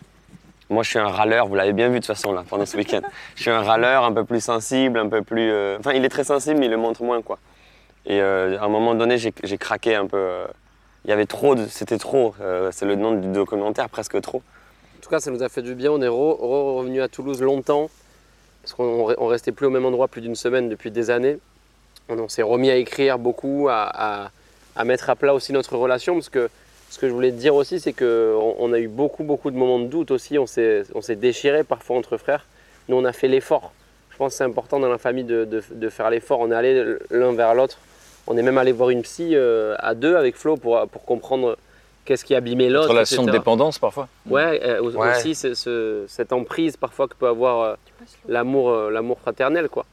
Moi, je suis un râleur, vous l'avez bien vu de toute façon là, pendant ce week-end. je suis un râleur un peu plus sensible, un peu plus. euh, Enfin, il est très sensible, mais il le montre moins, quoi. Et euh, à un moment donné, j'ai j'ai craqué un peu. euh, Il y avait trop, de- c'était trop. euh, C'est le nom du documentaire, presque trop. En tout cas, ça nous a fait du bien. On est re- re- revenu à Toulouse longtemps parce qu'on re- on restait plus au même endroit plus d'une semaine depuis des années. On, on s'est remis à écrire beaucoup, à, à- à mettre à plat aussi notre relation parce que ce que je voulais te dire aussi, c'est qu'on on a eu beaucoup, beaucoup de moments de doute aussi. On s'est on s'est déchiré parfois entre frères. Nous, on a fait l'effort. Je pense que c'est important dans la famille de, de- de faire l'effort. On est allé l'un vers l'autre. On est même allé voir une psy euh, à deux avec Flo pour, pour comprendre qu'est-ce qui abîmait l'autre. Votre relation de etc. dépendance, parfois. Ouais, euh, au- Ouais. aussi ce- ce- cette emprise parfois que peut avoir euh, l'amour, euh, l'amour fraternel, quoi.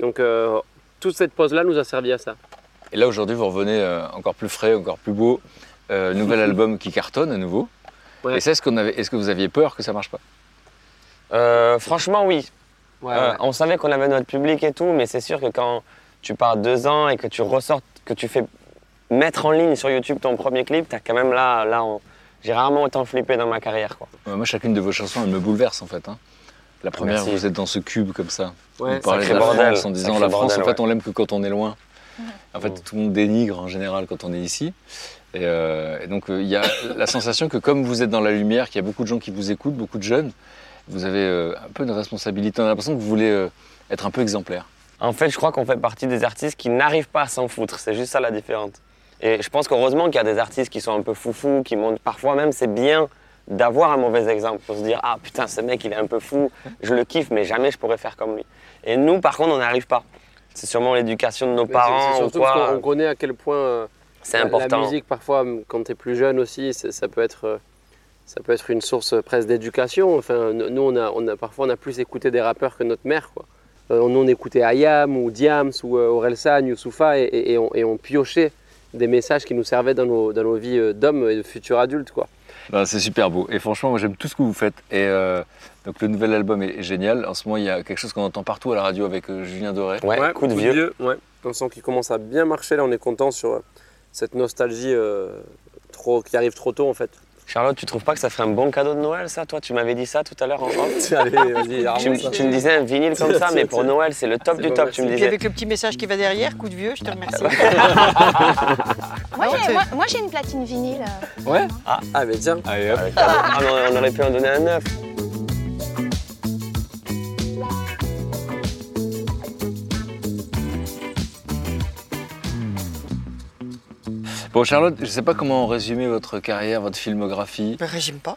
Donc euh, toute cette pause-là nous a servi à ça. Et là, aujourd'hui, vous revenez euh, encore plus frais, encore plus beau. Euh, nouvel album qui cartonne à nouveau. Et ça, est-ce, qu'on avait, est-ce que vous aviez peur que ça marche pas Euh, franchement, oui. Ouais, Euh, ouais. On savait qu'on avait notre public et tout, mais c'est sûr que quand tu pars deux ans et que tu ressors, que tu fais mettre en ligne sur YouTube ton premier clip, t'as quand même là, là, on- j'ai rarement autant flippé dans ma carrière, quoi. Euh, Moi, chacune de vos chansons, elle me bouleverse, en fait. hein. La première, Merci. vous êtes dans ce cube comme ça. Ouais, vous parlez de sacré la bordel, France en disant sacré la France, bordel, en fait, ouais. Mm. on l'aime que quand on est loin. En fait, tout le monde dénigre en général quand on est ici. Et, euh, et donc, euh, il y a la sensation que comme vous êtes dans la lumière, qu'il y a beaucoup de gens qui vous écoutent, beaucoup de jeunes, vous avez euh, un peu une responsabilité. On a l'impression que vous voulez euh, être un peu exemplaire. En fait, je crois qu'on fait partie des artistes qui n'arrivent pas à s'en foutre. C'est juste ça la différence. Et je pense qu'heureusement qu'il y a des artistes qui sont un peu foufous, qui montent. Parfois même, c'est bien d'avoir un mauvais exemple pour se dire Ah putain, ce mec, il est un peu fou, je le kiffe, mais jamais je pourrais faire comme lui. Et nous, par contre, on n'arrive pas. C'est sûrement l'éducation de nos Mais c'est- parents c'est ou surtout quoi. parce qu'on- on connaît à quel point euh, C'est la- important. La musique, parfois, m- quand tu es plus jeune aussi, c'est- ça peut être, euh, ça peut être une source euh, presque d'éducation. Enfin, n- nous, on a, on a, parfois, on a plus écouté des rappeurs que notre mère. Quoi. Euh, nous, on écoutait Ayam ou Diams ou euh, Orelsan, Youssoufa et, et- et on, et on piochait des messages qui nous servaient dans nos, dans nos vies euh, d'hommes et de futurs adultes. Quoi. Non, Ben, c'est super beau. Et franchement, moi, j'aime tout ce que vous faites. Et euh, donc, le nouvel album est, est génial. En ce moment, il y a quelque chose qu'on entend partout à la radio avec euh, Julien Doré. ouais. On sent qu'il commence à bien marcher. Là, on est content sur euh, cette nostalgie euh, trop, qui arrive trop tôt en fait. Charlotte, tu trouves pas que ça ferait un bon cadeau de Noël, ça Toi, tu m'avais dit ça tout à l'heure en off. Allez, vas-y, tu, arme me- ça. tu me disais un vinyle comme ça, mais pour Noël, Ah, c'est le top C'est du bon, top, merci. tu me Et Et disais. Ah, avec le petit message qui va derrière, coup de vieux, je te remercie. Moi, Non, j'ai- c'est- moi- moi, j'ai une platine vinyle. euh, Ouais Ah, mais tiens. Allez, hop. Ah, mais on aurait pu en donner un neuf. Bon, Charlotte, je sais pas comment résumer votre carrière, votre filmographie. Je résume pas.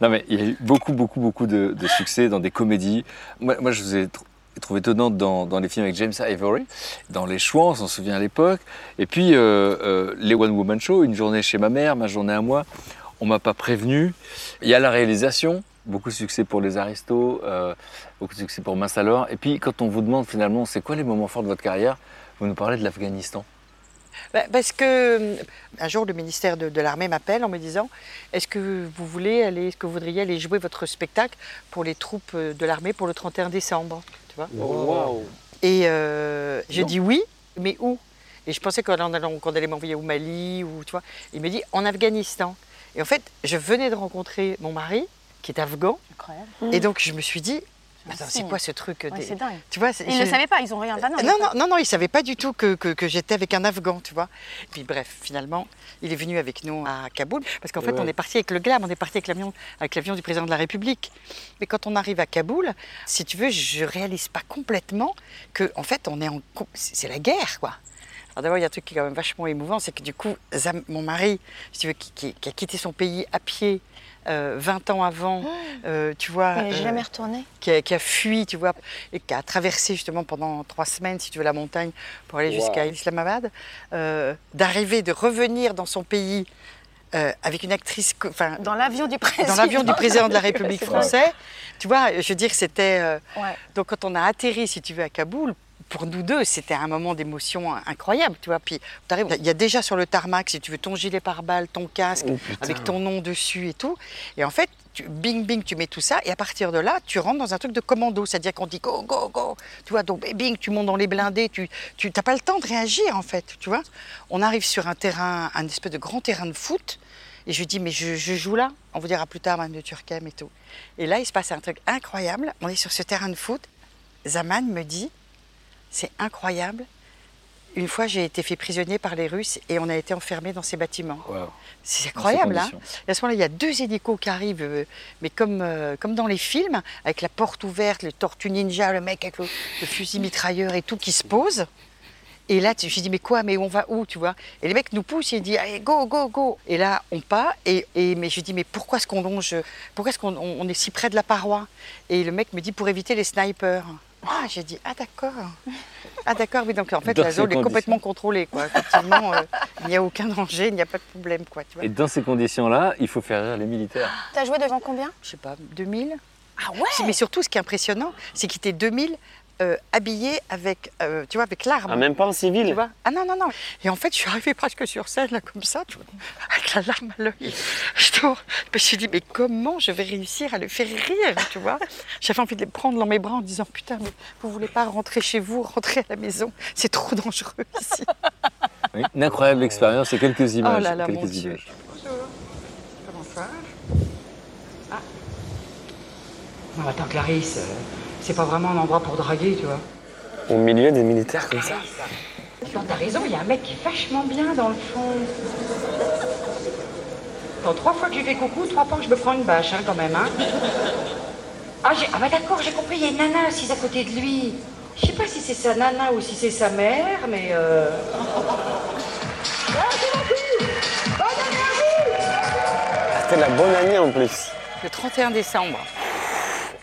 Non, mais il y a eu beaucoup, beaucoup, beaucoup de, de succès dans des comédies. Moi, moi, je vous ai tr- trouvé tenante dans, dans les films avec James Ivory, dans Les Chouans, on s'en souvient à l'époque. Et puis, euh, euh, les One Woman Show, Une journée chez ma mère, Ma journée à moi. On m'a pas prévenu. Il y a la réalisation, beaucoup de succès pour Les Aristos, euh, beaucoup de succès pour Mince alors. Et puis, quand on vous demande finalement, c'est quoi les moments forts de votre carrière, vous nous parlez de l'Afghanistan. Bah, Parce que euh, un jour, le ministère de, de l'armée m'appelle en me disant Est-ce que vous voulez aller, est-ce que vous voudriez aller jouer votre spectacle pour les troupes euh, de l'armée pour le 31 décembre Tu vois Wow. Et euh, j'ai Non. dit oui, mais où Et je pensais qu'on en allant- qu'on allait m'envoyer au Mali ou tu vois. Il me dit en Afghanistan. Et en fait, je venais de rencontrer mon mari qui est afghan. Incroyable. Et donc je me suis dit Attends, c'est quoi ce truc Ah, Ouais, des- c'est dingue. Tu vois, c'est- ils ne je- savaient pas, ils ont rien. Bah non, non, non, non, non, il savait pas du tout que, que- que j'étais avec un Afghan, tu vois. Puis bref, finalement, il est venu avec nous à Kaboul, parce qu'en fait, Ouais. on est parti avec le GLAM, on est parti avec l'avion, avec l'avion du président de la République. Mais quand on arrive à Kaboul, si tu veux, je réalise pas complètement que, en fait, on est en, com- c'est c'est la guerre, quoi. Alors d'abord, il y a un truc qui est quand même vachement émouvant, c'est que du coup, Zam- mon mari, si tu veux, qui, qui- qui a quitté son pays à pied euh, 20 ans avant, euh, tu vois. Il n'est euh, Oh. jamais retourné. qui a, qui a fui, tu vois, et qui a traversé justement pendant trois semaines, si tu veux, la montagne pour aller Wow. jusqu'à Islamabad, euh, d'arriver, de revenir dans son pays euh, avec une actrice, co- enfin, Dans l'avion du président. dans l'avion du président de la République C'est française, tu vois, je veux dire, c'était euh, Ouais. donc quand on a atterri, si tu veux, à Kaboul, pour nous deux, c'était un moment d'émotion incroyable, tu vois. Puis t'arrives, il y a déjà sur le tarmac, si tu veux, ton gilet pare-balles, ton casque, avec ton nom dessus et tout. Et en fait, tu- bing bing, tu mets tout ça, et à partir de là, tu rentres dans un truc de commando, c'est-à-dire qu'on dit go go go, tu vois. Donc bing, tu montes dans les blindés, tu tu t'as pas le temps de réagir en fait, tu vois. On arrive sur un terrain, un espèce de grand terrain de foot. Et je lui dis, mais je, je joue là. On vous dira plus tard, Madame de Turquem et tout. Et là, il se passe un truc incroyable. On est sur ce terrain de foot. Zaman me dit, c'est incroyable. Une fois, j'ai été fait prisonnier par les Russes et on a été enfermé dans ces bâtiments. C'est incroyable, Dans hein ces conditions. Et à ce moment-là, il y a deux hélicos qui arrivent, euh, mais comme, euh, comme dans les films, avec la porte ouverte, les tortues ninja, le mec avec le, le fusil mitrailleur et tout qui se pose. Et là, tu- je dis, mais quoi, mais on va où, tu vois Et les mecs nous poussent, ils disent, allez, go, go, go Et là, on part, et, et- mais je dis, mais pourquoi est-ce qu'on longe, pourquoi est-ce qu'on on- on est si près de la paroi Et le mec me dit, pour éviter les snipers. Ah, j'ai dit, ah d'accord. Ah d'accord, oui, donc en fait, Dans la ces zone est conditions. complètement contrôlée, quoi. Effectivement, euh, il n'y a aucun danger, il n'y a pas de problème, quoi, tu vois. Et dans ces conditions-là, il faut faire rire les militaires. T'as joué devant combien Je sais pas, 2000 Ah ouais Mais surtout, ce qui est impressionnant, c'est qu'il était 2000 euh, habillé avec, euh, tu vois, avec l'arme. Ah, même pas en civil Tu vois Ah non, non, non. Et en fait, je suis arrivée presque sur scène, là, comme ça, tu vois, avec la larme à l'œil. Je tourne. Je me suis dit, mais comment je vais réussir à le faire rire, tu vois J'avais envie de le prendre dans mes bras en disant, putain, mais vous voulez pas rentrer chez vous, rentrer à la maison C'est trop dangereux ici. Oui, Une incroyable expérience et quelques images. Euh, oh là là, quelques mon Dieu. images. Comment ça Non, attends, Clarisse, euh, c'est pas vraiment un endroit pour draguer, tu vois. Au milieu des militaires comme ça. Non, t'as raison, il y a un mec qui est vachement bien dans le fond. Attends, trois fois que j'ai fait coucou, trois fois que je me prends une bâche, hein, quand même, hein. Ah, j'ai- ah bah d'accord, j'ai compris, il y a une nana assise à côté de lui. Je sais pas si c'est sa nana ou si c'est sa mère, mais... Euh... C'était la bonne année en plus. Le 31 décembre.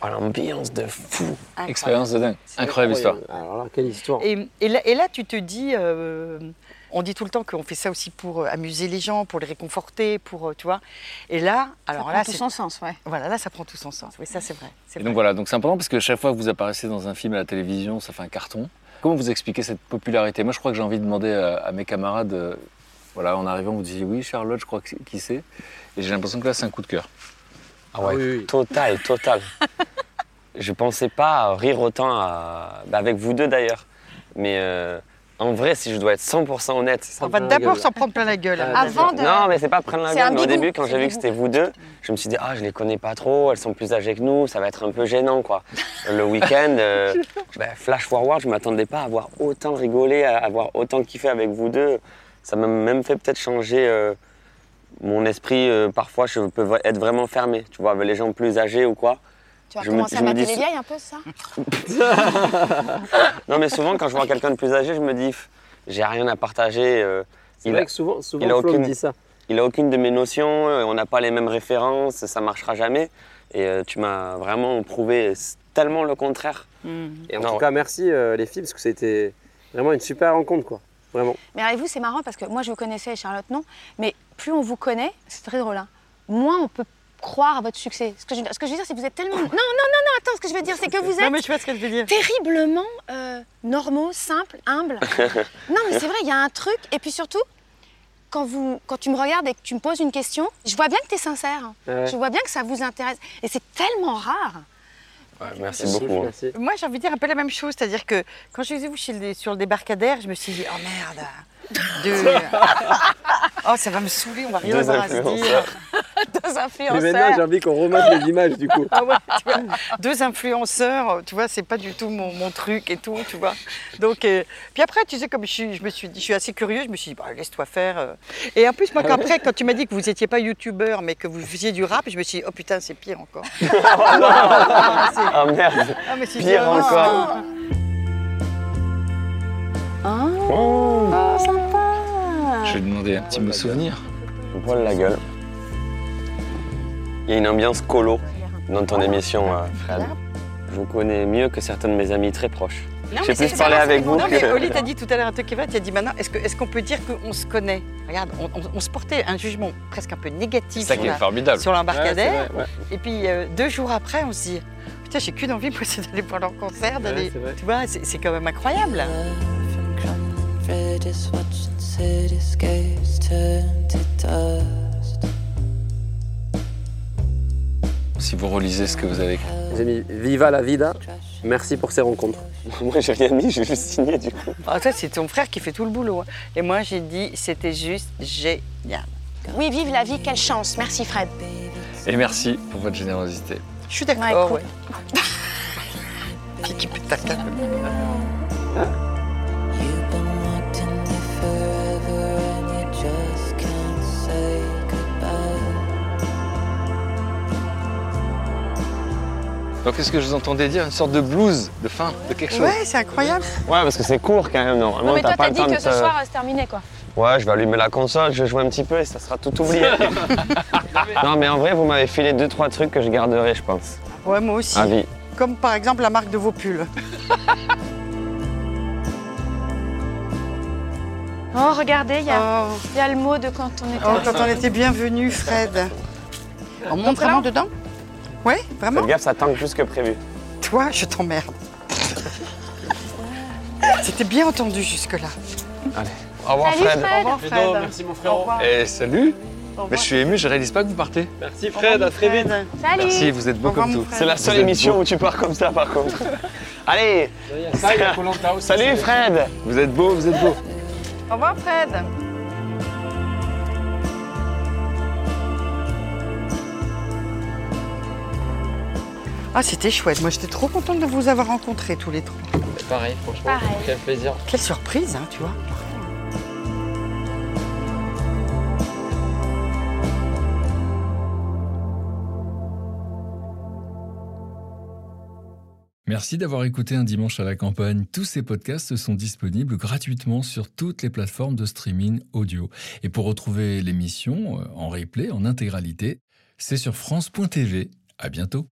Oh, l'ambiance de fou. Incroyable. Expérience de dingue. Incroyable histoire. Alors là, quelle histoire Et, et là, et là, tu te dis, euh, on dit tout le temps qu'on fait ça aussi pour euh, amuser les gens, pour les réconforter, pour, euh, tu vois. Et là, alors prend là, tout c'est- son sens, ouais. Voilà, là, ça prend tout son sens. Oui, ça, c'est vrai. c'est Et vrai. donc voilà, donc c'est important parce que chaque fois que vous apparaissez dans un film à la télévision, ça fait un carton. Comment vous expliquez cette popularité Moi, je crois que j'ai envie de demander à, à mes camarades, euh, voilà, en arrivant, vous disiez oui, Charlotte, je crois que c'est- qui c'est. Et j'ai l'impression que là, c'est un coup de cœur. Ah ouais, total, total. je pensais pas rire autant à- bah, avec vous deux d'ailleurs. Mais euh, en vrai, si je dois être 100% honnête. On va d'abord s'en prendre plein la gueule. Euh, hein. Non, mais c'est pas prendre la C'est un gueule. Mais au bigou, début, quand c'est j'ai un vu que bigou. c'était vous deux, je me suis dit, ah, je les connais pas trop, elles sont plus âgées que nous, ça va être un peu gênant, quoi. Le week-end, euh, ben, flash forward, je m'attendais pas à avoir autant rigolé, à avoir autant kiffé avec vous deux. Ça m'a même fait peut-être changer euh, mon esprit. euh, parfois, je peux être vraiment fermé, tu vois, avec les gens plus âgés ou quoi. Tu vas Je me- commencer à je me mater dis- les vieilles un peu, ça non, mais souvent, quand je vois quelqu'un de plus âgé, je me dis, Pff, j'ai rien à partager. euh, C'est vrai que souvent- souvent, il a Flo me aucune, dit ça. Il a aucune de mes notions, euh, on n'a pas les mêmes références, ça marchera jamais. Et euh, tu m'as vraiment prouvé tellement le contraire. Et en Non, tout ouais. cas, merci euh, les filles, parce que c'était vraiment une super rencontre, quoi. Vraiment. Mais avec vous, c'est marrant parce que moi, je vous connaissais et Charlotte, non. Mais plus on vous connaît, c'est très drôle, hein, moins on peut croire à votre succès. Ce que je, ce que je veux dire, c'est que vous êtes tellement. Non, non, non, non, attends, ce que je veux dire, c'est que vous êtes. Non, mais je sais pas ce qu'elle veut dire. Terriblement euh, normaux, simples, humbles. non, mais c'est vrai, il y a un truc. Et puis surtout, quand, vous, quand tu me regardes et que tu me poses une question, je vois bien que tu es sincère. Ouais. Je vois bien que ça vous intéresse. Et c'est tellement rare. Ouais, merci beaucoup. hein. Moi, j'ai envie de dire un peu la même chose. C'est-à-dire que quand je les ai vus chez le- sur le débarcadère, je me suis dit, oh merde. Deux. oh, ça va me saouler, on va rien Deux avoir à se dire. influenceurs. Deux Mais maintenant, j'ai envie qu'on remate les images du coup. Ah ouais, tu vois, deux influenceurs, tu vois, c'est pas du tout mon, mon truc et tout, tu vois. Donc, euh, puis après, tu sais, comme je, suis- je me suis, dit- je suis assez curieux, je me suis dit, bah, laisse-toi faire. euh. Et en plus, moi, Ah qu'après, ouais quand tu m'as dit que vous n'étiez pas youtubeur, mais que vous faisiez du rap, je me suis dit, oh putain, c'est pire encore. Ah merde. Ah, mais c'est Pire violent. encore. Oh, Ah. Je vais demander un petit mot souvenir. Voile la gueule. Il y a une ambiance colo dans ton émission, euh, Fred. Je vous connais mieux que certains de mes amis très proches. Non, J'ai mais c'est- plus parlé avec vous Non, que... mais Oli, t'as dit tout à l'heure un truc qui va, t'as dit maintenant, est-ce que- est-ce qu'on peut dire qu'on se connaît Regarde, on, on- on se portait un jugement presque un peu négatif C'est ça qui sur est la- formidable. sur l'embarcadère. Ouais, c'est vrai, ouais. Et puis euh, deux jours après, on se dit Putain, j'ai qu'une envie, moi, c'est d'aller voir leur concert, d'aller. c'est vrai. tu vois, c'est c'est quand même incroyable. Freddy's watching cityscapes turn to dust. Si vous relisez ce que vous avez écrit. J'ai mis Viva la vida. Merci pour ces rencontres. Moi, j'ai rien mis, j'ai juste signé du coup. Ah, toi, c'est ton frère qui fait tout le boulot. hein. Et moi, j'ai dit C'était juste génial. Oui, vive la vie, quelle chance. Merci Fred. Et merci pour votre générosité. Je suis d'accord. Ouais, Kiki Pitaka. Just can't say goodbye. Donc, qu'est-ce que je vous entendais dire Une sorte de blues de fin, de quelque chose. Ouais, c'est incroyable. Ouais, parce que c'est court quand même, Non, normalement, mais toi, t'as t'as pas le dit temps de que te... ce soir, euh, c'est terminé, quoi. Ouais, je vais allumer la console, je vais jouer un petit peu et ça sera tout oublié. non, mais en vrai, vous m'avez filé deux, trois trucs que je garderai, je pense. Ouais, moi aussi. À vie. Comme par exemple la marque de vos pulls. Oh, regardez, il y, a- il y a le mot de quand on était. Oh, quand on était bienvenus, Fred. On monte vraiment dedans Ouais, vraiment Faites gaffe, ça tangue plus que prévu. Toi, je t'emmerde. C'était bien entendu jusque-là. Allez. Au revoir, Salut, Fred. Fred. Au revoir, Fred. Ludo, merci, mon frérot. Au revoir. Et Eh, salut. revoir. Mais je suis ému, je réalise pas que vous partez. Merci, Fred. À très vite. Salut Merci, vous êtes beau comme tout. C'est la seule émission où tu pars comme ça, par contre. Allez ça, il y a Salut, Fred Vous êtes beau, vous êtes beau. Au revoir, Fred. Ah, c'était chouette. Moi, j'étais trop contente de vous avoir rencontrés tous les trois. Pareil, franchement. Quel plaisir. Quelle surprise, hein, tu vois. Merci d'avoir écouté Un Dimanche à la campagne. Tous ces podcasts sont disponibles gratuitement sur toutes les plateformes de streaming audio. Et pour retrouver l'émission euh, en replay, en intégralité, c'est sur France.tv. À bientôt.